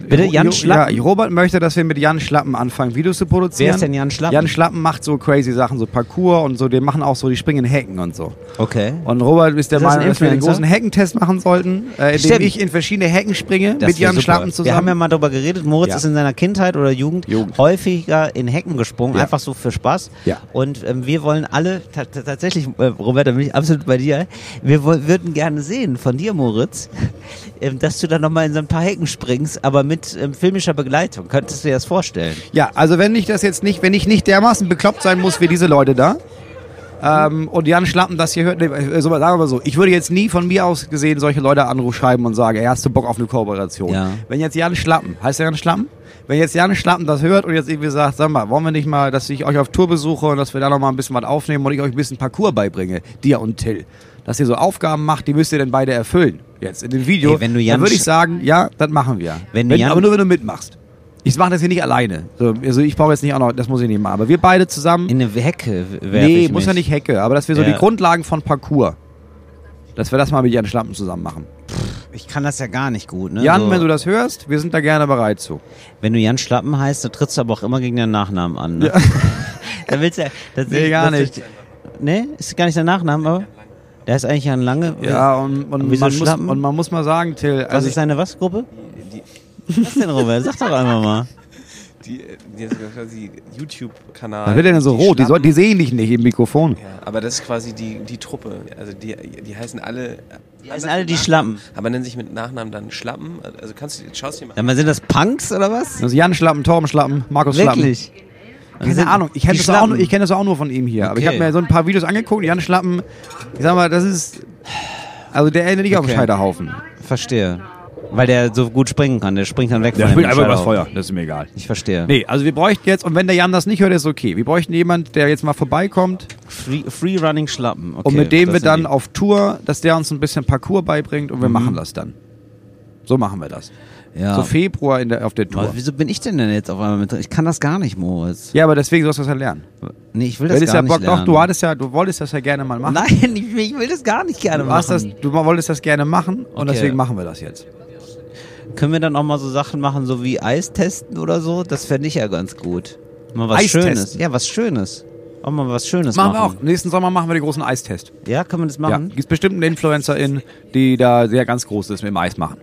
[SPEAKER 2] Bitte, Jan
[SPEAKER 3] Jo-
[SPEAKER 2] Schlappen?
[SPEAKER 3] Ja, Robert möchte, dass wir mit Jan Schlappen anfangen, Videos zu produzieren.
[SPEAKER 2] Wer ist denn Jan Schlappen?
[SPEAKER 3] Jan Schlappen macht so crazy Sachen, so Parkour und so. Die machen auch so, die springen in Hecken und so.
[SPEAKER 2] Okay.
[SPEAKER 3] Und Robert ist der
[SPEAKER 2] Ist das
[SPEAKER 3] Meinung,
[SPEAKER 2] ein
[SPEAKER 3] dass wir einen
[SPEAKER 2] Influencer?
[SPEAKER 3] großen Heckentest machen sollten, äh, in
[SPEAKER 2] Stimmt.
[SPEAKER 3] dem ich in verschiedene Hecken springe,
[SPEAKER 2] Das
[SPEAKER 3] mit
[SPEAKER 2] wär
[SPEAKER 3] Jan
[SPEAKER 2] super.
[SPEAKER 3] Schlappen zusammen.
[SPEAKER 2] Wir haben ja mal darüber geredet, Moritz
[SPEAKER 3] Ja.
[SPEAKER 2] ist in seiner Kindheit oder Jugend,
[SPEAKER 3] Jugend.
[SPEAKER 2] häufiger in Hecken gesprungen,
[SPEAKER 3] Ja.
[SPEAKER 2] einfach so für Spaß.
[SPEAKER 3] Ja.
[SPEAKER 2] Und ähm, wir wollen alle, ta- ta- tatsächlich, äh, Robert, da bin ich absolut bei dir, wir woll- würden gerne sehen von dir, Moritz, ähm, dass du da nochmal in so ein paar Hecken springst, aber mit ähm, filmischer Begleitung. Könntest du dir das vorstellen?
[SPEAKER 3] Ja, also wenn ich das jetzt nicht, wenn ich nicht dermaßen bekloppt sein muss wie diese Leute da. Ähm, und Jan Schlappen das hier hört, nee, äh, so, sagen wir mal so, ich würde jetzt nie von mir aus gesehen solche Leute Anruf schreiben und sagen, ey, hast du Bock auf eine Kooperation?
[SPEAKER 2] Ja.
[SPEAKER 3] Wenn jetzt Jan Schlappen, heißt der Jan Schlappen? Wenn jetzt Jan Schlappen das hört und jetzt irgendwie sagt, sag mal, wollen wir nicht mal, dass ich euch auf Tour besuche und dass wir da nochmal ein bisschen was aufnehmen und ich euch ein bisschen Parcours beibringe, dir und Till. Dass ihr so Aufgaben macht, die müsst ihr dann beide erfüllen. Jetzt in dem Video.
[SPEAKER 2] Ey, wenn du
[SPEAKER 3] dann
[SPEAKER 2] Jan
[SPEAKER 3] würde ich
[SPEAKER 2] Sch-
[SPEAKER 3] sagen, ja, das machen wir.
[SPEAKER 2] Wenn du Jan-
[SPEAKER 3] aber nur wenn du mitmachst. Ich mache das hier nicht alleine. So, also ich brauche jetzt nicht auch noch, das muss ich nicht machen. Aber wir beide zusammen.
[SPEAKER 2] In eine Hecke werfe
[SPEAKER 3] nee,
[SPEAKER 2] ich
[SPEAKER 3] muss
[SPEAKER 2] mich.
[SPEAKER 3] ja nicht Hecke, aber dass wir so
[SPEAKER 2] Ja.
[SPEAKER 3] die Grundlagen von Parkour, dass wir das mal mit Jan Schlappen zusammen machen.
[SPEAKER 2] Ich kann das ja gar nicht gut, ne?
[SPEAKER 3] Jan,
[SPEAKER 2] so,
[SPEAKER 3] wenn du das hörst, wir sind da gerne bereit zu.
[SPEAKER 2] wenn du Jan Schlappen heißt, dann trittst du aber auch immer gegen deinen Nachnamen an, ne? da willst du ja, das
[SPEAKER 3] Nee, gar nicht.
[SPEAKER 2] Nee, ist gar nicht der Nachname, aber der ist eigentlich Jan Lange.
[SPEAKER 3] Ja, und, und,
[SPEAKER 2] Wieso
[SPEAKER 3] man, muss,
[SPEAKER 2] Schlappen?
[SPEAKER 3] und man muss mal sagen, Till,
[SPEAKER 2] Was
[SPEAKER 3] also
[SPEAKER 2] ist seine was, Gruppe? Was denn, Robert? Sag doch einmal mal.
[SPEAKER 9] Die, äh, die das ist quasi YouTube-Kanal.
[SPEAKER 3] was wird denn so rot? Die, soll,
[SPEAKER 9] Schlappen-
[SPEAKER 3] die sehen dich nicht im Mikrofon.
[SPEAKER 9] ja, aber das ist quasi die, die Truppe. Also die, die heißen alle. Die
[SPEAKER 2] Das sind alle die Schlappen.
[SPEAKER 9] Aber nennen sich mit Nachnamen dann Schlappen. Also kannst du, schaust dir mal
[SPEAKER 2] Sag mal, sind das Punks oder was?
[SPEAKER 3] Also Jan Schlappen, Torben Schlappen, Markus Schlappen.
[SPEAKER 2] Wirklich? Also
[SPEAKER 3] Keine Ahnung, ich kenne
[SPEAKER 2] die
[SPEAKER 3] das, auch
[SPEAKER 2] Schlappen.
[SPEAKER 3] nur- ich kenn das auch nur von ihm hier. Aber ich
[SPEAKER 2] Okay.
[SPEAKER 3] habe mir so ein paar Videos angeguckt, Jan Schlappen, ich sag mal, das ist, also der erinnert nicht auf den
[SPEAKER 2] Okay.
[SPEAKER 3] Scheiterhaufen.
[SPEAKER 2] Verstehe. Weil der so gut springen kann. Der springt dann weg
[SPEAKER 3] Der
[SPEAKER 2] von
[SPEAKER 3] spielt
[SPEAKER 2] dem
[SPEAKER 3] einfach übers
[SPEAKER 2] Entscheider.
[SPEAKER 3] Feuer, das ist mir egal.
[SPEAKER 2] Ich verstehe.
[SPEAKER 3] Nee, also wir bräuchten jetzt, und wenn der Jan das nicht hört, ist okay. Wir bräuchten jemanden, der jetzt mal vorbeikommt
[SPEAKER 2] Free, free Running Schlappen. Okay,
[SPEAKER 3] und mit dem
[SPEAKER 2] das
[SPEAKER 3] wir
[SPEAKER 2] sind
[SPEAKER 3] dann
[SPEAKER 2] die. Mhm.
[SPEAKER 3] auf Tour, dass der uns ein bisschen Parcours beibringt und wir machen das dann. So machen wir das.
[SPEAKER 2] Ja.
[SPEAKER 3] So Februar in der, auf der Tour.
[SPEAKER 2] Aber wieso bin ich denn denn jetzt auf einmal mit drin? Ich kann das gar nicht, Moritz.
[SPEAKER 3] Ja, aber deswegen sollst du das ja lernen.
[SPEAKER 2] Nee, ich will
[SPEAKER 3] Du
[SPEAKER 2] das
[SPEAKER 3] hättest
[SPEAKER 2] gar
[SPEAKER 3] ja
[SPEAKER 2] nicht
[SPEAKER 3] Bock,
[SPEAKER 2] lernen.
[SPEAKER 3] doch, du hattest ja, du wolltest das ja gerne mal machen.
[SPEAKER 2] Nein, ich, will- ich will das gar nicht gerne
[SPEAKER 3] Du, hast
[SPEAKER 2] machen.
[SPEAKER 3] das, du wolltest das gerne machen und
[SPEAKER 2] Okay.
[SPEAKER 3] deswegen machen wir das jetzt.
[SPEAKER 2] Können wir dann auch mal so Sachen machen, so wie Eis testen oder so? Das fände ich ja ganz gut. Mal was
[SPEAKER 3] Eis
[SPEAKER 2] Schönes.
[SPEAKER 3] testen?
[SPEAKER 2] Ja, was Schönes. Auch mal was Schönes
[SPEAKER 3] Machen
[SPEAKER 2] machen.
[SPEAKER 3] wir auch. Nächsten Sommer machen wir den großen Eistest.
[SPEAKER 2] Ja, können wir das
[SPEAKER 3] Ja.
[SPEAKER 2] machen?
[SPEAKER 3] Gibt es bestimmt eine Influencerin, die da sehr ganz groß ist mit dem Eis machen.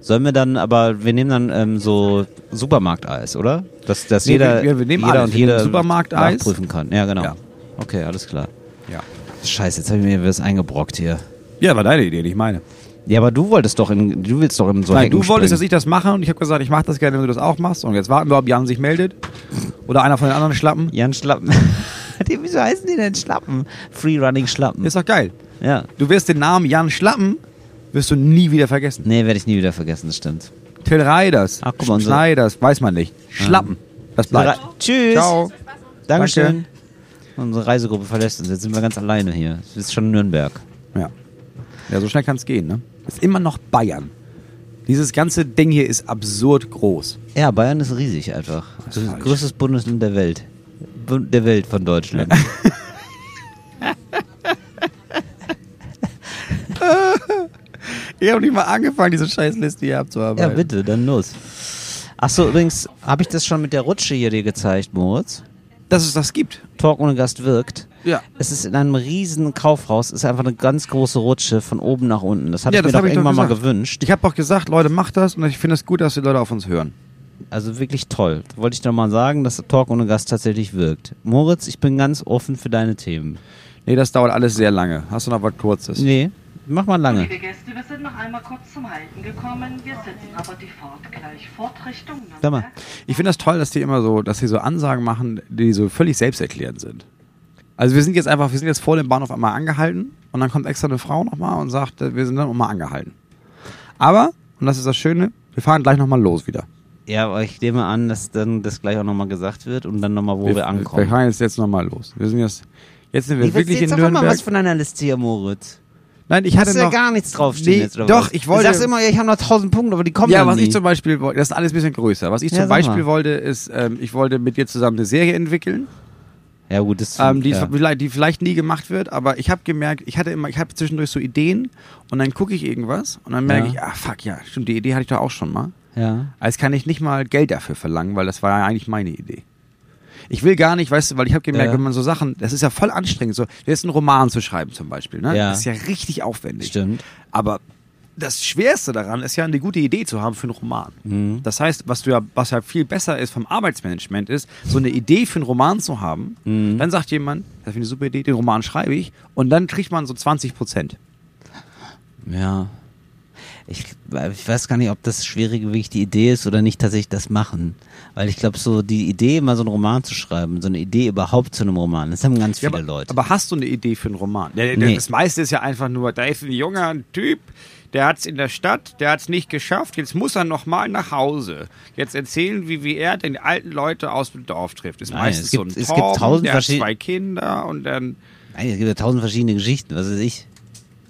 [SPEAKER 2] Sollen wir dann, aber wir nehmen dann ähm, so Supermarkteis, oder? Dass, dass
[SPEAKER 3] Nee,
[SPEAKER 2] jeder,
[SPEAKER 3] wir- wir nehmen
[SPEAKER 2] jeder
[SPEAKER 3] alles.
[SPEAKER 2] und
[SPEAKER 3] Wir nehmen
[SPEAKER 2] jeder
[SPEAKER 3] Supermarkteis.
[SPEAKER 2] nachprüfen kann. Ja, genau.
[SPEAKER 3] Ja.
[SPEAKER 2] Okay, alles klar.
[SPEAKER 3] Ja.
[SPEAKER 2] Scheiße, jetzt habe ich mir das eingebrockt hier.
[SPEAKER 3] Ja, war deine Idee, nicht meine.
[SPEAKER 2] Ja, aber du wolltest doch in, du willst doch in so
[SPEAKER 3] Nein,
[SPEAKER 2] Hecken
[SPEAKER 3] du wolltest, dass
[SPEAKER 2] springen.
[SPEAKER 3] ich das mache und ich habe gesagt, ich mache das gerne, wenn du das auch machst. Und jetzt warten wir, ob Jan sich meldet. Oder einer von den anderen Schlappen.
[SPEAKER 2] Jan Schlappen. die, wieso heißen die denn Schlappen? Free Running Schlappen.
[SPEAKER 3] Ist doch geil.
[SPEAKER 2] Ja.
[SPEAKER 3] Du wirst den Namen Jan Schlappen, wirst du nie wieder vergessen.
[SPEAKER 2] Nee, werde ich nie wieder vergessen, das stimmt.
[SPEAKER 3] Till Reiders,
[SPEAKER 2] Ach, guck mal, unsere-
[SPEAKER 3] Schneiders, weiß man nicht. Schlappen, das bleibt.
[SPEAKER 2] Tschüss.
[SPEAKER 3] Ciao.
[SPEAKER 2] Dankeschön. Unsere Reisegruppe verlässt uns. Jetzt sind wir ganz alleine hier. Es ist schon Nürnberg.
[SPEAKER 3] Ja. ja, so schnell kann es gehen. Ne? Ist immer noch Bayern. Dieses ganze Ding hier ist absurd groß.
[SPEAKER 2] Ja, Bayern ist riesig einfach. Das ist das
[SPEAKER 3] falsch.
[SPEAKER 2] größtes Bundesland der Welt. Bu- Der Welt von Deutschland.
[SPEAKER 3] Ich habe nicht mal angefangen, diese Scheißliste hier abzuarbeiten.
[SPEAKER 2] ja, bitte, dann los. Achso, übrigens, habe ich das schon mit der Rutsche hier dir gezeigt, Moritz?
[SPEAKER 3] Dass es das gibt.
[SPEAKER 2] Talk ohne Gast wirkt.
[SPEAKER 3] Ja.
[SPEAKER 2] Es ist in einem riesen Kaufhaus, ist einfach eine ganz große Rutsche von oben nach unten. Das hatte
[SPEAKER 3] Ja,
[SPEAKER 2] ich mir
[SPEAKER 3] das
[SPEAKER 2] doch
[SPEAKER 3] hab ich doch
[SPEAKER 2] irgendwann mal
[SPEAKER 3] gesagt.
[SPEAKER 2] gewünscht.
[SPEAKER 3] Ich habe doch gesagt, Leute, macht das und ich finde es gut, dass die Leute auf uns hören.
[SPEAKER 2] Also wirklich toll. Wollte ich doch mal sagen, dass Talk ohne Gast tatsächlich wirkt. Moritz, ich bin ganz offen für deine Themen.
[SPEAKER 3] Nee, das dauert alles sehr lange. Hast du noch was Kurzes?
[SPEAKER 2] Nee, mach mal lange.
[SPEAKER 5] Liebe Gäste, wir sind noch einmal kurz zum Halten gekommen. Wir setzen aber die Fahrt gleich fort Richtung
[SPEAKER 2] Sag mal.
[SPEAKER 5] Nürnberg.
[SPEAKER 3] Ich finde das toll, dass die immer so, dass sie so Ansagen machen, die so völlig selbsterklärend sind. Also wir sind jetzt einfach, wir sind jetzt vor dem Bahnhof einmal angehalten und dann kommt extra eine Frau nochmal und sagt, äh, wir sind dann nochmal angehalten. Aber, und das ist das Schöne, wir fahren gleich nochmal los wieder.
[SPEAKER 2] Ja, aber ich nehme an, dass dann das gleich auch nochmal gesagt wird und dann nochmal, wo wir,
[SPEAKER 3] Wir
[SPEAKER 2] ankommen.
[SPEAKER 3] fahren jetzt, jetzt nochmal los. Wir sind jetzt, jetzt sind wir
[SPEAKER 2] Ich
[SPEAKER 3] wirklich in
[SPEAKER 2] jetzt mal
[SPEAKER 3] Nürnberg.
[SPEAKER 2] was von deiner Liste hier, Moritz.
[SPEAKER 3] Nein, ich hatte
[SPEAKER 2] Hast du ja
[SPEAKER 3] noch,
[SPEAKER 2] gar nichts draufstehen
[SPEAKER 3] Nee,
[SPEAKER 2] jetzt, oder
[SPEAKER 3] doch,
[SPEAKER 2] was?
[SPEAKER 3] ich wollte-
[SPEAKER 2] Du sagst immer, ja, ich habe noch tausend Punkte, aber die kommen
[SPEAKER 3] Ja,
[SPEAKER 2] dann
[SPEAKER 3] was
[SPEAKER 2] nie.
[SPEAKER 3] ich zum Beispiel wollte, das ist alles ein bisschen größer. Was ich
[SPEAKER 2] Ja,
[SPEAKER 3] zum
[SPEAKER 2] sag
[SPEAKER 3] Beispiel
[SPEAKER 2] mal.
[SPEAKER 3] wollte, ist, ähm, ich wollte mit dir zusammen eine Serie entwickeln,
[SPEAKER 2] ja, gut, das
[SPEAKER 3] ähm, die,
[SPEAKER 2] ja.
[SPEAKER 3] vielleicht, die vielleicht nie gemacht wird, aber ich habe gemerkt, ich hatte immer, ich habe zwischendurch so Ideen und dann gucke ich irgendwas und dann merke
[SPEAKER 2] Ja.
[SPEAKER 3] ich, ah fuck, ja, stimmt, die Idee hatte ich doch auch schon mal.
[SPEAKER 2] ja.
[SPEAKER 3] Als kann ich nicht mal Geld dafür verlangen, weil das war ja eigentlich meine Idee. Ich will gar nicht, weißt du, weil ich habe gemerkt,
[SPEAKER 2] Ja.
[SPEAKER 3] wenn man so Sachen, das ist ja voll anstrengend, so jetzt einen Roman zu schreiben zum Beispiel, ne?
[SPEAKER 2] Ja.
[SPEAKER 3] Das ist ja richtig aufwendig.
[SPEAKER 2] Stimmt.
[SPEAKER 3] Aber das Schwerste daran ist ja, eine gute Idee zu haben für einen Roman. Das heißt, was, du ja, was ja viel besser ist vom Arbeitsmanagement ist, so eine Idee für einen Roman zu haben. Dann sagt jemand, das finde ich eine super Idee, den Roman schreibe ich. Und dann kriegt man so 20 Prozent.
[SPEAKER 2] Ja. Ich, ich weiß gar nicht, ob das Schwierige wirklich die Idee ist oder nicht, dass ich das machen. Weil ich glaube, so die Idee, mal so einen Roman zu schreiben, so eine Idee überhaupt zu einem Roman, das haben ganz viele
[SPEAKER 3] aber,
[SPEAKER 2] Leute.
[SPEAKER 3] aber hast du eine Idee für einen Roman? Der, der,
[SPEAKER 2] Nee.
[SPEAKER 3] Das meiste ist ja einfach nur, da ist ein junger Typ, der hat's in der Stadt, der hat's nicht geschafft, jetzt muss er nochmal nach Hause. Jetzt erzählen, wie, wie er den alten Leute aus dem Dorf trifft. Ist
[SPEAKER 2] Nein,
[SPEAKER 3] meistens
[SPEAKER 2] es gibt-
[SPEAKER 3] so ein
[SPEAKER 2] es gibt
[SPEAKER 3] Torben,
[SPEAKER 2] tausend
[SPEAKER 3] der hat
[SPEAKER 2] verschied-
[SPEAKER 3] zwei Kinder und dann...
[SPEAKER 2] Nein, es gibt ja tausend verschiedene Geschichten, was weiß ich.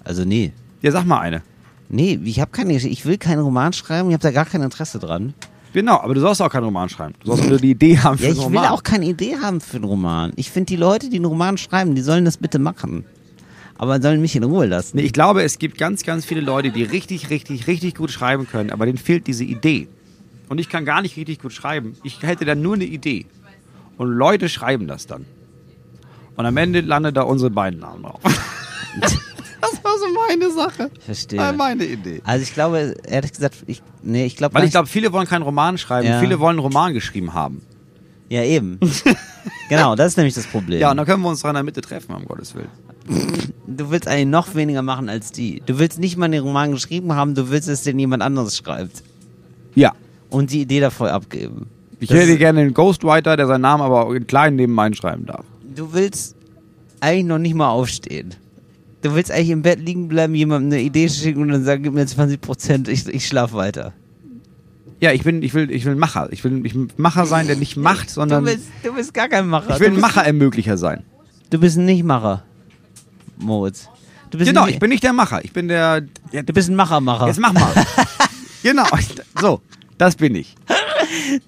[SPEAKER 2] Also nee.
[SPEAKER 3] Ja, sag mal eine.
[SPEAKER 2] Nee, ich habe keine Geschichte. Ich will keinen Roman schreiben, ich habe da gar kein Interesse dran.
[SPEAKER 3] Genau, aber du sollst auch keinen Roman schreiben. Du sollst nur die Idee haben für
[SPEAKER 2] Ja, ich
[SPEAKER 3] einen
[SPEAKER 2] will
[SPEAKER 3] Roman.
[SPEAKER 2] auch keine Idee haben für einen Roman. Ich finde, die Leute, die einen Roman schreiben, die sollen das bitte machen. Aber sollen mich in Ruhe lassen.
[SPEAKER 3] nee, ich glaube, es gibt ganz, ganz viele Leute, die richtig, richtig, richtig gut schreiben können, aber denen fehlt diese Idee. Und ich kann gar nicht richtig gut schreiben. Ich hätte dann nur eine Idee. Und Leute schreiben das dann. Und am Ende landet da unsere beiden Namen drauf. das war so meine Sache.
[SPEAKER 2] Ich verstehe.
[SPEAKER 3] Meine Idee.
[SPEAKER 2] Also ich glaube, ehrlich gesagt, ich, nee, ich glaube,
[SPEAKER 3] Weil ich glaube, viele wollen keinen Roman schreiben,
[SPEAKER 2] Ja.
[SPEAKER 3] viele wollen einen Roman geschrieben haben.
[SPEAKER 2] ja eben. genau, das ist nämlich das Problem.
[SPEAKER 3] Ja, und dann können wir uns da in der Mitte treffen, um Gottes Willen.
[SPEAKER 2] du willst eigentlich noch weniger machen als die. Du willst nicht mal den Roman geschrieben haben, du willst, dass den jemand anderes schreibt
[SPEAKER 3] Ja.
[SPEAKER 2] und die Idee davon abgeben.
[SPEAKER 3] Ich
[SPEAKER 2] Das-
[SPEAKER 3] hätte gerne einen Ghostwriter, der seinen Namen aber in klein nebenein schreiben darf.
[SPEAKER 2] Du willst eigentlich noch nicht mal aufstehen. du willst eigentlich im Bett liegen bleiben, jemandem eine Idee schicken und dann sagen, gib mir 20 Prozent, ich, ich schlaf weiter.
[SPEAKER 3] Ja, ich bin, ich will, ich will Macher. Ich will, ich will Macher sein, der nicht macht, sondern
[SPEAKER 2] du, bist, du bist gar kein Macher.
[SPEAKER 3] ich will
[SPEAKER 2] du,
[SPEAKER 3] ein
[SPEAKER 2] bist,
[SPEAKER 3] Macherermöglicher sein.
[SPEAKER 2] du bist ein Nichtmacher, Moritz. Du bist
[SPEAKER 3] Genau,
[SPEAKER 2] ein,
[SPEAKER 3] ich bin nicht der Macher. Ich bin der. Ja,
[SPEAKER 2] Du bist ein Machermacher.
[SPEAKER 3] jetzt mach mal. genau, so, das bin ich.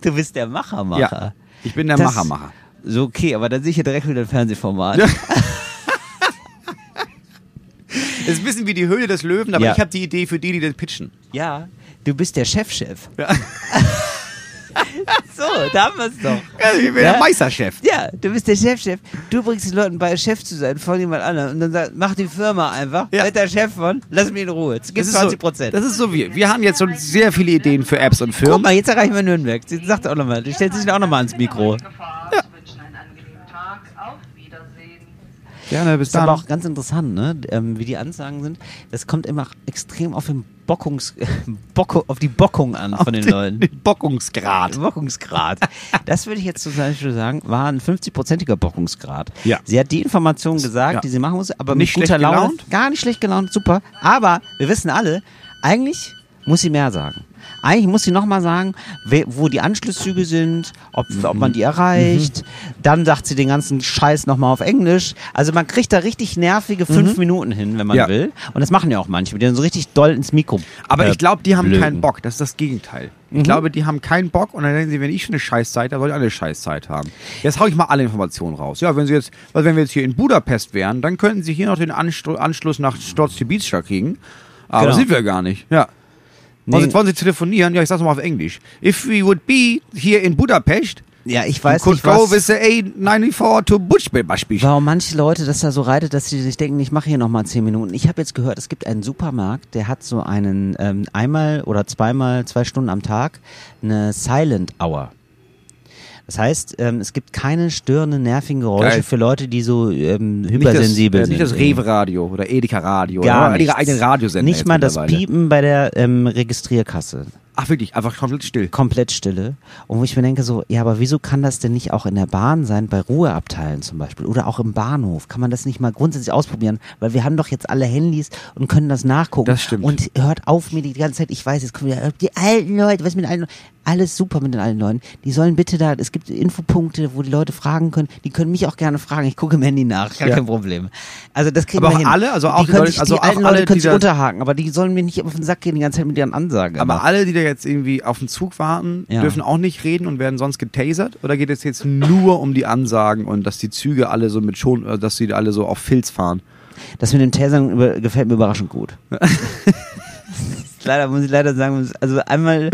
[SPEAKER 2] Du bist der Machermacher.
[SPEAKER 3] Ja, ich bin der
[SPEAKER 2] Das-
[SPEAKER 3] Machermacher.
[SPEAKER 2] So, okay, aber dann sehe ich ja direkt wieder ein Fernsehformat.
[SPEAKER 3] Ja. Es ist ein bisschen wie die Höhle des Löwen, aber
[SPEAKER 2] Ja.
[SPEAKER 3] ich habe die Idee für die, die das pitchen.
[SPEAKER 2] Ja, du bist der Chefchef. so, da haben wir es doch.
[SPEAKER 3] Also, ich bin
[SPEAKER 2] Ja.
[SPEAKER 3] der Meisterchef.
[SPEAKER 2] Ja, du bist der Chefchef. Du bringst den Leuten bei, Chef zu sein von jemand anderem. Und dann sagt, mach die Firma einfach.
[SPEAKER 3] Ja.
[SPEAKER 2] Werd der Chef von. Lass mich in Ruhe. Jetzt gibt's 20 Prozent.
[SPEAKER 3] So, das ist so wie. Wir haben jetzt schon sehr viele Ideen für Apps und
[SPEAKER 2] Guck
[SPEAKER 3] Firmen.
[SPEAKER 2] mal, jetzt erreichen wir Nürnberg. Sie sagt auch nochmal. Du stellst dich auch nochmal ans Mikro.
[SPEAKER 5] Ja. Wünschen einen angenehmen Tag. Auf Wiedersehen.
[SPEAKER 3] Gerne, bis
[SPEAKER 2] Das ist aber auch ganz interessant, ne? ähm, wie die Ansagen sind. Das kommt immer extrem auf, den Bockungs Bocko auf die Bockung an von den, Leuten.
[SPEAKER 3] Den Bockungsgrad.
[SPEAKER 2] Bockungsgrad. Das würde ich jetzt zum Beispiel sagen, war ein 50-prozentiger Bockungsgrad.
[SPEAKER 3] Ja.
[SPEAKER 2] Sie hat die Informationen gesagt,
[SPEAKER 3] Ja.
[SPEAKER 2] die sie machen musste, aber
[SPEAKER 3] Nicht
[SPEAKER 2] mit guter
[SPEAKER 3] schlecht
[SPEAKER 2] Laune.
[SPEAKER 3] gelaunt?
[SPEAKER 2] Gar nicht schlecht gelaunt, super. Aber wir wissen alle, eigentlich muss sie mehr sagen. Eigentlich muss sie nochmal sagen, we- wo die Anschlusszüge sind, ob,
[SPEAKER 3] Mhm.
[SPEAKER 2] ob man die erreicht. Dann sagt sie den ganzen Scheiß nochmal auf Englisch. Also man kriegt da richtig nervige fünf Minuten hin, wenn man
[SPEAKER 3] Mhm. Ja.
[SPEAKER 2] will. Und das machen ja auch manche, die dann so richtig doll ins Mikro.
[SPEAKER 3] Aber
[SPEAKER 2] äh, Mhm.
[SPEAKER 3] ich glaube, die haben
[SPEAKER 2] blöken.
[SPEAKER 3] keinen Bock. Das ist das Gegenteil. Ich glaube, die haben keinen Bock und dann denken sie, wenn ich schon eine Scheißzeit habe, soll ich auch eine Scheißzeit haben. Jetzt hau ich mal alle Informationen raus. Ja, wenn sie jetzt, also wenn wir jetzt hier in Budapest wären, dann könnten sie hier noch den Anstru- Anschluss nach Stotz-Tibitscha kriegen. Aber
[SPEAKER 2] Genau.
[SPEAKER 3] sind wir gar nicht. Ja. Wollen, sie, wollen sie telefonieren? Ja, ich sag's mal auf Englisch. If we would be here in Budapest,
[SPEAKER 2] Ja, ich
[SPEAKER 3] we
[SPEAKER 2] weiß
[SPEAKER 3] could
[SPEAKER 2] nicht,
[SPEAKER 3] go
[SPEAKER 2] was...
[SPEAKER 3] with the A94 to Budapest.
[SPEAKER 2] Warum manche Leute das da so reitet, dass sie sich denken, ich mache hier nochmal zehn Minuten. Ich habe jetzt gehört, es gibt einen Supermarkt, der hat so einen ähm, einmal oder zweimal, zwei Stunden am Tag, eine Silent Hour. Das heißt, ähm, es gibt keine störenden, nervigen Geräusche
[SPEAKER 3] Geil.
[SPEAKER 2] für Leute, die so ähm,
[SPEAKER 3] Nicht das,
[SPEAKER 2] hypersensibel
[SPEAKER 3] äh,
[SPEAKER 2] sind.
[SPEAKER 3] Nicht das Rewe-Radio oder Edeka-Radio.
[SPEAKER 2] Gar
[SPEAKER 3] oder ihre
[SPEAKER 2] nichts.
[SPEAKER 3] eigenen Radiosender.
[SPEAKER 2] Nicht
[SPEAKER 3] jetzt
[SPEAKER 2] mal das
[SPEAKER 3] mittlerweile.
[SPEAKER 2] Piepen bei der ähm, Registrierkasse.
[SPEAKER 3] Ach, wirklich, einfach komplett still.
[SPEAKER 2] komplett Stille. Und wo ich mir denke so, ja, aber wieso kann das denn nicht auch in der Bahn sein, bei Ruheabteilen zum Beispiel oder auch im Bahnhof? Kann man das nicht mal grundsätzlich ausprobieren? Weil wir haben doch jetzt alle Handys und können das nachgucken.
[SPEAKER 3] Das stimmt.
[SPEAKER 2] Und hört auf mir die ganze Zeit, ich weiß, jetzt kommen wieder die alten Leute, was mit den alten Leuten? Alles super mit den alten Leuten. Die sollen bitte da, es gibt Infopunkte, wo die Leute fragen können. Die können mich auch gerne fragen. Ich gucke im Handy nach, gar
[SPEAKER 3] Ja.
[SPEAKER 2] kein Problem. Also das kriegen
[SPEAKER 3] Aber
[SPEAKER 2] wir
[SPEAKER 3] auch
[SPEAKER 2] hin.
[SPEAKER 3] alle? Also auch
[SPEAKER 2] die,
[SPEAKER 3] die
[SPEAKER 2] können
[SPEAKER 3] Leute-
[SPEAKER 2] sich,
[SPEAKER 3] also
[SPEAKER 2] die
[SPEAKER 3] auch
[SPEAKER 2] alten
[SPEAKER 3] alle,
[SPEAKER 2] Leute können
[SPEAKER 3] die
[SPEAKER 2] sich
[SPEAKER 3] da-
[SPEAKER 2] unterhaken, aber die sollen mir nicht auf den Sack gehen die ganze Zeit mit ihren Ansagen.
[SPEAKER 3] Aber
[SPEAKER 2] immer.
[SPEAKER 3] alle, die da jetzt irgendwie auf den Zug warten,
[SPEAKER 2] Ja.
[SPEAKER 3] dürfen auch nicht reden und werden sonst getasert? Oder geht es jetzt nur um die Ansagen und dass die Züge alle so mit schon, äh, dass sie alle so auf Filz fahren?
[SPEAKER 2] Das mit dem Tasern über, gefällt mir überraschend gut. leider muss ich leider sagen, also einmal,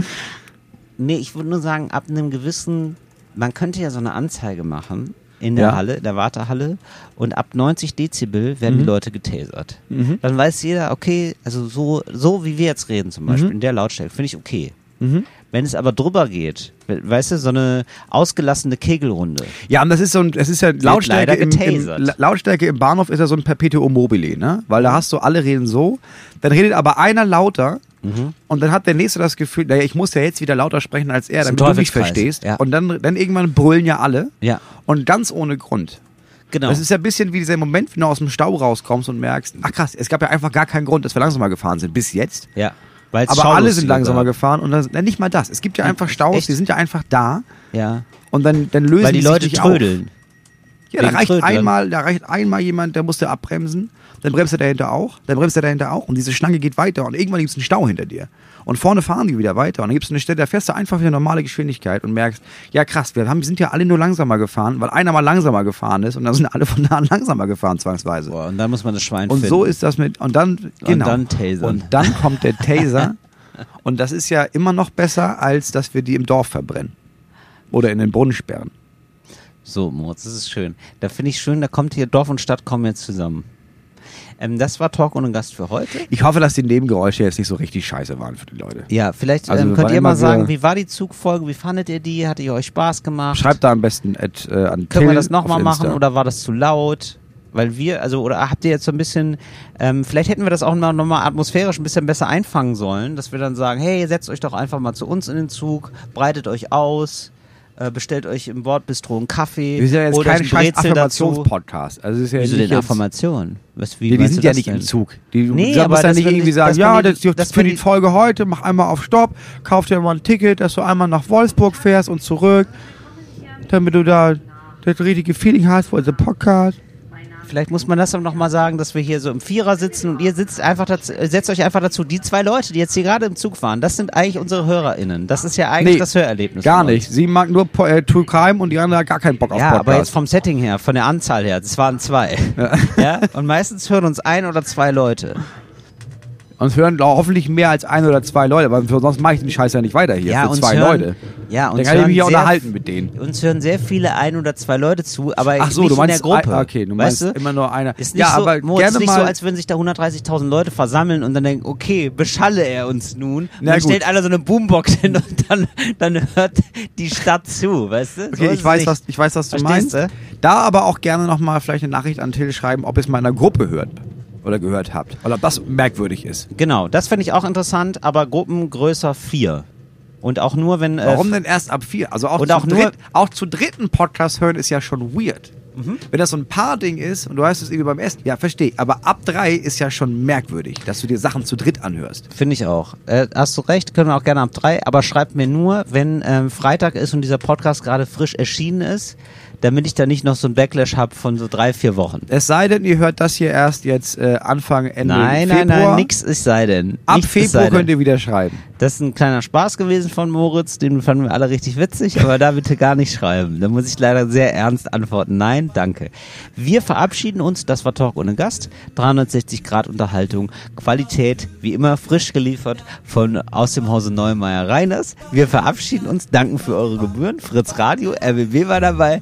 [SPEAKER 2] nee, ich würde nur sagen, ab einem gewissen, man könnte ja so eine Anzeige machen in der
[SPEAKER 3] Ja.
[SPEAKER 2] Halle, in der Wartehalle und ab 90 Dezibel werden die Leute getasert. Dann weiß jeder, okay, also so, so wie wir jetzt reden zum Beispiel, in der Lautstärke, finde ich okay. Wenn es aber drüber geht, we- weißt du, so eine ausgelassene Kegelrunde.
[SPEAKER 3] Ja, und das ist so ein, es ist ja Lautstärke
[SPEAKER 2] leider
[SPEAKER 3] im, im,
[SPEAKER 2] getasert.
[SPEAKER 3] La- Lautstärke im Bahnhof ist ja so ein Perpetuum mobile, ne? Weil da hast du alle reden so, dann redet aber einer lauter
[SPEAKER 2] Mhm.
[SPEAKER 3] und dann hat der nächste das Gefühl, naja, ich muss ja jetzt wieder lauter sprechen als er,
[SPEAKER 2] Ist ein
[SPEAKER 3] damit du mich
[SPEAKER 2] Teufelskreis,
[SPEAKER 3] verstehst.
[SPEAKER 2] ja.
[SPEAKER 3] Und dann, dann irgendwann brüllen ja alle.
[SPEAKER 2] Ja.
[SPEAKER 3] Und ganz ohne Grund.
[SPEAKER 2] Genau.
[SPEAKER 3] Das ist ja ein bisschen wie dieser Moment, wenn du aus dem Stau rauskommst und merkst, ach krass, es gab ja einfach gar keinen Grund, dass wir langsamer gefahren sind bis jetzt.
[SPEAKER 2] ja. Weil's
[SPEAKER 3] Aber alle sind
[SPEAKER 2] Schaulustiger
[SPEAKER 3] langsamer
[SPEAKER 2] gab.
[SPEAKER 3] gefahren und das, na, nicht mal das. Es gibt ja einfach Staus,
[SPEAKER 2] Echt?
[SPEAKER 3] die sind ja einfach da
[SPEAKER 2] Ja.
[SPEAKER 3] und dann, dann lösen
[SPEAKER 2] Weil die
[SPEAKER 3] sich
[SPEAKER 2] Leute
[SPEAKER 3] nicht
[SPEAKER 2] trödeln.
[SPEAKER 3] Auf. Ja, da
[SPEAKER 2] Wegen
[SPEAKER 3] reicht
[SPEAKER 2] Trödeln.
[SPEAKER 3] einmal, da reicht einmal jemand, der musste abbremsen, dann bremst er dahinter auch, dann bremst er dahinter auch und diese Schlange geht weiter und irgendwann gibt es einen Stau hinter dir. Und vorne fahren die wieder weiter und dann gibt es eine Stelle, da fährst du einfach wieder normale Geschwindigkeit und merkst, ja krass, wir haben, sind ja alle nur langsamer gefahren, weil einer mal langsamer gefahren ist und dann sind alle von da an langsamer gefahren zwangsweise.
[SPEAKER 2] Boah, und dann muss man das Schwein
[SPEAKER 3] Und
[SPEAKER 2] finden.
[SPEAKER 3] so ist das mit und dann genau.
[SPEAKER 2] dann tasern.
[SPEAKER 3] Und dann kommt der Taser und das ist ja immer noch besser als dass wir die im Dorf verbrennen oder in den Brunnen sperren.
[SPEAKER 2] So, Moritz, das ist schön. Da finde ich schön, da kommt hier Dorf und Stadt kommen jetzt zusammen. Ähm, das war Talk ohne Gast für heute.
[SPEAKER 3] Ich hoffe, dass die Nebengeräusche jetzt nicht so richtig scheiße waren für die Leute.
[SPEAKER 2] Ja, vielleicht
[SPEAKER 3] Also,
[SPEAKER 2] ähm,
[SPEAKER 3] wir
[SPEAKER 2] könnt
[SPEAKER 3] waren
[SPEAKER 2] ihr mal
[SPEAKER 3] immer
[SPEAKER 2] sagen,
[SPEAKER 3] wieder-
[SPEAKER 2] wie war die Zugfolge? Wie fandet ihr die? Hat ihr euch Spaß gemacht?
[SPEAKER 3] Schreibt da am besten at, äh,
[SPEAKER 2] Können wir
[SPEAKER 3] an Till
[SPEAKER 2] das nochmal
[SPEAKER 3] auf Insta.
[SPEAKER 2] machen oder war das zu laut? Weil wir, also, oder habt ihr jetzt so ein bisschen, ähm, vielleicht hätten wir das auch nochmal noch mal atmosphärisch ein bisschen besser einfangen sollen, dass wir dann sagen, hey, setzt euch doch einfach mal zu uns in den Zug, breitet euch aus, Äh, bestellt euch im Bordbistro einen Kaffee
[SPEAKER 3] Das ist ja jetzt
[SPEAKER 2] oder
[SPEAKER 3] kein
[SPEAKER 2] ein
[SPEAKER 3] scheiß
[SPEAKER 2] Brezel dazu.
[SPEAKER 3] Affirmations-Podcast. Also es ist ja
[SPEAKER 2] Wieso
[SPEAKER 3] nicht
[SPEAKER 2] denn
[SPEAKER 3] jetzt-
[SPEAKER 2] Affirmation? Was, wie
[SPEAKER 3] Die, die
[SPEAKER 2] meinst
[SPEAKER 3] sind
[SPEAKER 2] du
[SPEAKER 3] ja
[SPEAKER 2] das
[SPEAKER 3] nicht im
[SPEAKER 2] denn?
[SPEAKER 3] Zug. Die, du
[SPEAKER 2] Nee,
[SPEAKER 3] musst
[SPEAKER 2] aber
[SPEAKER 3] dann
[SPEAKER 2] dass
[SPEAKER 3] nicht
[SPEAKER 2] man
[SPEAKER 3] irgendwie
[SPEAKER 2] die-
[SPEAKER 3] sagen,
[SPEAKER 2] dass
[SPEAKER 3] ja,
[SPEAKER 2] man die-
[SPEAKER 3] das, das
[SPEAKER 2] dass
[SPEAKER 3] für
[SPEAKER 2] man
[SPEAKER 3] die
[SPEAKER 2] die-
[SPEAKER 3] Folge heute, mach einmal auf Stopp, kauf dir mal ein Ticket, dass du einmal nach Wolfsburg fährst und zurück, damit du da das richtige Feeling hast für den Podcast.
[SPEAKER 2] Vielleicht muss man das noch mal sagen, dass wir hier so im Vierer sitzen und ihr sitzt einfach dazu, äh, setzt euch einfach dazu. Die zwei Leute, die jetzt hier gerade im Zug waren, das sind eigentlich unsere HörerInnen. Das ist ja eigentlich
[SPEAKER 3] Nee,
[SPEAKER 2] das Hörerlebnis.
[SPEAKER 3] Gar
[SPEAKER 2] von uns.
[SPEAKER 3] nicht. Sie mag nur Po- äh, True Crime und die andere hat gar keinen Bock auf
[SPEAKER 2] Ja,
[SPEAKER 3] Podcast.
[SPEAKER 2] aber jetzt vom Setting her, von der Anzahl her, das waren zwei. Ja. Und meistens hören uns ein oder zwei Leute.
[SPEAKER 3] Uns hören lau- hoffentlich mehr als ein oder zwei Leute, weil sonst mache ich den Scheiß ja nicht weiter hier
[SPEAKER 2] ja,
[SPEAKER 3] für
[SPEAKER 2] uns
[SPEAKER 3] zwei
[SPEAKER 2] hören,
[SPEAKER 3] Leute.
[SPEAKER 2] Ja, uns
[SPEAKER 3] Dann kann ich
[SPEAKER 2] hören
[SPEAKER 3] mich auch
[SPEAKER 2] sehr-
[SPEAKER 3] unterhalten mit denen.
[SPEAKER 2] Uns hören sehr viele ein oder zwei Leute zu, aber
[SPEAKER 3] Ach so,
[SPEAKER 2] nicht
[SPEAKER 3] du meinst
[SPEAKER 2] in der Gruppe.
[SPEAKER 3] ah, Okay, du
[SPEAKER 2] weißt
[SPEAKER 3] meinst
[SPEAKER 2] du?
[SPEAKER 3] immer nur einer.
[SPEAKER 2] Ist nicht,
[SPEAKER 3] ja,
[SPEAKER 2] so,
[SPEAKER 3] aber
[SPEAKER 2] Mo,
[SPEAKER 3] gerne
[SPEAKER 2] ist nicht
[SPEAKER 3] mal
[SPEAKER 2] so, als würden sich da 130.000 Leute versammeln und dann denken, okay, beschalle er uns nun. Und
[SPEAKER 3] Na
[SPEAKER 2] dann
[SPEAKER 3] gut.
[SPEAKER 2] stellt einer so eine Boombox hin und dann, dann hört die Stadt zu, weißt du? So
[SPEAKER 3] Okay,
[SPEAKER 2] ist
[SPEAKER 3] ich
[SPEAKER 2] es
[SPEAKER 3] weiß,
[SPEAKER 2] nicht.
[SPEAKER 3] was, ich weiß, was du
[SPEAKER 2] Verstehst
[SPEAKER 3] meinst. äh. Da aber auch gerne nochmal vielleicht eine Nachricht an Till schreiben, ob ihr es mal in einer Gruppe hört oder gehört habt. Oder ob das merkwürdig ist.
[SPEAKER 2] Genau, das fände ich auch interessant, aber Gruppen größer vier. Und auch nur, wenn... äh,
[SPEAKER 3] Warum denn erst ab vier? Also auch,
[SPEAKER 2] Und
[SPEAKER 3] zu,
[SPEAKER 2] auch nur-
[SPEAKER 3] dritt, auch zu dritten Podcast hören ist ja schon weird.
[SPEAKER 2] Mhm.
[SPEAKER 3] Wenn das so ein Paar-Ding ist und du hörst es irgendwie beim Essen, ja, verstehe. Aber ab drei ist ja schon merkwürdig, dass du dir Sachen zu dritt anhörst.
[SPEAKER 2] Finde ich auch. Äh, hast du recht, können wir auch gerne ab drei, aber schreibt mir nur, wenn ähm, Freitag ist und dieser Podcast gerade frisch erschienen ist, damit ich da nicht noch so ein Backlash habe von so drei, vier Wochen.
[SPEAKER 3] Es sei denn, ihr hört das hier erst jetzt äh, Anfang, Ende
[SPEAKER 2] Nein,
[SPEAKER 3] Februar.
[SPEAKER 2] nein, nein, nix es sei denn.
[SPEAKER 3] Ab
[SPEAKER 2] nichts es
[SPEAKER 3] Februar
[SPEAKER 2] sei denn.
[SPEAKER 3] könnt ihr wieder schreiben.
[SPEAKER 2] Das ist ein kleiner Spaß gewesen von Moritz, den fanden wir alle richtig witzig, aber da bitte gar nicht schreiben. Da muss ich leider sehr ernst antworten. Nein, danke. Wir verabschieden uns, das war Talk ohne Gast, 360 Grad Unterhaltung, Qualität, wie immer frisch geliefert von aus dem Hause Neumeier Reiners. Wir verabschieden uns, danken für eure Gebühren, Fritz Radio, RBB war dabei,